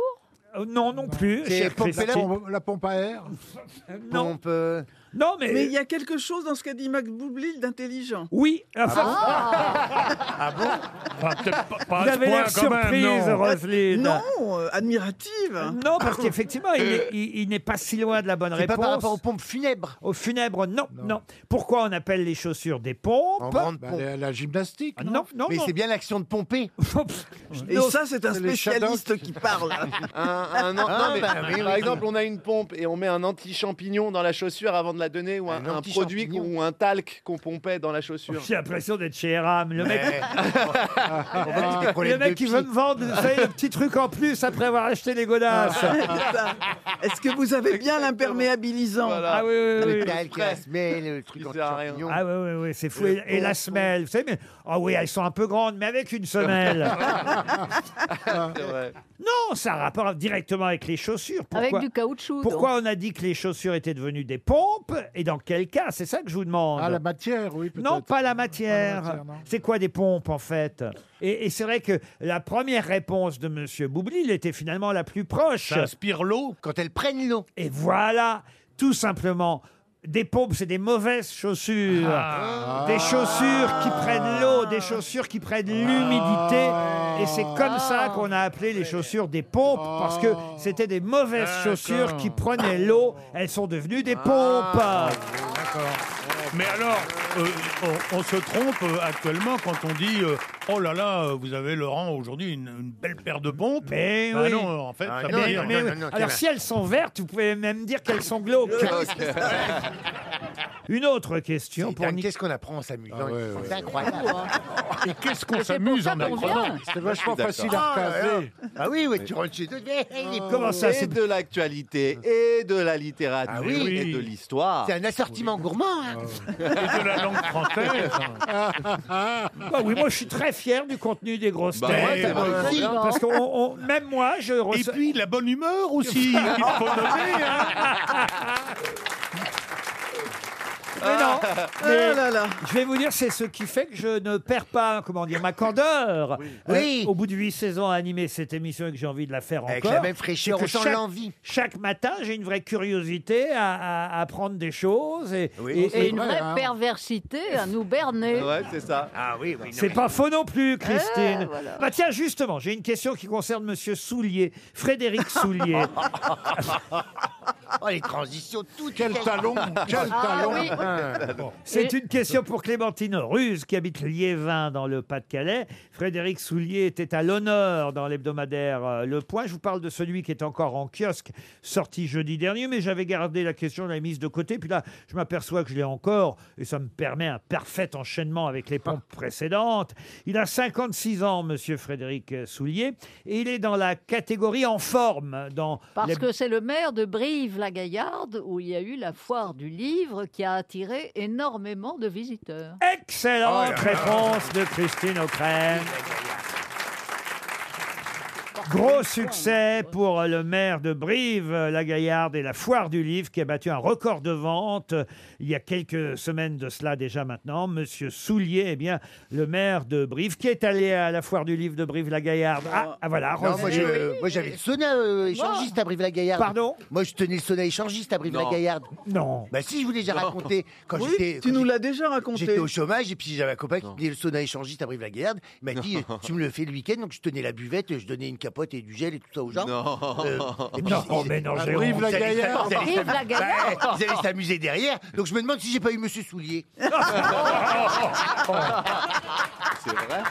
Speaker 2: Euh, Non, non plus.
Speaker 3: C'est
Speaker 2: cher
Speaker 3: pompe- la
Speaker 2: Christine.
Speaker 3: pompe- la pompe à air
Speaker 2: [laughs] Non.
Speaker 4: euh,
Speaker 2: Non, mais.
Speaker 8: il y a quelque chose dans ce qu'a dit Mac Boublil d'intelligent.
Speaker 2: Oui.
Speaker 9: Ah Enfin, Ah
Speaker 8: [laughs]
Speaker 9: peut-être pas, pas
Speaker 8: Vous
Speaker 9: à ce
Speaker 8: avez
Speaker 9: point
Speaker 8: l'air
Speaker 9: quand même, non.
Speaker 2: surprise, Roselyne.
Speaker 8: Non, euh, admirative.
Speaker 2: Non, parce qu'effectivement, il [laughs] est- il il n'est pas si loin de la bonne
Speaker 5: hein. Ah, euh. C'est
Speaker 2: réponse.
Speaker 5: pas par rapport aux
Speaker 2: pompes funèbres. Aux funèbres, non, non. Pourquoi on appelle les chaussures des pompes
Speaker 5: Bah, la-
Speaker 2: gymnastique. Non, non,
Speaker 5: Mais c'est bien
Speaker 2: l'action de [laughs] pomper.
Speaker 5: Et ça, c'est un spécialiste qui parle.
Speaker 4: [laughs] Un, un an-
Speaker 5: Ah,
Speaker 4: non, mais
Speaker 5: bah oui,
Speaker 4: par
Speaker 5: oui.
Speaker 4: exemple, on a une pompe et on met un anti-champignon dans la chaussure avant de la donner ou un, un produit qu'on- ou un talc qu'on pompait dans la chaussure.
Speaker 2: J'ai l'impression d'être chez Eram. Le mec,
Speaker 4: problèmes
Speaker 2: le mec
Speaker 4: de
Speaker 2: qui
Speaker 4: pied.
Speaker 2: veut me vendre vous savez, le petit truc en plus après avoir acheté les godasses.
Speaker 8: Est-ce que vous avez bien l'imperméabilisant
Speaker 2: Ah oui, oui, oui.
Speaker 5: Le talc, la semelle, le truc en champignon.
Speaker 2: Ah oui, oui, oui, c'est fou.
Speaker 5: Le
Speaker 2: Et, et la
Speaker 5: pompon.
Speaker 2: semelle, vous savez, mais... Oh oui, elles sont un peu grandes, mais avec
Speaker 13: [laughs]
Speaker 2: une semelle. Ah. non, ça a rapport directement avec les chaussures. Pourquoi,
Speaker 7: Avec du caoutchouc.
Speaker 2: Pourquoi
Speaker 7: donc.
Speaker 2: on a dit que les chaussures étaient devenues des pompes Et dans quel cas C'est ça que je vous demande.
Speaker 3: Ah, la matière, oui, peut-être.
Speaker 2: Non, pas la matière.
Speaker 3: matière, non.
Speaker 2: c'est quoi des pompes, en fait Et, et c'est vrai que la première réponse de Monsieur Boublil était finalement la plus proche.
Speaker 9: Ça aspire l'eau
Speaker 2: Quand elles prennent l'eau. Et voilà, tout simplement. Des pompes, c'est des mauvaises chaussures.
Speaker 9: Ah.
Speaker 2: Des chaussures qui prennent l'eau, des chaussures qui prennent l'humidité. Et c'est comme ça qu'on a appelé les chaussures des pompes, parce que c'était des mauvaises chaussures qui prenaient l'eau. Elles sont devenues
Speaker 9: Ah,
Speaker 2: des pompes.
Speaker 9: Mais alors, euh, on, on se trompe euh, actuellement quand on dit euh, Oh là là, euh, vous avez Laurent aujourd'hui une, une belle paire de pompes.
Speaker 2: Mais
Speaker 9: Bah
Speaker 2: oui. Ah,
Speaker 9: non, en fait, ça
Speaker 2: Mais-
Speaker 9: veut dire-
Speaker 2: mais oui. Alors si elles sont vertes, vous pouvez même dire qu'elles sont glauques.
Speaker 9: [laughs]
Speaker 2: [laughs] Une autre question
Speaker 9: ah,
Speaker 2: pour Qu'est-ce qu'on apprend en s'amusant
Speaker 5: C'est
Speaker 2: [laughs]
Speaker 5: incroyable.
Speaker 9: Et qu'est-ce
Speaker 2: qu'on s'amuse en apprenant
Speaker 5: C'est vachement
Speaker 4: D'accord.
Speaker 5: facile à recaser. Ah oui, oui, tu rentres chez toi. eh, il est
Speaker 4: Comment
Speaker 5: beau.
Speaker 4: ça
Speaker 5: Eh
Speaker 4: C'est
Speaker 5: ben,
Speaker 4: de l'actualité et de la littérature
Speaker 5: Ah oui.
Speaker 4: et de l'histoire. [laughs]
Speaker 5: C'est un assortiment gourmand. hein.
Speaker 9: de
Speaker 2: [laughs]
Speaker 9: la langue française.
Speaker 2: Bah oui, moi je suis très fier du contenu des grosses
Speaker 9: Bah
Speaker 2: têtes.
Speaker 9: ouais, c'est vrai,
Speaker 2: parce
Speaker 9: c'est
Speaker 2: que-
Speaker 9: vrai.
Speaker 2: parce que même moi, je reçois.
Speaker 9: Et puis la bonne humeur
Speaker 2: [laughs]
Speaker 9: aussi, il faut noter. hein.
Speaker 2: Mais non, mais
Speaker 8: Ah là là.
Speaker 2: je vais vous dire, c'est ce qui fait que je ne perds pas, comment dire, ma candeur. Euh,
Speaker 5: Oui.
Speaker 2: Au bout de huit saisons à animer cette émission et que j'ai envie de la faire
Speaker 5: Avec
Speaker 2: encore.
Speaker 5: la même fraîcheur,
Speaker 2: c'est que
Speaker 5: on sent
Speaker 2: chaque-
Speaker 5: l'envie.
Speaker 2: Chaque matin, j'ai une vraie curiosité à, à- à apprendre des choses et, et- hein.
Speaker 7: Et une vraie
Speaker 5: hein.
Speaker 7: perversité à nous
Speaker 2: Euh,
Speaker 7: berner.
Speaker 4: c'est ça.
Speaker 5: Ah oui, oui. non,
Speaker 2: C'est
Speaker 5: mais-
Speaker 2: pas faux non plus, Christine.
Speaker 7: Ah, voilà.
Speaker 2: Bah tiens, justement, j'ai une question qui concerne Monsieur Soulier, Frédéric
Speaker 7: [laughs]
Speaker 2: Soulier.
Speaker 5: Oh, les transitions, toutes.
Speaker 3: Quel talon Quel
Speaker 5: Ah,
Speaker 3: talon
Speaker 5: oui.
Speaker 2: C'est une question pour Clémentine Ruse, qui habite Liévin, dans le Pas-de-Calais. Frédéric Soulier était à l'honneur dans l'hebdomadaire euh, Le Point. Je vous parle de celui qui est encore en kiosque, sorti jeudi dernier, mais j'avais gardé la question, je l'avais mise de côté. Puis là, je m'aperçois que je l'ai encore, et ça me permet un parfait enchaînement avec les pompes précédentes. Il a 56 ans, monsieur Frédéric Soulier, et il est dans la catégorie en forme. Dans
Speaker 7: Parce
Speaker 2: l'heb-
Speaker 7: que c'est le maire de Brive-la-Gaillarde où il y a eu la foire du livre qui a attiré énormément de visiteurs.
Speaker 2: Excellente réponse de Christine O'Crane. Gros succès pour le maire de Brive, euh, la Gaillarde et la Foire du Livre qui a battu un record de vente euh, il y a quelques semaines de cela déjà maintenant. Monsieur Soulier, eh bien, le maire de Brive qui est allé à la Foire du Livre de Brive, la Gaillarde. Ah, ah, voilà.
Speaker 5: Non, moi,
Speaker 2: Roselyne.
Speaker 5: je- moi, j'avais le sauna euh, échangiste à Brive-la-Gaillarde.
Speaker 2: Pardon
Speaker 5: Moi, je tenais le sauna échangiste à Brive-la-Gaillarde.
Speaker 2: Non.
Speaker 5: Bah si, je vous l'ai déjà
Speaker 8: Non.
Speaker 5: raconté. Quand
Speaker 8: Oui,
Speaker 5: j'étais,
Speaker 8: tu
Speaker 5: quand
Speaker 8: nous
Speaker 5: j'étais-
Speaker 8: l'as déjà raconté.
Speaker 5: J'étais au chômage et puis j'avais un copain qui tenait le sauna échangiste à Brive-la-Gaillarde. Il m'a dit,
Speaker 4: Non.
Speaker 5: tu me le fais le week-end, donc je tenais la buvette, je donnais une capote et du gel et tout ça aux gens. Euh,
Speaker 4: Non.
Speaker 5: et
Speaker 2: Non, mais non,
Speaker 5: Ah,
Speaker 2: j'ai
Speaker 5: Ils
Speaker 2: honte.
Speaker 5: allaient
Speaker 2: Brive-la-Gaillarde.
Speaker 5: s'am- ils allaient s'am-
Speaker 2: Brive-la-Gaillarde.
Speaker 5: Bah, Ils allaient s'amuser derrière. Donc je me demande si j'ai pas eu Monsieur Soulier.
Speaker 4: C'est vrai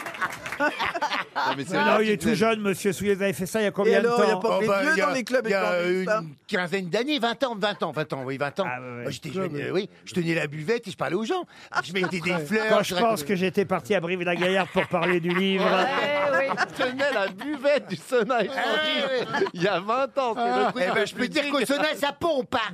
Speaker 2: Mais non, il est tout jeune, monsieur Soulier. Vous avez fait ça il y a combien de temps
Speaker 5: Oh bah, il y a- Il y a une quinzaine d'années, 20 ans, 20 ans, 20 ans, oui, 20 ans.
Speaker 2: Ah,
Speaker 5: Moi, J'étais jeune, euh, oui. Je tenais la buvette et je parlais aux gens.
Speaker 2: Ah,
Speaker 5: Je mettais des fleurs.
Speaker 2: Quand je pense
Speaker 5: racontais-
Speaker 2: que j'étais parti à Brive-la-Gaillarde pour parler du livre.
Speaker 5: [laughs]
Speaker 4: [laughs] Je tenais la buvette du Sona étranger il y a 20 ans. c'est le prix
Speaker 5: Eh
Speaker 4: de
Speaker 2: Ah,
Speaker 5: ben,
Speaker 4: la
Speaker 5: je peux dire
Speaker 4: publicité.
Speaker 5: qu'au Sona, ça pompe. hein.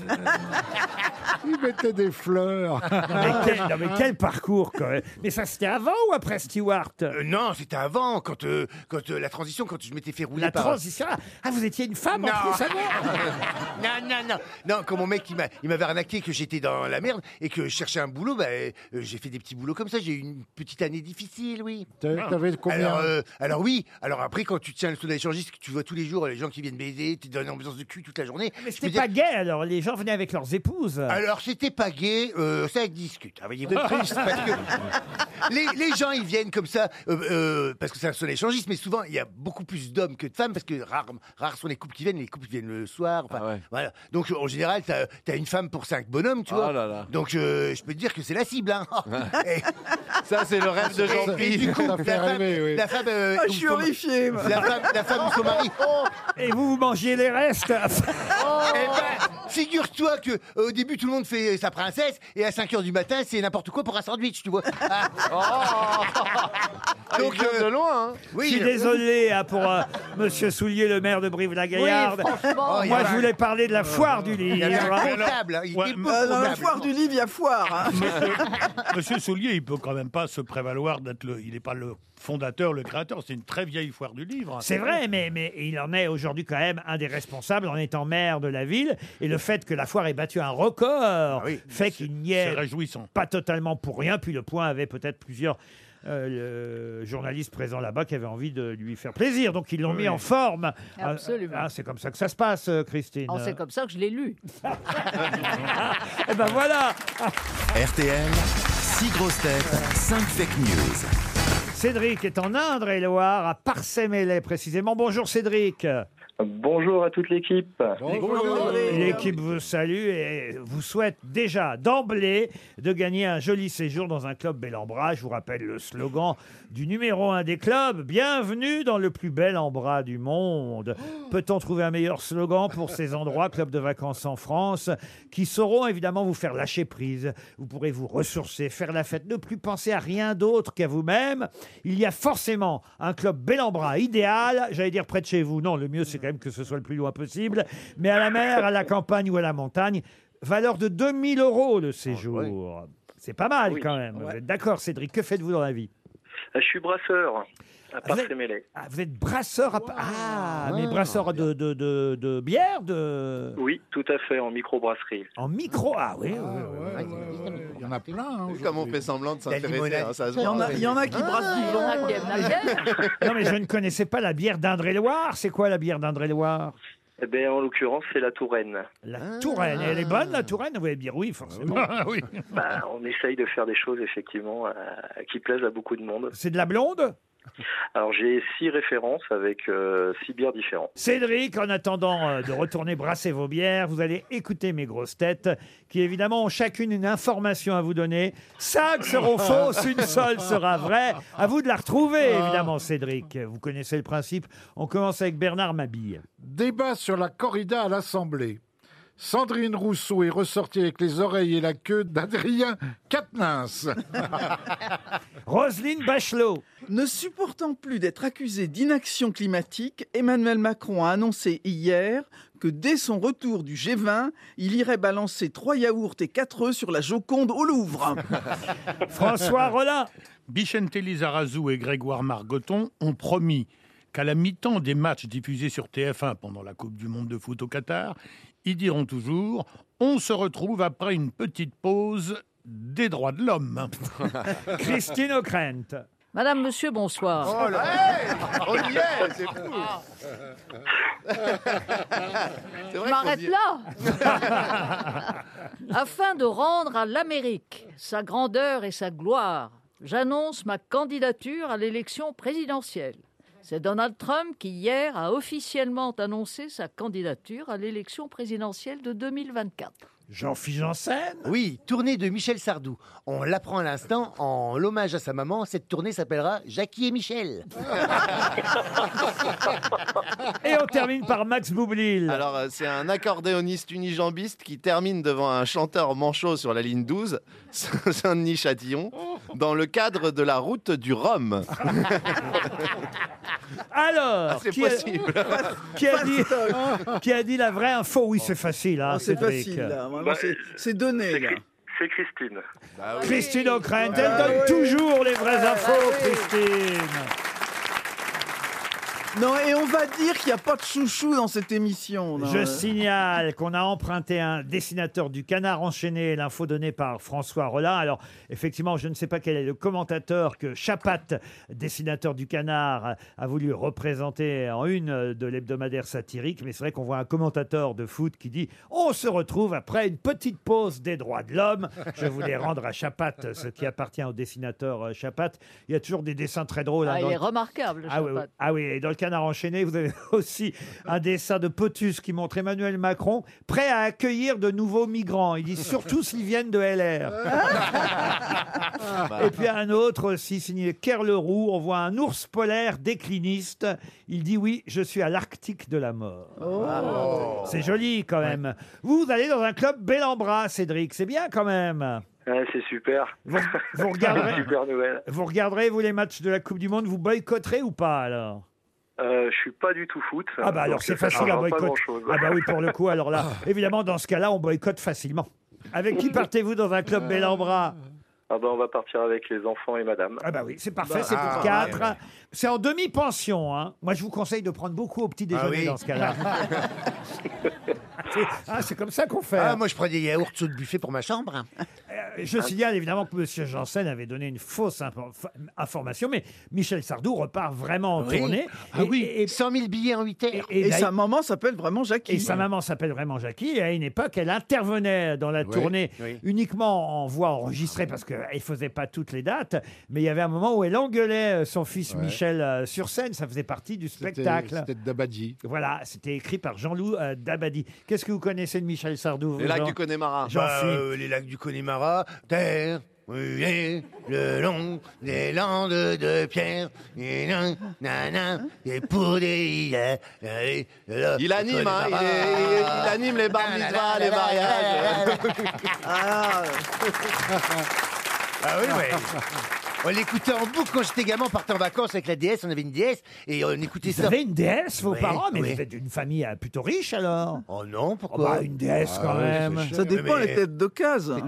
Speaker 3: Il mettait des fleurs.
Speaker 2: Mais quel, [laughs] non, mais quel parcours quand même. Mais ça c'était avant ou après Stewart
Speaker 5: Euh, non, c'était avant, quand, euh, quand euh, la transition, quand je m'étais fait rouler
Speaker 2: La
Speaker 5: par...
Speaker 2: transition. Ah, vous étiez une femme
Speaker 5: non.
Speaker 2: en plus avant
Speaker 5: [laughs] non, non, non. Non, quand mon mec, il m'a- il m'avait arnaqué que j'étais dans la merde et que je cherchais un boulot, bah, euh, j'ai fait des petits boulots comme ça. J'ai eu une petite année difficile, oui.
Speaker 3: T'avais-
Speaker 5: Ah.
Speaker 3: t'avais combien
Speaker 5: alors, euh, alors oui. Alors après, quand tu tiens le saut d'échangiste, que tu vois tous les jours les gens qui viennent baiser, tu es dans une ambiance de cul toute la journée.
Speaker 2: Mais C'était pas gay alors, les gens venaient avec leurs épouses.
Speaker 5: Alors c'était pas gay, euh, ça discute. hein, voyez-vous.
Speaker 2: T'es
Speaker 4: [laughs]
Speaker 5: Parce
Speaker 2: triste.
Speaker 5: que les, les gens ils viennent comme ça euh, euh, parce que c'est un seul échangiste, mais souvent il y a beaucoup plus d'hommes que de femmes parce que rares rares sont les couples qui viennent, les couples viennent le soir. enfin,
Speaker 4: Ah
Speaker 5: voilà. Donc en général t'as as une femme pour cinq bonhommes, tu vois.
Speaker 4: Oh là là.
Speaker 5: Donc euh, je peux te dire que c'est la
Speaker 4: [laughs]
Speaker 5: cible. hein. Et-
Speaker 4: Ça, c'est le rêve de
Speaker 5: et- et du
Speaker 4: Jean-Pierre.
Speaker 5: coup, la femme, la femme, euh,
Speaker 8: Ah, je suis
Speaker 5: ou son-
Speaker 8: horrifié. moi.
Speaker 5: La femme, la femme ou son mari.
Speaker 2: [laughs] Et vous, vous mangez les restes [laughs]
Speaker 5: Eh ben, figure-toi que euh, au début tout le monde fait sa princesse et à 5 h du matin c'est n'importe quoi pour un sandwich,
Speaker 2: [laughs]
Speaker 5: tu vois. Ah. Donc euh,
Speaker 4: de loin. hein.
Speaker 5: oui,
Speaker 2: je suis
Speaker 5: euh,
Speaker 2: désolé hein, pour euh, Monsieur Soulier, le maire de Brive-la-Gaillarde.
Speaker 5: Oui, franchement.
Speaker 2: Moi, je voulais parler de
Speaker 5: Euh,
Speaker 2: la foire du livre.
Speaker 9: Il y avait un
Speaker 2: hein.
Speaker 5: comptable, hein, il était
Speaker 9: Ouais,
Speaker 5: beau,
Speaker 9: mais-
Speaker 8: Ah, dans la
Speaker 5: comptable.
Speaker 8: foire du livre, il y a foire. hein.
Speaker 9: Monsieur Soulier, il peut quand même pas se prévaloir d'être le. Il n'est pas le fondateur, le créateur. C'est une très vieille foire du livre. hein.
Speaker 2: C'est vrai, mais, mais il en est aujourd'hui quand même un des responsables en étant maire de la ville. Et le fait que la foire ait battu un record fait qu'il n'y
Speaker 9: Ah C'est
Speaker 2: ait
Speaker 9: réjouissant.
Speaker 2: pas totalement pour rien. Puis le point avait peut-être plusieurs euh, le- journalistes présents là-bas qui avaient envie de lui faire plaisir. Donc ils l'ont mis en forme.
Speaker 7: Absolument.
Speaker 2: Ah, c'est comme ça que ça se passe, euh, Christine.
Speaker 7: Oh, c'est comme ça que je l'ai lu.
Speaker 2: Eh ben voilà
Speaker 1: RTL, 6 grosses têtes, 5 fake news.
Speaker 2: Cédric est en Indre-et-Loire, à Parcemélé précisément. Bonjour Cédric.
Speaker 17: Bonjour à toute l'équipe.
Speaker 2: L'équipe vous salue et vous souhaite déjà d'emblée de gagner un joli séjour dans un club bel embras. Je vous rappelle le slogan du numéro un des clubs Bienvenue dans le plus bel embras du monde. Peut-on trouver un meilleur slogan pour ces endroits, clubs de vacances en France, qui sauront évidemment vous faire lâcher prise Vous pourrez vous ressourcer, faire la fête, ne plus penser à rien d'autre qu'à vous-même. Il y a forcément un club bel embras idéal, j'allais dire près de chez vous. Non, le mieux c'est quand même que ce soit le plus loin possible, mais à la mer, à la campagne ou à la montagne, valeur de 2000 euros le séjour. C'est pas mal
Speaker 17: Oui.
Speaker 2: quand même. Vous êtes d'accord, Cédric Que faites-vous dans la vie
Speaker 17: Euh, Je suis brasseur à
Speaker 2: Vous êtes-
Speaker 17: Parfumélé.
Speaker 2: Ah, vous êtes brasseur à... Ah, mais brasseur de, de, de, de bière de...
Speaker 17: Oui, tout à fait, en microbrasserie.
Speaker 2: En micro Ah oui, oui, oui, oui.
Speaker 3: Il y en a
Speaker 2: Eh,
Speaker 3: plein. hein,
Speaker 4: Vu Comme on
Speaker 3: aujourd'hui.
Speaker 4: fait semblant de s'intéresser,
Speaker 3: limonade.
Speaker 4: hein, ça se
Speaker 8: Il y en
Speaker 4: voit.
Speaker 8: a- il y en a qui brassent du
Speaker 7: Il y en
Speaker 8: vent.
Speaker 7: a qui aiment la bière.
Speaker 2: Non, mais je ne connaissais pas la bière d'Indre-et-Loire. C'est quoi la bière d'Indre-et-Loire
Speaker 17: Eh bien, en l'occurrence, c'est la Touraine.
Speaker 8: Ah.
Speaker 2: La Touraine. Elle est bonne, la Touraine Vous allez me dire oui,
Speaker 3: Ah,
Speaker 2: forcément.
Speaker 3: [laughs]
Speaker 17: Bah, on essaye de faire des choses, effectivement, euh, qui plaisent à beaucoup de monde.
Speaker 2: [laughs] C'est de la blonde
Speaker 17: Alors, j'ai six références avec euh, six bières différents.
Speaker 2: Cédric, en attendant euh, de retourner brasser vos bières, vous allez écouter mes grosses têtes qui, évidemment, ont chacune une information à vous donner. Cinq
Speaker 4: Ah.
Speaker 2: seront fausses, une seule sera vraie. À vous de la retrouver,
Speaker 4: Ah.
Speaker 2: évidemment, Cédric. Vous connaissez le principe. On commence avec Bernard Mabille.
Speaker 3: Débat sur la corrida à l'Assemblée. Sandrine Rousseau est ressortie avec les oreilles et la queue d'Adrien Quatennens. [laughs]
Speaker 2: Roselyne Bachelot.
Speaker 8: Ne supportant plus d'être accusé d'inaction climatique, Emmanuel Macron a annoncé hier que dès son retour du G20, il irait balancer trois yaourts et quatre œufs sur la Joconde au Louvre.
Speaker 2: [laughs]
Speaker 8: [laughs]
Speaker 2: François Rollin.
Speaker 9: Bichente Lizarazu et Grégoire Margoton ont promis qu'à la mi-temps des matchs diffusés sur TF1 pendant la Coupe du Monde de foot au Qatar, ils diront toujours On se retrouve après une petite pause des droits de l'homme.
Speaker 2: Christine O'Krent.
Speaker 7: Madame, monsieur, bonsoir.
Speaker 4: Oh
Speaker 7: [laughs]
Speaker 4: On y est, Oh, c'est fou. C'est
Speaker 7: Je
Speaker 4: vrai qu'on
Speaker 7: m'arrête
Speaker 4: dit-
Speaker 7: là.
Speaker 4: [laughs]
Speaker 7: Afin de rendre à l'Amérique sa grandeur et sa gloire, j'annonce ma candidature à l'élection présidentielle. C'est Donald Trump qui, hier, a officiellement annoncé sa candidature à l'élection présidentielle de 2024.
Speaker 2: Jean-Philippe Janssen
Speaker 5: Oui, tournée de Michel Sardou. On l'apprend à l'instant, en l'hommage à sa maman, cette tournée s'appellera Jackie et Michel.
Speaker 2: Et on termine par Max Boublil.
Speaker 4: Alors, euh, c'est un accordéoniste unijambiste qui termine devant un chanteur manchot sur la ligne [laughs] 12, Saint-Denis-Châtillon,
Speaker 5: Oh.
Speaker 4: dans le cadre de la route du Rhum.
Speaker 2: [laughs] Alors,
Speaker 4: Ah, c'est
Speaker 2: qui, a,
Speaker 4: possible.
Speaker 2: qui a dit, qui a dit la vraie info Oui, c'est facile. hein,
Speaker 8: Ah, c'est
Speaker 2: Cédric.
Speaker 8: facile, là,
Speaker 2: Bah,
Speaker 8: vraiment, c'est- c'est donné. Là.
Speaker 15: C'est Christine.
Speaker 3: Bah
Speaker 2: Christine O'Krent, elle
Speaker 8: Ah
Speaker 2: donne
Speaker 8: oui.
Speaker 2: toujours les vraies
Speaker 8: Ah
Speaker 2: infos,
Speaker 8: oui.
Speaker 2: Christine.
Speaker 8: Non, et on va dire qu'il n'y a pas de chouchou dans cette émission. non.
Speaker 2: Je signale qu'on a emprunté un dessinateur du canard enchaîné, l'info donnée par François Rollin. Alors, effectivement, je ne sais pas quel est le commentateur que Chapat, dessinateur du canard, a voulu représenter en une de l'hebdomadaire satirique, mais c'est vrai qu'on voit un commentateur de foot qui dit On se retrouve après une petite pause des droits de l'homme. Je voulais rendre à Chapat ce qui appartient au dessinateur euh, Chapat. Il y a toujours des dessins très drôles. hein,
Speaker 7: Ah,
Speaker 2: dans
Speaker 7: il est
Speaker 2: le-
Speaker 7: remarquable, le
Speaker 2: ah oui, oui.
Speaker 7: Chapat.
Speaker 2: Ah oui, et dans le canard enchaîné, vous avez [laughs] aussi un dessin de Potus qui montre Emmanuel Macron prêt à accueillir de nouveaux migrants. Il dit surtout s'ils viennent de LR.
Speaker 13: [laughs]
Speaker 2: Et puis un autre aussi signé Kerleroux, on voit un ours polaire décliniste. Il dit oui, je suis à l'Arctique de la mort. C'est joli quand même. Vous, vous allez dans un club bel en bras, Cédric, c'est bien quand même.
Speaker 17: Ouais, c'est super.
Speaker 2: Vous, vous regarderez-
Speaker 17: [laughs] super nouvelle.
Speaker 2: Vous regarderez, vous, les matchs de la Coupe du Monde, vous boycotterez ou pas alors
Speaker 17: Euh, je suis pas du tout foot.
Speaker 2: Ah bah alors
Speaker 17: donc,
Speaker 2: c'est
Speaker 17: euh,
Speaker 2: facile
Speaker 17: je
Speaker 2: à
Speaker 17: vois Pas
Speaker 2: boycotter.
Speaker 17: grand-chose. Ah.
Speaker 2: Ah bah oui pour le coup alors là
Speaker 3: [laughs]
Speaker 2: évidemment dans ce cas-là on boycotte facilement. Avec qui partez-vous dans un club bel en bras
Speaker 17: Ah bah on va partir avec les enfants et madame.
Speaker 2: Ah bah oui, c'est parfait, c'est
Speaker 17: Ah,
Speaker 2: pour
Speaker 17: ouais,
Speaker 2: quatre. C'est en demi-pension. Hein. Moi, je vous conseille de prendre beaucoup au petit déjeuner
Speaker 5: Ah oui.
Speaker 2: dans ce cas-là.
Speaker 17: [laughs]
Speaker 2: C'est- ah, c'est comme ça qu'on fait.
Speaker 5: Ah, moi, je prends des yaourts sur le buffet pour ma chambre.
Speaker 2: Euh, Je signale évidemment que M. Janssen avait donné une fausse info- information, mais Michel Sardou repart vraiment en
Speaker 5: Oui.
Speaker 2: tournée.
Speaker 5: Ah oui,
Speaker 2: 100 000 billets en 8 heures.
Speaker 8: Et sa maman s'appelle vraiment Jackie.
Speaker 2: Et sa maman s'appelle vraiment Jackie. Et à une époque, elle intervenait dans la tournée
Speaker 5: oui.
Speaker 2: uniquement en voix enregistrée parce qu'elle ne faisait pas toutes les dates. Mais il y avait un moment où elle engueulait euh, son fils
Speaker 3: Ouais.
Speaker 2: Michel euh, sur scène. Ça faisait partie du spectacle.
Speaker 3: C'était Dabadi.
Speaker 2: Voilà, c'était écrit par Jean-Loup euh, Dabadi. Qu'est-ce que vous connaissez de Michel Sardou
Speaker 4: Les lacs du Connemara.
Speaker 2: J'en
Speaker 5: Bah, euh, les lacs du Connemara, terre, brûlée, le long des landes de pierre, et nan, nan, nan, et pour des îles, euh, le
Speaker 4: Il anime, hein, il,
Speaker 5: Connemara.
Speaker 4: est- il est- il anime les bar mitzvahs, les mariages.
Speaker 5: Ah, oui, ouais. On l'écoutait en boucle quand j'étais gamin, on partait en vacances avec la déesse, on avait une déesse, et on écoutait
Speaker 2: Vous
Speaker 5: ça.
Speaker 2: avez une déesse, vos
Speaker 5: Oui,
Speaker 2: parents, mais
Speaker 5: oui.
Speaker 2: vous êtes une famille euh, plutôt riche alors.
Speaker 5: Oh non, Ah,
Speaker 2: Oh bah, une déesse quand même.
Speaker 8: Ça dépend les têtes de case.
Speaker 5: euh,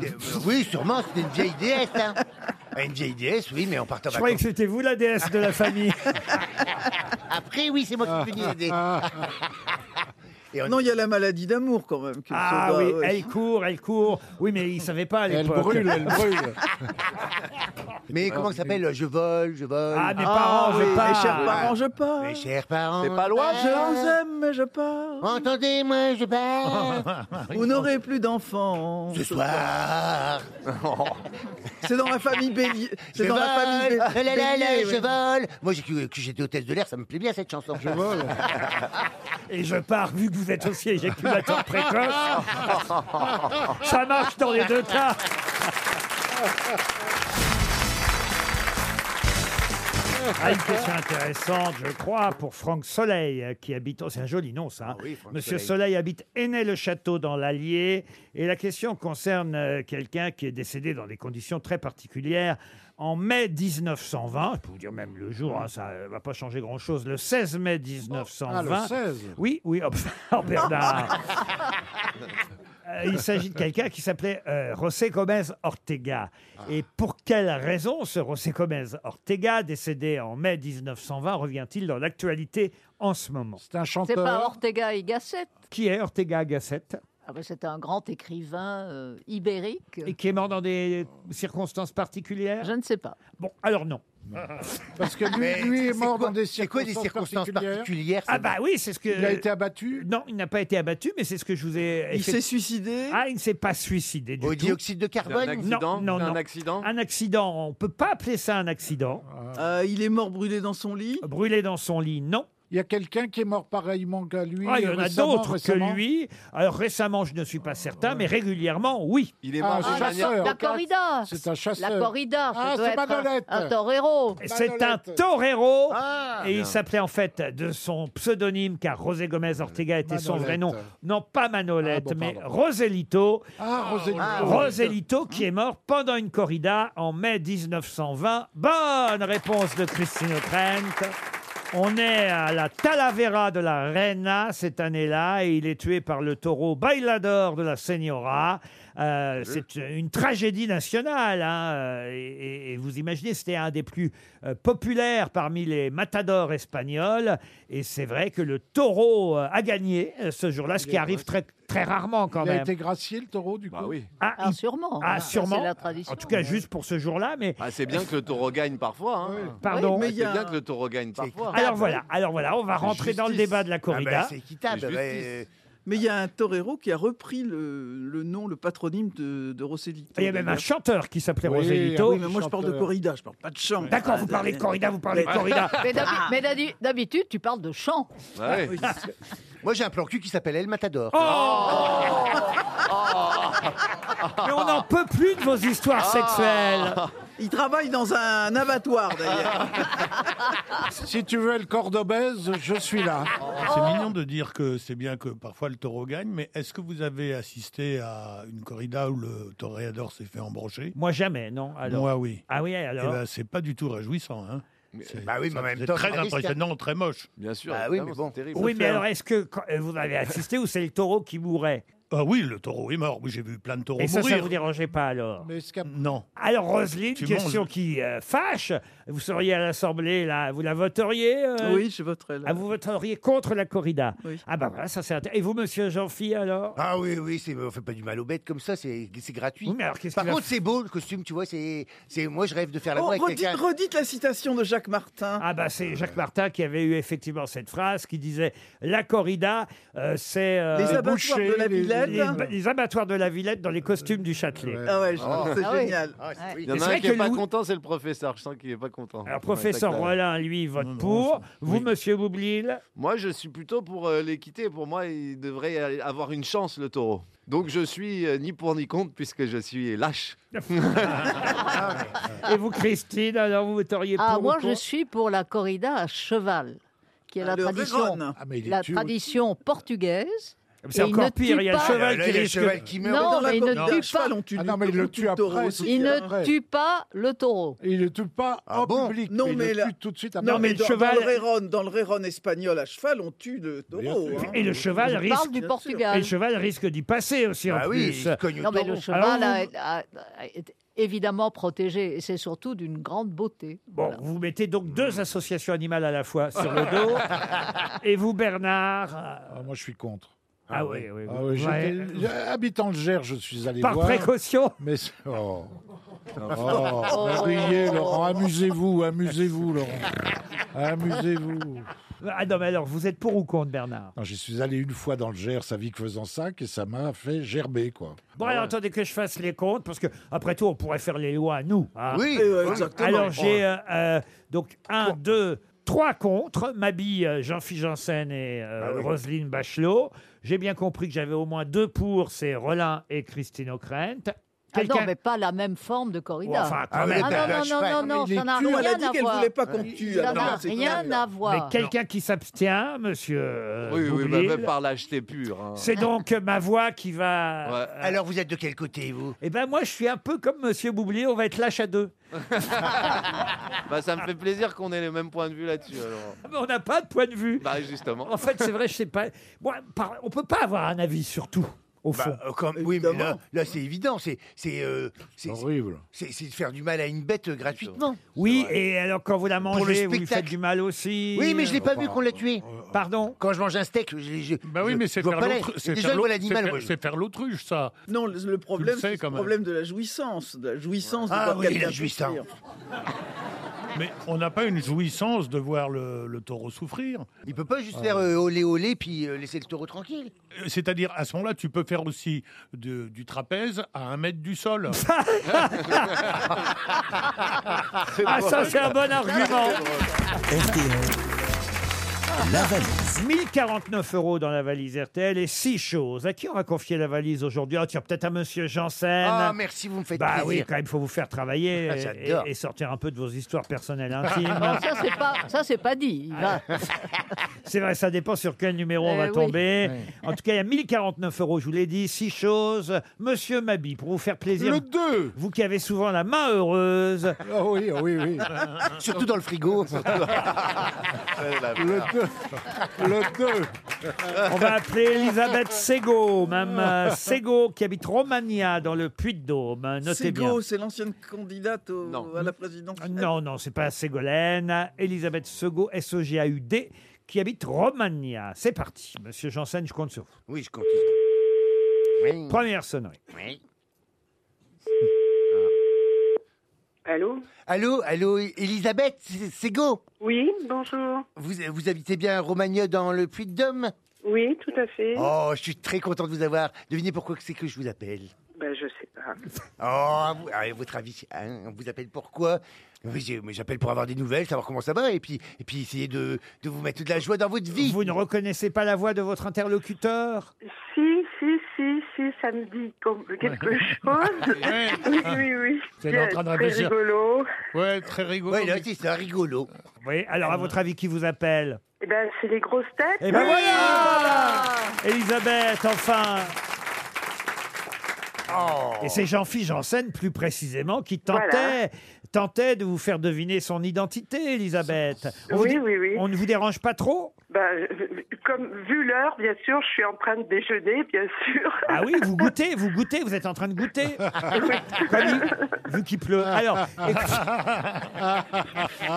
Speaker 5: Oui, sûrement, c'était une vieille déesse. Hein. [laughs] Une vieille déesse, oui, mais on partait en
Speaker 2: Je croyais que
Speaker 5: vacances.
Speaker 2: c'était vous la déesse de la famille.
Speaker 5: [laughs] Après, oui, c'est moi qui te [laughs] l'aider.
Speaker 8: Non, il y a la maladie d'amour quand même. que-
Speaker 2: Ah
Speaker 8: ça doit-
Speaker 2: oui,
Speaker 8: ouais.
Speaker 2: elle court, elle court. Oui, mais il savait pas à
Speaker 8: Elle
Speaker 2: l'époque.
Speaker 8: brûle, elle brûle.
Speaker 5: [laughs] Mais comment ça s'appelle Je vole, je vole.
Speaker 2: Ah, mes parents, je pars.
Speaker 8: Mes chers parents, je pars.
Speaker 5: Mes chers parents.
Speaker 4: C'est pas loin,
Speaker 5: je pars.
Speaker 8: Je vous aime, mais je pars.
Speaker 5: Entendez-moi, je pars.
Speaker 8: [laughs] Vous n'aurez plus d'enfants.
Speaker 5: Ce soir.
Speaker 8: C'est dans la famille Bélier.
Speaker 5: Je
Speaker 8: C'est dans la famille
Speaker 5: vole, la,
Speaker 8: Bé-
Speaker 5: la, la,
Speaker 8: Bélier,
Speaker 5: je
Speaker 8: oui.
Speaker 5: vole. Moi, j'ai cru que j'étais hôtesse de l'air, ça me plaît bien cette chanson. Je [laughs] vole.
Speaker 2: Et je pars, vu que vous êtes aussi [laughs] éjaculateur précoce.
Speaker 5: [laughs]
Speaker 2: Ah Ça marche dans les deux cas. Ah, une question intéressante, je crois, pour Franck Soleil, euh, qui habite. oh, c'est un joli nom, ça. hein.
Speaker 5: Franck
Speaker 2: Monsieur Soleil,
Speaker 5: Soleil.
Speaker 2: habite Aînay-le-Château, dans l'Allier. Et la question concerne euh, quelqu'un qui est décédé dans des conditions très particulières. En mai 1920, je peux vous dire même le jour, hein, ça ne va pas changer grand-chose, le 16 mai 1920.
Speaker 3: Ah, le 16.
Speaker 2: Oui, oui, oh, [laughs] oh,
Speaker 13: [laughs]
Speaker 2: Bernard. Euh, Il s'agit de quelqu'un qui s'appelait euh, José Gomez Ortega. Et pour quelle raison ce José Gomez Ortega, décédé en mai 1920, revient-il dans l'actualité en ce moment C'est un
Speaker 7: C'est pas Ortega et Gasset.
Speaker 2: Qui est Ortega Gasset
Speaker 7: Ah ben, C'était un grand écrivain euh, ibérique.
Speaker 2: Et qui est mort dans des circonstances particulières
Speaker 7: Je ne sais pas.
Speaker 2: Bon, alors non.
Speaker 3: [laughs] Parce que lui,
Speaker 2: Mais
Speaker 3: lui est
Speaker 2: c'est
Speaker 3: mort
Speaker 2: quoi-
Speaker 3: dans des
Speaker 2: c'est
Speaker 3: circonstances,
Speaker 2: quoi des circonstances
Speaker 5: particulières
Speaker 2: Ah bah oui, c'est ce que...
Speaker 3: Il a été abattu
Speaker 2: Non, il n'a pas été abattu, mais c'est ce que je vous ai...
Speaker 8: Il s'est suicidé
Speaker 2: Ah, il ne s'est pas suicidé du
Speaker 5: Au
Speaker 2: tout.
Speaker 5: dioxyde de carbone
Speaker 2: Non, non, non.
Speaker 4: Un accident
Speaker 2: Un accident, on peut pas appeler ça un accident.
Speaker 8: Euh, il est mort brûlé dans son lit
Speaker 2: Brûlé dans son lit, non.
Speaker 3: Il y a quelqu'un qui est mort pareillement qu'à lui
Speaker 2: Ah, il y en a
Speaker 3: récemment,
Speaker 2: d'autres que
Speaker 3: récemment
Speaker 2: lui. Alors récemment, je ne suis pas certain, mais régulièrement, oui.
Speaker 4: Il
Speaker 3: est mort Ah, d'une chasseur. manière-
Speaker 7: La corrida.
Speaker 2: C'est un chasseur.
Speaker 7: La corrida. ça
Speaker 2: Ah,
Speaker 7: doit
Speaker 2: c'est
Speaker 7: être un-
Speaker 2: Manolette.
Speaker 7: Un torero.
Speaker 2: C'est un torero et
Speaker 7: bien.
Speaker 2: il s'appelait en fait de son pseudonyme car José Gomez Ortega était son vrai nom. Non, pas Manolette, mais Roselito.
Speaker 3: Ah, Roselito.
Speaker 2: Ah, Roselito qui est mort pendant une corrida en mai 1920. Bonne réponse de Christine O'Krent. On est à la Talavera de la Reina cette année-là et il est tué par le taureau Bailador de la Senora. Euh, c'est une tragédie nationale. hein, euh, et, et- et vous imaginez, c'était un des plus euh, populaires parmi les matadors espagnols. Et c'est vrai que le taureau euh, a gagné euh, ce jour-là, ce qui arrive très, très rarement quand
Speaker 3: Il a
Speaker 2: même.
Speaker 3: été gracié, le taureau, du coup
Speaker 8: Bah
Speaker 4: oui.
Speaker 2: Ah, il-
Speaker 7: sûrement.
Speaker 2: Ah, sûrement.
Speaker 7: C'est la tradition.
Speaker 2: En tout cas, juste pour ce jour-là, mais.
Speaker 4: Ah, c'est bien que le taureau gagne parfois. hein.
Speaker 2: Pardon. Oui, mais
Speaker 4: c'est
Speaker 2: il y a-
Speaker 4: bien que le taureau gagne parfois.
Speaker 2: Alors voilà, alors voilà, on va
Speaker 4: C'est
Speaker 2: rentrer dans le
Speaker 4: justice.
Speaker 2: débat de la corrida. Ah
Speaker 5: équitable, ouais.
Speaker 8: Mais il y a un torero qui a repris le, le nom, le patronyme de, de Roselito.
Speaker 2: Ah, Il y a même un
Speaker 8: d'ailleurs.
Speaker 2: chanteur qui s'appelait
Speaker 8: Oui,
Speaker 9: ah
Speaker 2: Roselito.
Speaker 3: ah
Speaker 8: oui, mais moi je parle de corrida, je parle pas de chant. Ah,
Speaker 2: D'accord, vous parlez de corrida, vous parlez de corrida.
Speaker 7: [laughs] Mais d'habi- Mais d'habi- d'habitude, tu parles de chant.
Speaker 5: Ah,
Speaker 2: Ah,
Speaker 5: Moi, j'ai un plan cul qui s'appelle El Matador.
Speaker 13: Oh.
Speaker 2: Oh Mais on n'en peut plus de vos histoires
Speaker 5: Ah.
Speaker 2: sexuelles.
Speaker 8: Ah. Il travaille dans un abattoir
Speaker 3: Ah.
Speaker 8: d'ailleurs.
Speaker 3: Si tu veux le cordobèse, je suis là.
Speaker 9: C'est mignon de dire que c'est bien que parfois le taureau gagne, mais est-ce que vous avez assisté à une corrida où le toréador s'est fait embrocher
Speaker 2: Moi jamais, non. Alors.
Speaker 9: Moi oui.
Speaker 2: Ah oui, alors.
Speaker 9: Eh ben, c'est pas du tout réjouissant. Hein. C'est
Speaker 5: Bah oui, mais en
Speaker 9: ça-
Speaker 5: même
Speaker 9: c'est
Speaker 5: temps,
Speaker 9: très
Speaker 5: c'est un risque,
Speaker 9: impressionnant, très moche.
Speaker 4: Bien
Speaker 8: Ah
Speaker 4: sûr.
Speaker 9: Ah
Speaker 5: Bah oui, évidemment, mais bon. c'est
Speaker 2: Oui, mais alors est-ce que quand- euh, vous avez assisté ou c'est le taureau qui mourait
Speaker 9: Ah oui, le taureau est mort. Oui, j'ai vu plein de taureaux
Speaker 2: Et ça,
Speaker 9: mourir.
Speaker 2: ça vous dérangeait pas alors
Speaker 9: Non.
Speaker 2: Alors Roselyne,
Speaker 9: Tu
Speaker 2: question
Speaker 9: manges.
Speaker 2: qui euh, fâche. Vous seriez à l'Assemblée, là, vous la voteriez euh,
Speaker 8: Oui, je voterai. là.
Speaker 2: Ah, vous voteriez contre la corrida
Speaker 8: Oui.
Speaker 2: Ah bah voilà, ça c'est intéressant. Et vous, monsieur Jean-Phi, alors
Speaker 5: Ah oui, oui, c'est- on fait pas du mal aux bêtes comme ça, c'est c'est gratuit.
Speaker 2: Oui, mais alors, qu'est-ce
Speaker 5: Par
Speaker 2: qu'il va
Speaker 5: contre, c'est beau le costume, tu vois, c'est c'est- moi je rêve de faire la
Speaker 8: Oh,
Speaker 5: voix avec
Speaker 8: redites,
Speaker 5: quelqu'un.
Speaker 8: redites la citation de Jacques Martin.
Speaker 2: Ah bah c'est Jacques Martin qui avait eu effectivement cette phrase qui disait la corrida euh, c'est euh,
Speaker 8: Les Les abattoirs bouchers, de la
Speaker 2: les-
Speaker 8: Villette.
Speaker 2: les, ba- les abattoirs de la Villette dans les costumes du Châtelet.
Speaker 8: Ah ouais, je-
Speaker 4: Oh.
Speaker 8: c'est
Speaker 4: Ah
Speaker 5: oui.
Speaker 8: génial.
Speaker 4: Il y en
Speaker 2: C'est
Speaker 4: a un
Speaker 2: vrai
Speaker 4: qui
Speaker 2: que
Speaker 4: n'est pas
Speaker 2: Louis-
Speaker 4: content, c'est le professeur. Je sens qu'il n'est pas content.
Speaker 2: Alors professeur
Speaker 4: Ouais,
Speaker 2: Rollin lui vote pour, vous monsieur Boublil
Speaker 4: Moi, je suis plutôt pour euh, l'équité. Pour moi, il devrait euh, avoir une chance, le taureau. Donc, je suis euh, ni pour ni contre, puisque je suis
Speaker 2: [laughs]
Speaker 4: lâche.
Speaker 2: Ah, euh, et vous Christine alors vous voteriez
Speaker 7: Ah,
Speaker 2: pour ou
Speaker 7: moi, je
Speaker 2: contre
Speaker 7: suis pour la corrida à cheval, qui est la
Speaker 8: le
Speaker 7: tradition,
Speaker 8: Vérone. Ah, mais il est
Speaker 7: la
Speaker 8: tué
Speaker 7: tradition portugaise.
Speaker 2: Ah, C'est
Speaker 7: Et il
Speaker 2: encore
Speaker 7: ne
Speaker 2: pire,
Speaker 7: tue
Speaker 2: il y a le
Speaker 7: pas-
Speaker 2: cheval qui risque-
Speaker 7: Non,
Speaker 8: dans la
Speaker 7: mais il ne
Speaker 8: corrida,
Speaker 7: tue
Speaker 8: à cheval,
Speaker 7: pas.
Speaker 8: on tue
Speaker 3: Ah non, mais il le tue
Speaker 8: taureau
Speaker 3: après,
Speaker 8: aussi.
Speaker 3: c'est
Speaker 7: Il ne
Speaker 3: Après.
Speaker 7: tue pas le taureau.
Speaker 3: Il ne tue pas en public,
Speaker 8: Ah Non,
Speaker 3: mais,
Speaker 8: mais
Speaker 3: il le
Speaker 8: là-
Speaker 3: tue tout de suite après.
Speaker 8: Non, mais, dans, dans le Réron, dans le Réron espagnol à cheval, on tue le taureau. hein.
Speaker 2: et le cheval
Speaker 7: Je parle
Speaker 2: risque
Speaker 7: du
Speaker 2: et
Speaker 7: Portugal.
Speaker 2: le cheval risque d'y passer aussi en
Speaker 5: Bah oui,
Speaker 2: plus. Ah,
Speaker 5: il se cogne au
Speaker 7: Non, mais le
Speaker 5: taureau.
Speaker 7: cheval
Speaker 2: Alors,
Speaker 7: a- a- a- est évidemment protégé et c'est surtout d'une grande beauté.
Speaker 2: Bon, vous mettez donc deux associations animales à la fois sur le dos. Et vous, Bernard euh,
Speaker 3: Ah, moi, je suis contre.
Speaker 2: Ah oui, oui.
Speaker 3: Ah
Speaker 2: vous-
Speaker 3: oui, j'étais-
Speaker 2: ouais.
Speaker 3: j'ai- Habitant le Gers, je suis allé
Speaker 2: Par
Speaker 3: voir.
Speaker 2: précaution
Speaker 3: Mais c'est- oh. Oh, riez, Laurent, amusez-vous, amusez-vous, Laurent. Amusez-vous.
Speaker 2: Ah non, mais alors, vous êtes pour ou contre, Bernard
Speaker 3: Non, J'y suis allé une fois dans le Gers à Vic-Fezensac et ça m'a fait gerber, quoi.
Speaker 2: Bon, alors, attendez que je fasse les comptes, parce que après tout, on pourrait faire les lois, nous. hein.
Speaker 5: Oui,
Speaker 7: Eh,
Speaker 8: Euh, ouais, exactement.
Speaker 2: Alors, j'ai euh, euh, donc un, deux, trois contre. Mabille, euh, Jean-Philippe Janssen et euh,
Speaker 5: Ah oui.
Speaker 2: Roselyne Bachelot. J'ai bien compris que j'avais au moins deux pour, c'est Rollin et Christine O'Krent.
Speaker 7: Ah non,
Speaker 2: Quelqu'un-
Speaker 7: mais pas la même forme de corrida.
Speaker 2: Ouais, enfin, quand
Speaker 7: ah
Speaker 2: même.
Speaker 7: non, non, non, non, non,
Speaker 8: Il est
Speaker 7: ça n'a
Speaker 8: tué, elle a
Speaker 7: rien
Speaker 8: dit
Speaker 7: à
Speaker 8: qu'elle
Speaker 7: voir.
Speaker 8: voulait pas qu'on tue.
Speaker 7: Ça
Speaker 8: alors
Speaker 7: n'a
Speaker 8: c'est
Speaker 7: rien
Speaker 8: terrible.
Speaker 7: à
Speaker 2: Mais
Speaker 7: voir.
Speaker 2: quelqu'un qui s'abstient, monsieur. euh,
Speaker 4: Oui, oui,
Speaker 2: Boublil.
Speaker 4: bah, même par lâcheté pure. hein.
Speaker 2: C'est donc ma voix qui va.
Speaker 4: Ouais.
Speaker 5: Alors vous êtes de quel côté vous
Speaker 2: Eh ben moi, je suis un peu comme Monsieur Boublier, on va être lâche à deux.
Speaker 4: Bah, ça me fait plaisir qu'on ait les mêmes points de vue là-dessus. alors.
Speaker 2: Ah, Mais on n'a pas de point de vue.
Speaker 4: Bah, justement.
Speaker 2: En fait, c'est vrai, je sais pas. Moi, par- on peut pas avoir un avis sur tout, au fond.
Speaker 5: Bah, euh, comme- oui, mais là, là, c'est évident, c'est c'est euh, c'est-
Speaker 3: Horrible.
Speaker 5: c'est- c'est de faire du mal à une bête euh, gratuitement.
Speaker 2: oui, et alors quand vous la
Speaker 5: le
Speaker 2: mangez, vous lui faites
Speaker 5: spectacle.
Speaker 2: du mal aussi. euh,
Speaker 5: Oui, mais je l'ai pas vu
Speaker 3: bah,
Speaker 5: qu'on l'a tué.
Speaker 2: Pardon.
Speaker 5: Quand je mange un steak, je, je,
Speaker 9: Bah oui,
Speaker 5: je-
Speaker 9: mais
Speaker 5: je
Speaker 9: c'est
Speaker 5: vois
Speaker 9: faire
Speaker 5: pas la-
Speaker 9: l'autru- c'est
Speaker 5: Déjà,
Speaker 9: faire
Speaker 5: je vois
Speaker 9: l'au- c'est
Speaker 5: l'animal.
Speaker 9: faire-
Speaker 5: moi, je-
Speaker 9: c'est faire l'autruche, ça.
Speaker 8: Non, le, le problème,
Speaker 9: sais,
Speaker 8: c'est
Speaker 9: quand
Speaker 8: le
Speaker 9: même.
Speaker 8: problème de la jouissance. De la jouissance
Speaker 5: Ah
Speaker 8: de voir
Speaker 5: oui,
Speaker 8: quelqu'un
Speaker 5: la jouissance.
Speaker 8: souffrir.
Speaker 9: Mais on n'a pas une jouissance de voir le, le taureau souffrir.
Speaker 5: Il peut pas juste faire euh, olé olé puis euh, laisser le taureau tranquille.
Speaker 9: Euh, C'est-à-dire, à ce moment-là, tu peux faire aussi de- du trapèze à un mètre du
Speaker 2: [laughs]
Speaker 9: sol.
Speaker 4: [laughs]
Speaker 2: Ah, ça, c'est un bon argument.
Speaker 1: RTL, La valise.
Speaker 2: 1049 euros dans la valise RTL et six choses. À qui on va confier la valise aujourd'hui Ah Tiens, peut-être à Monsieur Janssen.
Speaker 5: Ah, merci, vous me faites
Speaker 2: Bah oui,
Speaker 5: plaisir.
Speaker 2: quand même, faut vous faire
Speaker 5: [laughs]
Speaker 2: travailler
Speaker 5: Ah,
Speaker 2: et-
Speaker 5: j'adore. Ah,
Speaker 2: et, et sortir un peu de vos histoires personnelles intimes.
Speaker 5: [laughs]
Speaker 7: Non, ça, c'est pas, ça, c'est pas dit. Il
Speaker 2: Ah,
Speaker 7: va-
Speaker 2: C'est vrai, ça dépend sur quel numéro on
Speaker 7: Eh
Speaker 2: va
Speaker 7: oui.
Speaker 2: tomber.
Speaker 7: Ouais.
Speaker 2: En tout cas, il y a 1049 euros, je vous l'ai dit. Six choses. Monsieur Mabi, pour vous faire plaisir.
Speaker 5: Le
Speaker 2: 2 Vous qui avez souvent la main heureuse.
Speaker 3: Ah oui, ah oui, oui.
Speaker 5: [laughs] Surtout dans le frigo.
Speaker 3: [laughs] Le 2. Le 2.
Speaker 2: On va appeler Elisabeth Sego, Mme Sego, qui habite Romagna, dans le Puy-de-Dôme. Notez bien.
Speaker 8: Sego, c'est l'ancienne candidate au- à la présidence.
Speaker 2: Non, non, c'est pas Ségolène. Elisabeth Sego, S-E-G-A-U-D, qui habite Romagna. C'est parti. Monsieur Janssen, je compte sur vous.
Speaker 5: Oui, je compte.
Speaker 2: Première sonnerie.
Speaker 5: Oui. Allô Allô, allô, Elisabeth c'est- Sego
Speaker 18: Oui, bonjour.
Speaker 5: Vous, vous habitez bien Romagneux dans le Puy-de-Dôme
Speaker 18: Oui, tout à fait.
Speaker 5: Oh, je suis très content de vous avoir. Devinez pourquoi que c'est que je vous appelle.
Speaker 18: Ben, je sais pas.
Speaker 5: Oh, à vous- à votre avis, hein, on vous appelle pourquoi Oui, j'ai- mais j'appelle pour avoir des nouvelles, savoir comment ça va, et puis, et puis essayer de, de vous mettre de la joie dans votre vie.
Speaker 2: Vous ne reconnaissez pas la voix de votre interlocuteur
Speaker 18: Si, si, si, si, ça me dit comme
Speaker 17: [laughs]
Speaker 18: quelque chose. Oui, oui, oui.
Speaker 2: C'est en train de
Speaker 18: Très
Speaker 2: réfléchir.
Speaker 18: rigolo.
Speaker 9: Ouais, très rigolo.
Speaker 5: Oui, là aussi, c'est un rigolo.
Speaker 2: Oui, alors à votre avis, qui vous appelle
Speaker 18: Eh ben, c'est les grosses têtes.
Speaker 2: Eh ben voilà Elisabeth, enfin Et c'est Jean-Philippe Janssen, plus précisément, qui tentait,
Speaker 18: Oh. Voilà.
Speaker 2: tentait de vous faire deviner son identité, Elisabeth.
Speaker 18: Oui,
Speaker 2: vous-
Speaker 18: oui, oui.
Speaker 2: On ne vous dérange pas trop
Speaker 18: Ben, je- comme vu l'heure, bien sûr, je suis en train de déjeuner, bien sûr.
Speaker 2: Ah oui, vous goûtez, vous goûtez, vous êtes en train
Speaker 18: [laughs]
Speaker 2: de goûter. Comme il- vu qu'il pleut. Alors,
Speaker 18: [laughs]
Speaker 2: écoute-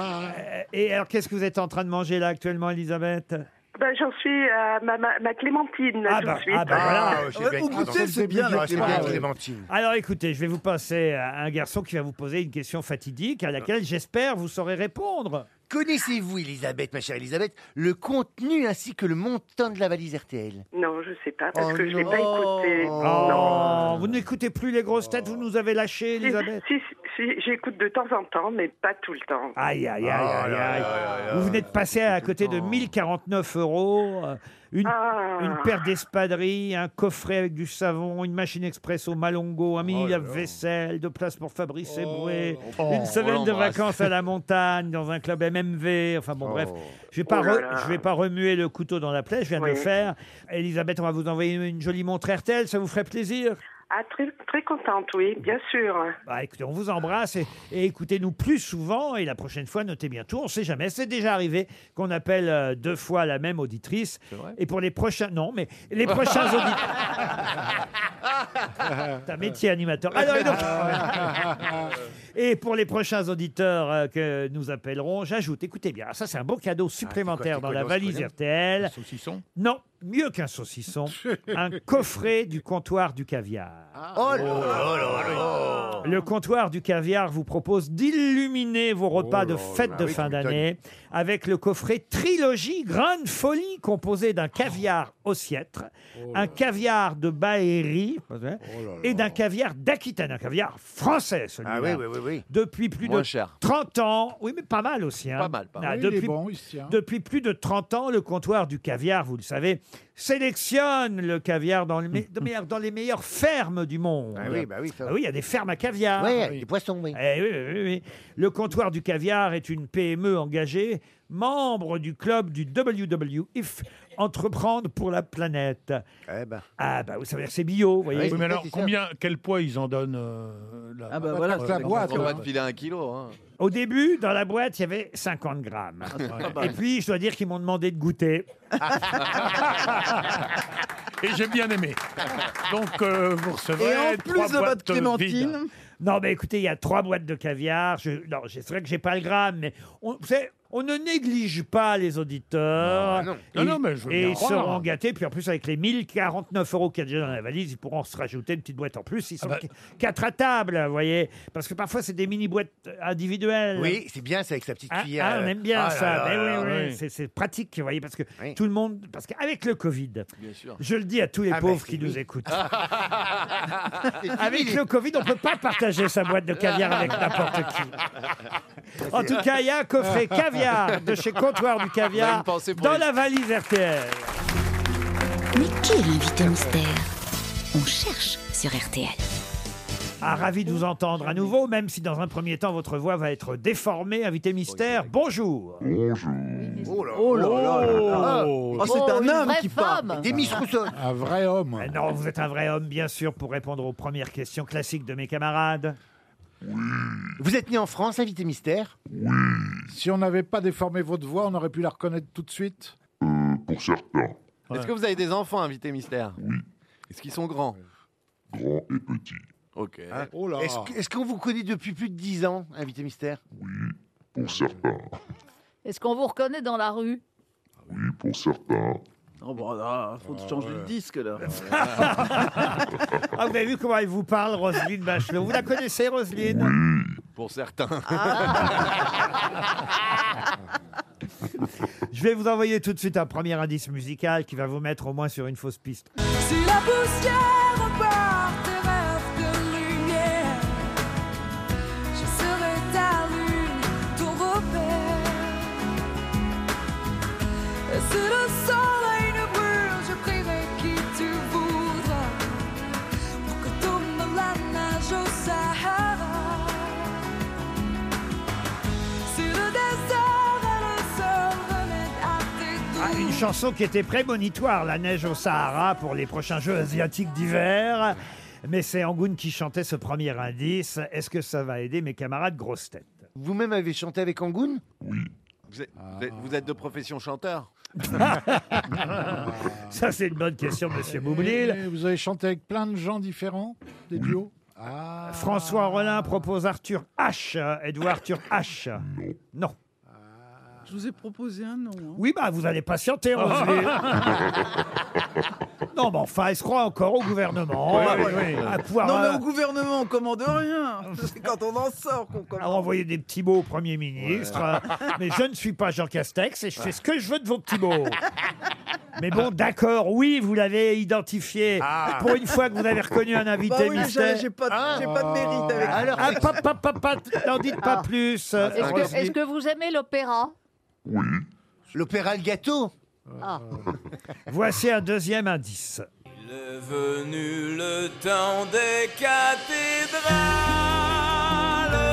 Speaker 2: et alors, qu'est-ce que vous êtes en train de manger là actuellement, Elisabeth
Speaker 18: Ben, j'en suis à ma, ma- ma clémentine là,
Speaker 2: Ah
Speaker 18: tout
Speaker 2: bah,
Speaker 18: de suite.
Speaker 2: ah bah voilà.
Speaker 5: j'ai bien-
Speaker 2: goûter,
Speaker 5: attends,
Speaker 2: c'est bien,
Speaker 5: début
Speaker 2: la
Speaker 5: de- c'est bien,
Speaker 2: Clémentine.
Speaker 5: Clémentine.
Speaker 2: Alors écoutez, je vais vous passer à un garçon qui va vous poser une question fatidique à laquelle j'espère vous saurez répondre.
Speaker 5: Connaissez-vous, Elisabeth, ma chère Elisabeth, le contenu ainsi que le montant de la valise RTL
Speaker 18: Non, je sais pas, parce
Speaker 5: Oh
Speaker 18: que je l'ai pas
Speaker 5: non.
Speaker 18: écouté.
Speaker 5: Oh.
Speaker 2: Oh, vous n'écoutez plus les grosses têtes, vous nous avez lâchés,
Speaker 18: Si,
Speaker 2: Elisabeth.
Speaker 18: si, si, j'écoute de temps en temps, mais pas tout le temps.
Speaker 2: Aïe, aïe, aïe,
Speaker 5: Ah,
Speaker 2: aïe, aïe.
Speaker 18: là.
Speaker 2: Vous venez de passer à côté de 1049 euros, euh, une,
Speaker 18: Ah.
Speaker 2: une paire d'espadrilles, un coffret avec du savon, une machine express au Malongo, un mini lave-vaisselle, deux places pour Fabrice Eboué,
Speaker 13: Oh,
Speaker 2: une semaine
Speaker 13: on
Speaker 2: de
Speaker 13: l'embrasse.
Speaker 2: vacances à la montagne dans un club MMV. Enfin bon, bref, je ne vais, pas
Speaker 13: Oh là
Speaker 2: re-
Speaker 13: là.
Speaker 2: je vais pas remuer le couteau dans la plaie, je viens de le
Speaker 18: Oui.
Speaker 2: faire. Elisabeth, on va vous envoyer une, une jolie montre RTL, ça vous ferait plaisir
Speaker 18: Ah, très, très contente, oui, bien sûr.
Speaker 2: bah, écoutez, on vous embrasse et, et écoutez-nous plus souvent. Et la prochaine fois, notez bien tout. On ne sait jamais. C'est déjà arrivé qu'on appelle euh, deux fois la même auditrice. Et pour les prochains. Non, mais les prochains auditeurs. T'as métier animateur. Alors, et, donc- Et pour les prochains auditeurs euh, que nous appellerons, j'ajoute, écoutez bien, ça c'est un beau
Speaker 5: Ah,
Speaker 2: cadeau supplémentaire
Speaker 9: c'est
Speaker 2: dans
Speaker 9: quoi,
Speaker 2: la
Speaker 9: dans ce
Speaker 2: valise
Speaker 9: programme
Speaker 2: RTL.
Speaker 9: Un saucisson
Speaker 2: Non, mieux
Speaker 5: [laughs]
Speaker 2: qu'un saucisson, un coffret du comptoir du caviar.
Speaker 5: Oh là là là là
Speaker 2: Le comptoir du caviar vous propose d'illuminer vos
Speaker 5: Oh
Speaker 2: repas de fête de fin d'année avec le coffret trilogie Grande Folie composé d'un caviar
Speaker 5: Oh.
Speaker 2: ossiètre, un caviar de Baérie
Speaker 5: Oh
Speaker 2: et d'un caviar d'Aquitaine, un caviar français celui-là.
Speaker 5: Ah oui, oui, oui, oui.
Speaker 2: Depuis plus
Speaker 5: Moins
Speaker 2: de
Speaker 5: cher.
Speaker 2: 30 ans, oui mais pas mal aussi. hein.
Speaker 5: Pas mal, pas mal.
Speaker 2: Ah,
Speaker 5: Oui, il est
Speaker 2: depuis,
Speaker 5: bon, il se tient.
Speaker 2: depuis plus de 30 ans, le comptoir du caviar, vous le savez, sélectionne le caviar dans, le me-
Speaker 5: [laughs]
Speaker 2: de meilleur- dans les meilleures fermes du monde.
Speaker 5: Ah oui, bah oui, ça-
Speaker 2: Ah il y a des fermes à caviar.
Speaker 5: Ouais, des poissons, oui.
Speaker 2: Eh oui, oui, oui, oui. Le comptoir du caviar est une PME engagée, membre du club du WWF, Entreprendre pour la planète.
Speaker 5: Eh ben.
Speaker 2: Ah bah, vous savez, c'est bio, vous voyez.
Speaker 9: Oui, mais alors, combien, quel
Speaker 2: [laughs]
Speaker 9: poids ils en donnent euh, là
Speaker 2: [laughs] Ah bah voilà,
Speaker 9: euh,
Speaker 2: c'est la
Speaker 9: les
Speaker 2: boîte,
Speaker 4: On
Speaker 9: enfants
Speaker 4: va te filer un kilo. Hein.
Speaker 2: Au début, dans la boîte, il y avait 50 grammes.
Speaker 9: Ah,
Speaker 4: ouais.
Speaker 2: Et puis, je dois dire qu'ils m'ont demandé de
Speaker 9: [laughs]
Speaker 2: goûter.
Speaker 9: Et j'ai bien aimé. Donc, euh, vous recevrez trois boîtes vides.
Speaker 2: Non, mais écoutez, il y a trois boîtes de caviar. Je, non, je- c'est vrai que j'ai pas le gramme, mais on, vous savez, on ne néglige pas les auditeurs.
Speaker 9: Non, non.
Speaker 2: Et-
Speaker 9: Non, non, mais je veux
Speaker 2: et
Speaker 9: bien
Speaker 2: ils
Speaker 9: croire.
Speaker 2: seront gâtés. Puis en plus, avec les 1049 euros qu'il y a déjà dans la valise, ils pourront se rajouter une petite boîte en plus. Ils
Speaker 9: Ah bah
Speaker 2: sont qu- quatre à table, vous voyez. Parce que parfois, c'est des mini-boîtes individuelles.
Speaker 5: Oui, c'est bien, c'est avec sa petite
Speaker 2: Euh, Ah,
Speaker 5: cuillère.
Speaker 2: ah, on aime bien
Speaker 5: Ah là
Speaker 2: ça.
Speaker 5: là
Speaker 2: Mais
Speaker 5: là
Speaker 2: oui,
Speaker 5: là.
Speaker 2: oui, c'est- C'est pratique, vous voyez, parce que tout le monde. Parce qu'avec le Covid,
Speaker 4: Bien sûr.
Speaker 2: je le dis à tous les
Speaker 5: Ah, mais
Speaker 2: pauvres
Speaker 5: c'est
Speaker 2: qui nous
Speaker 5: oui.
Speaker 13: [laughs]
Speaker 5: Ah.
Speaker 2: écoutent.
Speaker 5: C'est
Speaker 2: Avec
Speaker 5: fini,
Speaker 2: le
Speaker 5: les-
Speaker 2: Covid, on ne peut
Speaker 5: Ah.
Speaker 2: pas partager sa boîte de caviar avec n'importe qui. En tout cas, il y a un coffret caviar de chez Comptoir du Caviar dans la valise RTL.
Speaker 10: Mais qui est l'invité mystère On cherche sur RTL.
Speaker 2: Ah, ravi de vous entendre à nouveau, même si dans un premier temps votre voix va être déformée. Invité mystère, bonjour.
Speaker 5: Oh là
Speaker 2: Oh là là là là.
Speaker 5: Oh, c'est un homme qui parle. Des Miss [laughs] Rousseau.
Speaker 2: Un vrai homme. Ah non, vous êtes un vrai homme, bien sûr, pour répondre aux premières questions classiques de mes camarades.
Speaker 5: Vous êtes né en France, invité mystère
Speaker 3: Si on n'avait pas déformé votre voix, on aurait pu la reconnaître tout de suite
Speaker 19: Pour certains,
Speaker 4: Est-ce que vous avez des enfants, invité mystère Oui. Est-ce qu'ils sont grands
Speaker 19: grands et petits.
Speaker 4: Ok.
Speaker 2: Hein
Speaker 5: Est-ce que- est-ce qu'on vous connaît depuis plus de 10 ans, invité mystère
Speaker 19: Pour certains,
Speaker 7: Est-ce qu'on vous reconnaît dans la rue
Speaker 19: oui, pour certains.
Speaker 8: Oh, bon, là, faut changer de disque, là.
Speaker 2: [laughs] Ah, vous avez vu comment elle vous parle, Roselyne Bachelot. Vous la connaissez, Roselyne
Speaker 4: Pour certains.
Speaker 8: Ah.
Speaker 2: Je vais vous envoyer tout de suite un premier indice musical qui va vous mettre au moins sur une fausse piste.
Speaker 13: Si la poussière repart tes rêves de lumière, je serai ta lune, ton repère. Et si le soleil ne brûle, je prierai qui tu voudras pour que tombe la neige au Sahara. Si le désert est le seul remède à tes
Speaker 2: Ah, une chanson qui était prémonitoire, La neige au Sahara, pour les prochains Jeux asiatiques d'hiver. Mais c'est Angoun qui chantait ce premier indice. Est-ce que ça va aider mes camarades grosses têtes
Speaker 5: Vous-même avez chanté avec Angoun
Speaker 4: [laughs] Vous êtes, vous êtes- vous êtes de profession chanteur
Speaker 2: [laughs] Ça, c'est une bonne question, monsieur Boublil.
Speaker 3: Et Vous avez chanté avec plein de gens différents, des duos Ah,
Speaker 2: François Rollin propose Arthur H. Euh, Êtes-vous Arthur H Non.
Speaker 8: Je vous ai proposé un nom. hein.
Speaker 2: Oui, bah, vous allez patienter,
Speaker 5: [laughs]
Speaker 2: Roselyne. non, mais enfin, elle se croit encore au gouvernement.
Speaker 8: Ouais,
Speaker 2: à-
Speaker 8: ouais, ouais.
Speaker 2: À pouvoir
Speaker 8: non, mais
Speaker 2: euh,
Speaker 8: au gouvernement, on commande rien. C'est quand on en sort qu'on
Speaker 2: à
Speaker 8: commande.
Speaker 2: renvoyer des petits mots au Premier ministre.
Speaker 8: Ouais.
Speaker 2: Euh, Mais je ne suis pas Jean Castex et je fais ce que je veux de vos petits
Speaker 8: [laughs]
Speaker 2: mots. Mais bon, d'accord, oui, vous l'avez identifié. Pour une fois que vous avez reconnu un invité
Speaker 8: Ah. Bah oui, mais
Speaker 2: mystère.
Speaker 8: j'ai- j'ai pas de-
Speaker 7: Hein
Speaker 8: j'ai pas de mérite avec-
Speaker 2: Alors,
Speaker 8: Alors,
Speaker 2: ah, pa- pa- pa- pa- n'en dites pas
Speaker 8: Ah.
Speaker 2: plus. euh,
Speaker 7: Est-ce que, est-ce
Speaker 2: Roselyne.
Speaker 7: que vous aimez l'opéra
Speaker 5: L'opéra Le Gâteau
Speaker 7: Ah.
Speaker 2: Voici un deuxième indice.
Speaker 13: Il est venu le temps des cathédrales.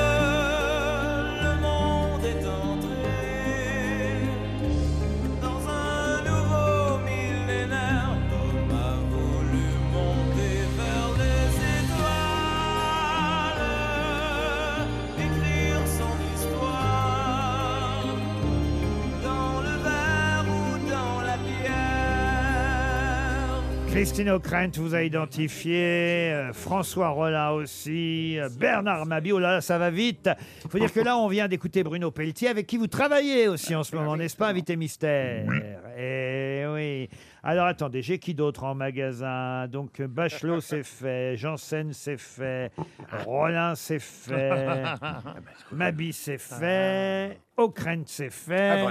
Speaker 13: Le monde est entré dans un nouveau millénaire. L'homme a voulu monter vers les étoiles, écrire son histoire dans le verre ou dans la pierre.
Speaker 2: Christine O'Krent vous a identifié, euh, François Rollin aussi, euh, Bernard Mabi, oh là là, ça va vite. Il faut dire que là, on vient d'écouter Bruno Pelletier, avec qui vous travaillez aussi en ce moment, n'est-ce pas, invité mystère Eh oui. Alors attendez, j'ai qui d'autre en magasin Donc Bachelot, c'est fait, Janssen, c'est fait, Rollin, c'est fait, Mabi, c'est fait, O'Krent, c'est fait.
Speaker 9: Eh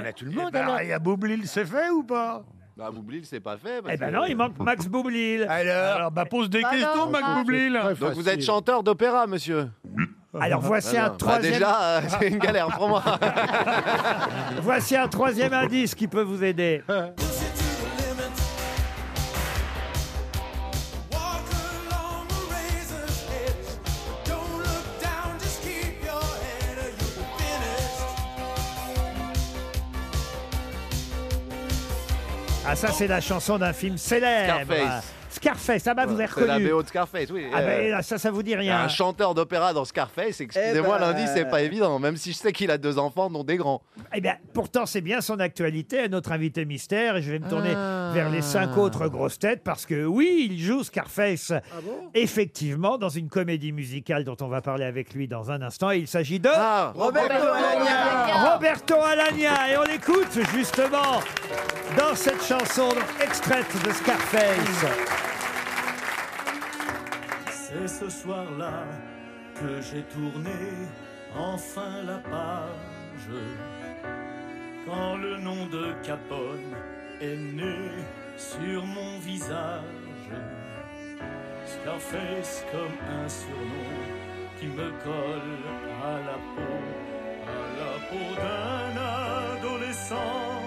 Speaker 9: ben, Il y a Boublil, c'est fait ou pas
Speaker 4: Bah, Boublil, c'est pas fait. parce
Speaker 2: Eh ben
Speaker 4: que-
Speaker 2: non, il
Speaker 4: [laughs]
Speaker 2: manque Max Boublil.
Speaker 5: Alors,
Speaker 9: bah pose des
Speaker 4: Bah
Speaker 9: questions,
Speaker 4: non,
Speaker 9: Mac
Speaker 4: bah.
Speaker 9: Boublil.
Speaker 4: Donc vous êtes chanteur d'opéra, monsieur
Speaker 2: Alors voici
Speaker 4: Ah
Speaker 2: un
Speaker 4: non. Bah,
Speaker 2: troisième.
Speaker 4: déjà, euh, c'est une galère pour moi.
Speaker 2: [laughs] voici un troisième indice qui peut vous
Speaker 4: [laughs]
Speaker 2: aider.
Speaker 13: Walk along the razor's edge. Don't look down, just keep your head or you'll be finished.
Speaker 2: Ah ça c'est la chanson d'un film célèbre.
Speaker 4: Scarface.
Speaker 2: Scarface, ah bah vous avez
Speaker 4: C'est la
Speaker 2: reconnu.
Speaker 4: BO de Scarface, oui.
Speaker 2: Ah
Speaker 4: Euh,
Speaker 2: bah, là, ça ça vous dit
Speaker 4: il y a
Speaker 2: rien.
Speaker 4: un chanteur d'opéra dans Scarface, excusez-moi,
Speaker 2: ben-
Speaker 4: lundi, c'est pas évident, même si je sais qu'il a deux enfants, dont des grands.
Speaker 2: Eh bien pourtant c'est bien son actualité, notre invité mystère et je vais me tourner
Speaker 4: Ah.
Speaker 2: vers les cinq autres grosses têtes parce que oui, il joue Scarface.
Speaker 13: Ah
Speaker 2: Effectivement dans une comédie musicale dont on va parler avec lui dans un instant, il s'agit de
Speaker 13: Ah, Roberto Roberto Alagna. Alagna.
Speaker 2: Roberto Alagna et on l'écoute justement dans cette chanson donc, extraite de Scarface.
Speaker 13: C'est ce soir-là que j'ai tourné enfin la page. Quand le nom de Capone est né sur mon visage. Scarface comme un surnom qui me colle à la peau, à la peau d'un
Speaker 20: innocent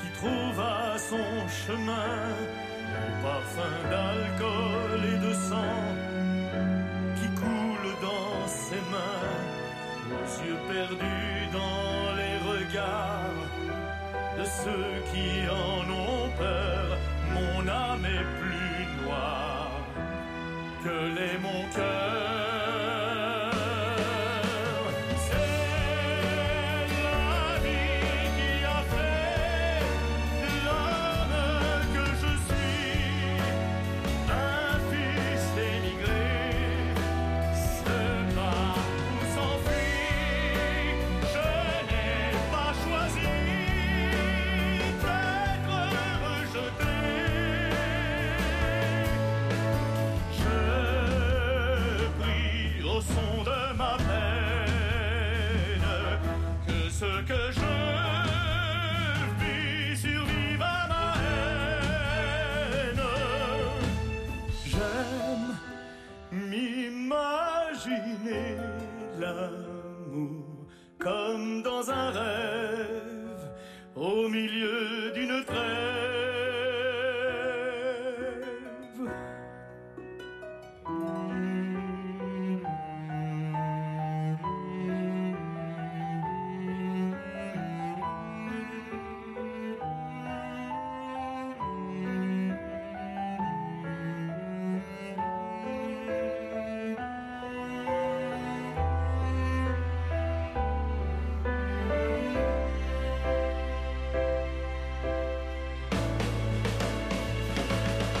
Speaker 20: qui trouva son chemin au parfum d'alcool et de sang qui coule dans ses mains, aux yeux perdus dans les regards de ceux qui en ont peur. Mon âme est plus noire que l'est mon cœur. C'est la vie qui a fait l'homme que je suis. Un fils émigré, se bat ou s'enfuit. Je n'ai pas choisi d'être rejeté. Je prie au son de ma peine que ce que je vis survive à ma haine. J'aime m'imaginer l'amour comme dans un rêve au milieu d'une trêve.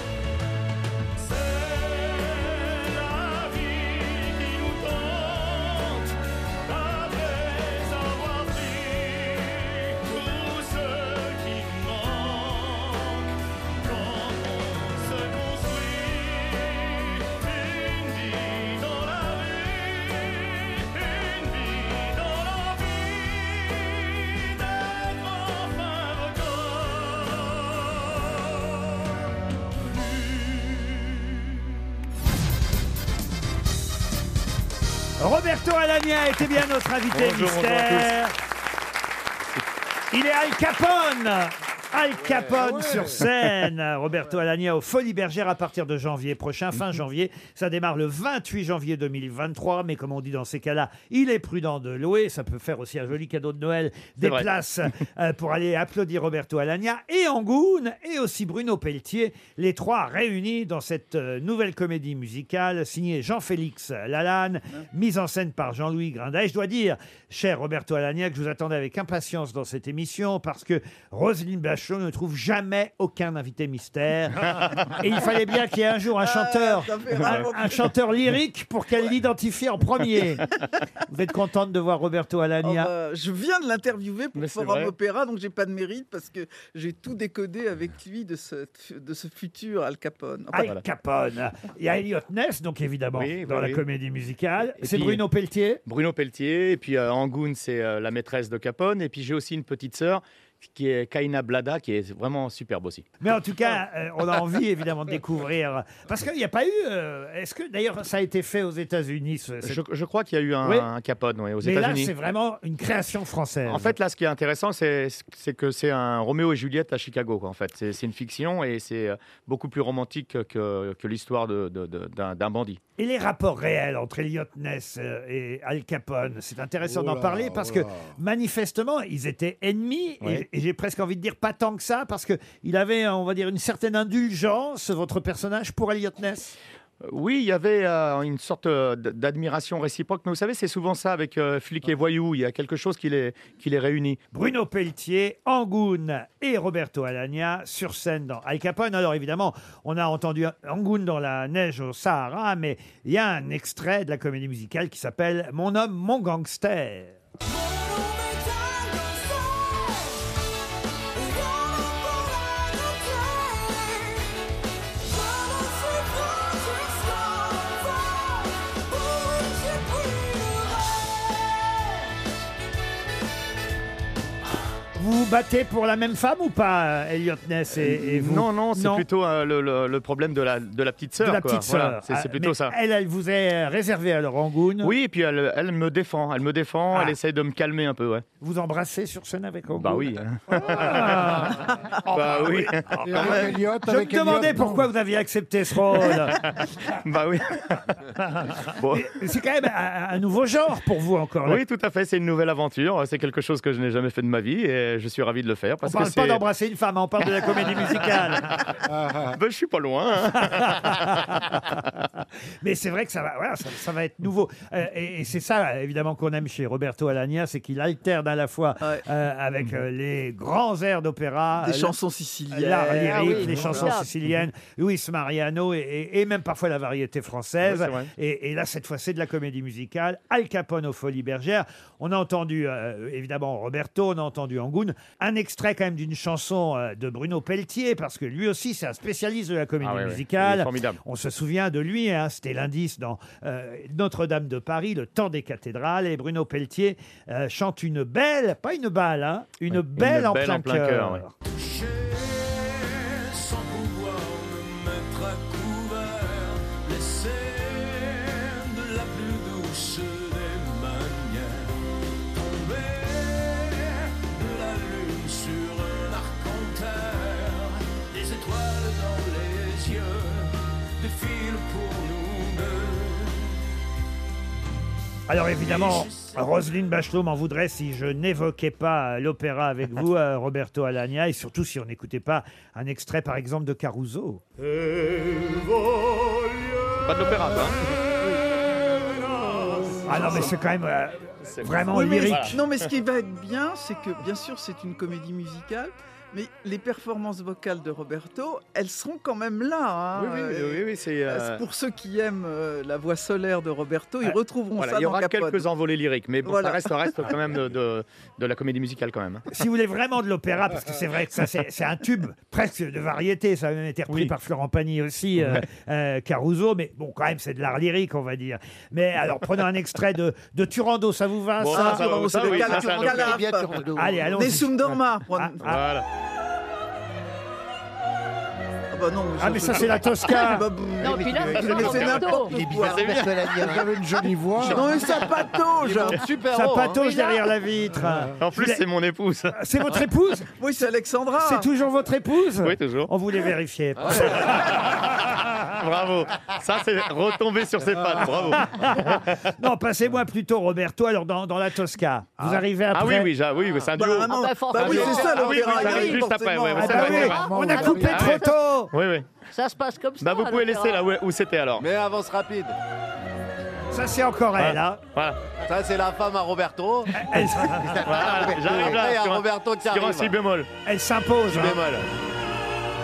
Speaker 20: C'est la vie qui nous tente après avoir pris tout ce qui nous manque. Quand on se construit une vie dans la vie, une vie dans l'envie d'être enfin reconnu.
Speaker 2: Roberto Alagna était bien notre invité
Speaker 20: Bonjour, bonjour à
Speaker 2: mystère. Il est Al Capone Al
Speaker 20: Ah
Speaker 2: Capone sur scène, Roberto Alagna aux Folies Bergères à partir de janvier prochain, fin janvier. Ça démarre le 28 janvier 2023, mais comme on dit dans ces cas-là, il est prudent de louer. Ça peut faire aussi un joli cadeau de Noël,
Speaker 20: C'est
Speaker 2: des
Speaker 20: vrai.
Speaker 2: places euh, pour aller applaudir Roberto Alagna et Angoune et aussi Bruno Pelletier, les trois réunis dans cette euh, nouvelle comédie musicale signée Jean-Félix Lalanne, mise en scène par Jean-Louis Grindet. Et Je dois dire, cher Roberto Alagna, que je vous attendais avec impatience dans cette émission parce que Roselyne Bachelot ne trouve jamais aucun
Speaker 20: [laughs]
Speaker 2: invité mystère. et il fallait bien qu'il y ait un jour un chanteur,
Speaker 20: Ah, ça fait
Speaker 2: un,
Speaker 20: vraiment
Speaker 2: un
Speaker 20: plaisir.
Speaker 2: chanteur lyrique pour qu'elle l'identifie
Speaker 20: [laughs]
Speaker 2: en premier. Vous êtes contente de voir Roberto Alagna
Speaker 20: Oh,
Speaker 8: Euh, je viens de l'interviewer pour Forum
Speaker 2: vrai.
Speaker 8: Opéra, donc j'ai pas de mérite parce que j'ai tout décodé avec lui de ce, de ce futur Al Capone. Enfin,
Speaker 2: Al Capone. Ah, Il y a Elliot Ness, donc évidemment,
Speaker 21: Oui, bah
Speaker 2: dans
Speaker 21: oui,
Speaker 2: la
Speaker 21: oui.
Speaker 2: comédie musicale.
Speaker 21: Et
Speaker 2: C'est
Speaker 21: puis-
Speaker 2: Bruno Pelletier.
Speaker 21: Bruno Pelletier, et puis euh, Angoune, c'est euh, la maîtresse de Capone, et puis j'ai aussi une petite sœur qui est Kaina Blada, qui est vraiment superbe aussi.
Speaker 2: Mais en tout cas,
Speaker 21: Ah.
Speaker 2: euh, on a envie évidemment de découvrir. Parce qu'il n'y a pas eu. euh, Est-ce que d'ailleurs ça a été fait aux États-Unis ce- cette-
Speaker 21: Je, je crois qu'il y a eu un,
Speaker 2: Oui.
Speaker 21: un Capone ouais, aux
Speaker 2: Mais là,
Speaker 21: États-Unis.
Speaker 2: c'est vraiment une création française.
Speaker 21: En fait, là, ce qui est intéressant, c'est c'est que c'est un Roméo et Juliette à Chicago. quoi, en fait, c'est c'est une fiction et c'est euh, beaucoup plus romantique que, que l'histoire de- de- de- d'un d'un bandit.
Speaker 2: Et les rapports réels entre Elliot Ness euh, et Al Capone, c'est intéressant
Speaker 21: Oh
Speaker 2: d'en
Speaker 21: là,
Speaker 2: parler parce
Speaker 21: oh
Speaker 2: que
Speaker 21: là.
Speaker 2: manifestement, ils étaient ennemis et-
Speaker 21: Ouais.
Speaker 2: et, j'ai presque envie de dire pas tant que ça parce que il avait, euh, on va dire, une certaine indulgence, votre personnage, pour Elliot Ness.
Speaker 21: Oui, il y avait euh, une sorte euh, d- d'admiration réciproque, mais vous savez, c'est souvent ça avec euh, flic et voyou, il y a quelque chose qui les, qui les réunit.
Speaker 2: Bruno Pelletier, Angoune et Roberto Alagna sur scène dans Al Capone. Alors évidemment, on a entendu Angoune dans la neige au Sahara, mais il y a un extrait de la comédie musicale qui s'appelle Mon homme, mon gangster. Vous vous battez pour la même femme ou pas, euh, Elliot Ness et, et vous
Speaker 21: Non, non, c'est plutôt euh, le, le- le problème de la, de la petite sœur.
Speaker 2: de la
Speaker 21: quoi.
Speaker 2: petite sœur.
Speaker 21: Voilà, c'est-
Speaker 2: Ah,
Speaker 21: c'est plutôt
Speaker 2: mais
Speaker 21: ça.
Speaker 2: Elle, elle vous est réservée à Ah. Rangoon.
Speaker 21: Oui, et puis elle, elle me défend, elle me défend, elle essaye de me calmer un peu, ouais.
Speaker 2: Vous embrassez sur scène avec Rangoon
Speaker 21: Bah oui. hein.
Speaker 2: bah
Speaker 21: oui. Ah
Speaker 2: Et avec Elliot, Je avec me demandais Elliot, non. pourquoi vous aviez accepté ce rôle.
Speaker 21: [laughs] bah
Speaker 2: [laughs]
Speaker 21: oui. Bon.
Speaker 2: Mais C'est quand même un, un nouveau genre pour vous encore. là.
Speaker 21: Oui, tout à fait. C'est une nouvelle aventure. C'est quelque chose que je n'ai jamais fait de ma vie et je suis ravi de le faire.
Speaker 2: On
Speaker 21: Parce
Speaker 2: parle
Speaker 21: que c'est-
Speaker 2: pas d'embrasser une femme, hein, on parle de la
Speaker 21: [laughs]
Speaker 2: comédie musicale.
Speaker 21: Ben, je suis pas loin. hein.
Speaker 2: Mais c'est vrai que ça va, voilà, ça, ça va être nouveau. Euh, et et c'est ça, évidemment, qu'on aime chez Roberto Alagna, c'est qu'il alterne à la fois euh, avec euh, les grands airs d'opéra,
Speaker 8: Des
Speaker 2: euh,
Speaker 8: chansons
Speaker 2: la-
Speaker 8: siciliennes.
Speaker 2: l'art
Speaker 8: Ah oui,
Speaker 2: lyrique, les
Speaker 8: voilà.
Speaker 2: chansons siciliennes, Luis Mariano et, et- et même parfois la variété française.
Speaker 21: Ouais, c'est vrai.
Speaker 2: et, et là, cette fois, c'est de la comédie musicale. Al Capone aux Folies Bergères. On a entendu, euh, évidemment, Roberto, on a entendu Angoun. Un extrait quand même d'une chanson euh, de Bruno Pelletier, parce que lui aussi, c'est un spécialiste de la comédie
Speaker 21: Ah ouais, ouais.
Speaker 2: musicale.
Speaker 21: Il est formidable.
Speaker 2: On se souvient de lui, hein, c'était l'indice dans euh, Notre-Dame de Paris, le temps des cathédrales, et Bruno Pelletier euh, chante une belle, pas une balle, hein, une, belle, en,
Speaker 21: belle
Speaker 2: plein
Speaker 21: en plein
Speaker 2: cœur.
Speaker 21: cœur,
Speaker 7: [laughs]
Speaker 20: J'ai, sans pouvoir me mettre à couvert, laissé de la plus douce des manières tomber de la lune sur un arc-en-terre, des étoiles dans les yeux, des fils pour nous deux.
Speaker 2: Alors évidemment, Roselyne Bachelot m'en voudrait si je n'évoquais pas l'opéra avec vous, euh, Roberto Alagna, et surtout si on n'écoutait pas un extrait, par exemple, de Caruso.
Speaker 21: Pas de l'opéra, ça.
Speaker 2: Ah non, mais c'est quand même euh, vraiment
Speaker 8: Oui, mais-
Speaker 2: lyrique.
Speaker 8: Non, mais ce qui va être bien, c'est que, bien sûr, c'est une comédie musicale, mais les performances vocales de Roberto, elles seront quand même là. hein.
Speaker 21: Oui, oui,
Speaker 8: Euh,
Speaker 21: oui, oui, c'est, euh,
Speaker 8: Pour ceux qui aiment euh, la voix solaire de Roberto, ils
Speaker 21: Euh,
Speaker 8: retrouveront
Speaker 21: voilà,
Speaker 8: ça
Speaker 21: Il y
Speaker 8: dans
Speaker 21: aura
Speaker 8: Capote.
Speaker 21: quelques envolées lyriques, mais bon,
Speaker 8: Voilà.
Speaker 21: ça reste, ça reste quand même de, de- de la comédie musicale quand même. hein.
Speaker 2: Si vous voulez vraiment de l'opéra, parce que c'est vrai que ça, c'est c'est un tube presque de variété. Ça a même été repris par Florent Pagny aussi, euh,
Speaker 21: Ouais.
Speaker 2: euh, Caruso. Mais bon, quand même, c'est de l'art lyrique, on va dire. Mais alors, prenons un extrait de, de Turando. Ça vous va,
Speaker 8: Bon,
Speaker 2: ça
Speaker 8: ça, ça va, Turandot, ça, c'est oui, le ça, Cal- c'est un Turandot. opéra. Bien, Turandot.
Speaker 2: Allez, allons
Speaker 8: Nessun Dorma, prenons-
Speaker 21: Voilà.
Speaker 8: Ah, bah non, bah,
Speaker 2: Ah, mais ça, c'est la
Speaker 8: [laughs]
Speaker 2: Tosca.
Speaker 8: Non, puis là, c'est mais c'est n'importe
Speaker 5: Il est
Speaker 8: quoi.
Speaker 5: bizarre, personne à dire.
Speaker 3: J'avais une
Speaker 8: [laughs]
Speaker 3: jolie voix.
Speaker 8: Non, mais ça patauge. Euh,
Speaker 2: Ça
Speaker 8: hein.
Speaker 2: patauge derrière la vitre.
Speaker 21: En plus, c'est mon épouse.
Speaker 2: C'est votre épouse
Speaker 8: [laughs] Oui, c'est Alexandra.
Speaker 2: C'est toujours votre épouse
Speaker 21: Oui, toujours. Ah
Speaker 2: On voulait vérifier.
Speaker 21: Bravo. Ça, c'est retombé sur ses pattes. Bravo.
Speaker 2: [laughs] non, passez-moi plutôt Roberto, alors dans, dans la Tosca. Vous arrivez après
Speaker 21: Ah oui, oui, j'a- oui, oui, c'est un
Speaker 2: Bah,
Speaker 21: duo.
Speaker 2: ah non, Ah bah, forcément. bah oui, c'est ça,
Speaker 21: Ah oui,
Speaker 2: l'opéra,
Speaker 21: oui, ça
Speaker 2: oui,
Speaker 21: arrive juste après.
Speaker 2: forcément.
Speaker 21: ouais, ouais,
Speaker 2: Ah
Speaker 21: c'est
Speaker 2: bah
Speaker 21: vrai,
Speaker 2: oui,
Speaker 21: c'est vrai.
Speaker 2: on a coupé
Speaker 21: Ah
Speaker 2: trop
Speaker 21: ouais.
Speaker 2: tôt.
Speaker 21: Oui, oui.
Speaker 7: Ça se passe comme ça.
Speaker 21: Bah, vous
Speaker 7: à
Speaker 21: pouvez
Speaker 7: l'opéra.
Speaker 21: laisser là où, où c'était alors.
Speaker 4: Mais avance rapide.
Speaker 2: Ça, c'est encore elle, hein.
Speaker 21: Voilà.
Speaker 4: Ça, c'est la femme à Roberto. [laughs]
Speaker 21: Voilà, J'arrive là.
Speaker 4: Et à
Speaker 21: sur un-
Speaker 4: Roberto qui
Speaker 21: Sur un
Speaker 4: arrive.
Speaker 21: si bémol.
Speaker 2: Elle s'impose. hein.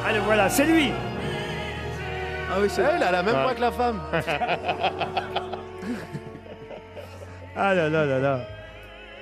Speaker 2: Allez, voilà, c'est lui.
Speaker 8: Ah oui, c'est
Speaker 4: Elle a la même
Speaker 21: Ouais.
Speaker 4: voix que la
Speaker 21: [laughs]
Speaker 4: femme.
Speaker 2: Ah là là là là.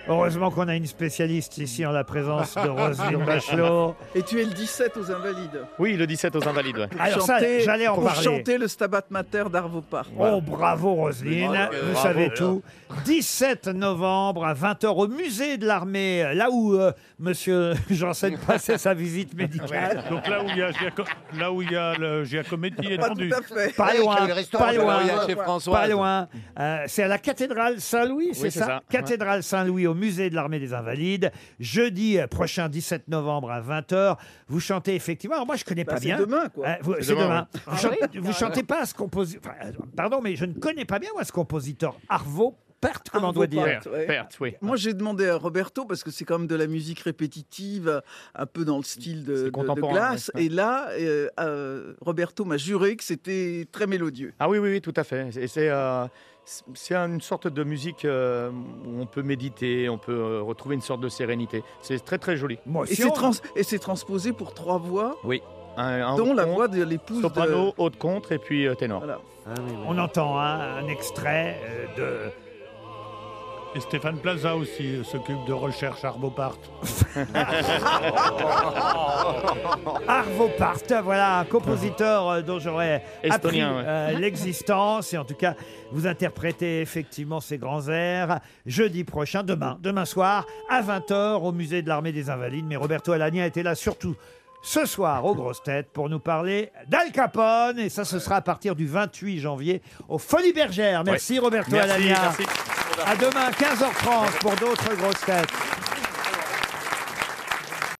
Speaker 2: Heureusement qu'on a une spécialiste ici en la présence de
Speaker 21: [laughs]
Speaker 8: [laughs]
Speaker 2: Roselyne Bachelot.
Speaker 8: Et tu es le 17 aux Invalides.
Speaker 21: Oui, le 17 aux Invalides. ouais.
Speaker 2: Alors ça, j'allais en
Speaker 8: pour
Speaker 2: parler.
Speaker 8: chanter le Stabat Mater d'Arvo Part.
Speaker 2: Oh, bravo Roselyne,
Speaker 8: Bravo,
Speaker 2: vous
Speaker 8: bravo.
Speaker 2: savez tout. 17 novembre à 20h au musée de l'armée, là où euh, Monsieur [laughs] Janssen passait sa visite médicale.
Speaker 9: Donc là où il y a, Giaco- là où il y a le Giacometti
Speaker 2: Pas
Speaker 9: étendu.
Speaker 2: tout à fait. Pas loin,
Speaker 9: Avec
Speaker 2: pas loin,
Speaker 9: Florian chez Françoise.
Speaker 2: pas loin. Euh, c'est à la cathédrale Saint-Louis, c'est
Speaker 9: c'est
Speaker 2: ça,
Speaker 9: ça.
Speaker 2: Cathédrale Saint-Louis au musée de l'armée des Invalides, jeudi euh, prochain 17 novembre à 20h. Vous chantez effectivement. Alors moi je connais
Speaker 8: Bah,
Speaker 2: pas
Speaker 8: c'est
Speaker 2: bien.
Speaker 8: demain, quoi.
Speaker 2: Euh, vous-
Speaker 8: C'est
Speaker 2: c'est
Speaker 8: demain,
Speaker 2: demain.
Speaker 8: oui.
Speaker 2: Vous,
Speaker 8: Ah
Speaker 2: chantez-
Speaker 8: oui
Speaker 2: vous chantez pas ce compositeur. pardon, mais je ne connais pas bien moi ce compositeur Arvo Pärt, comment on doit dire.
Speaker 8: Perte, Ah, ouais. Moi, j'ai demandé à Roberto, parce que c'est quand même de la musique répétitive, un peu dans le style de, de- de,
Speaker 21: contemporain,
Speaker 8: Glass.
Speaker 21: ouais.
Speaker 8: Et là, euh, euh, Roberto m'a juré que c'était très mélodieux.
Speaker 21: Ah oui, oui, oui, tout à fait. Et c'est euh, c'est- c'est une sorte de musique euh, où on peut méditer, on peut euh, retrouver une sorte de sérénité. C'est très, très joli.
Speaker 8: Et c'est trans- et c'est transposé pour trois voix,
Speaker 21: Oui. Un, un
Speaker 8: dont la
Speaker 21: contre,
Speaker 8: voix de l'épouse de-
Speaker 21: Soprano, haut de contre et puis euh, ténor.
Speaker 8: Voilà.
Speaker 2: On entend hein, un extrait euh, de
Speaker 9: Et Stéphane Plaza aussi euh, s'occupe de recherche Arbopart.
Speaker 2: Arvo Part, voilà un compositeur euh, dont j'aurais appris
Speaker 9: Estonien, ouais.
Speaker 2: euh, l'existence et en tout cas vous interprétez effectivement ces grands airs jeudi prochain, demain, demain soir à 20h au musée de l'armée des Invalides. Mais Roberto Alagna était là surtout ce soir aux grosses têtes pour nous parler d'Al Capone et ça ce sera à partir du 28 janvier au Folies Bergères. Merci
Speaker 6: Ouais.
Speaker 2: Roberto
Speaker 6: Merci,
Speaker 2: Alagna.
Speaker 6: merci.
Speaker 2: À demain 15h30 pour d'autres grosses têtes.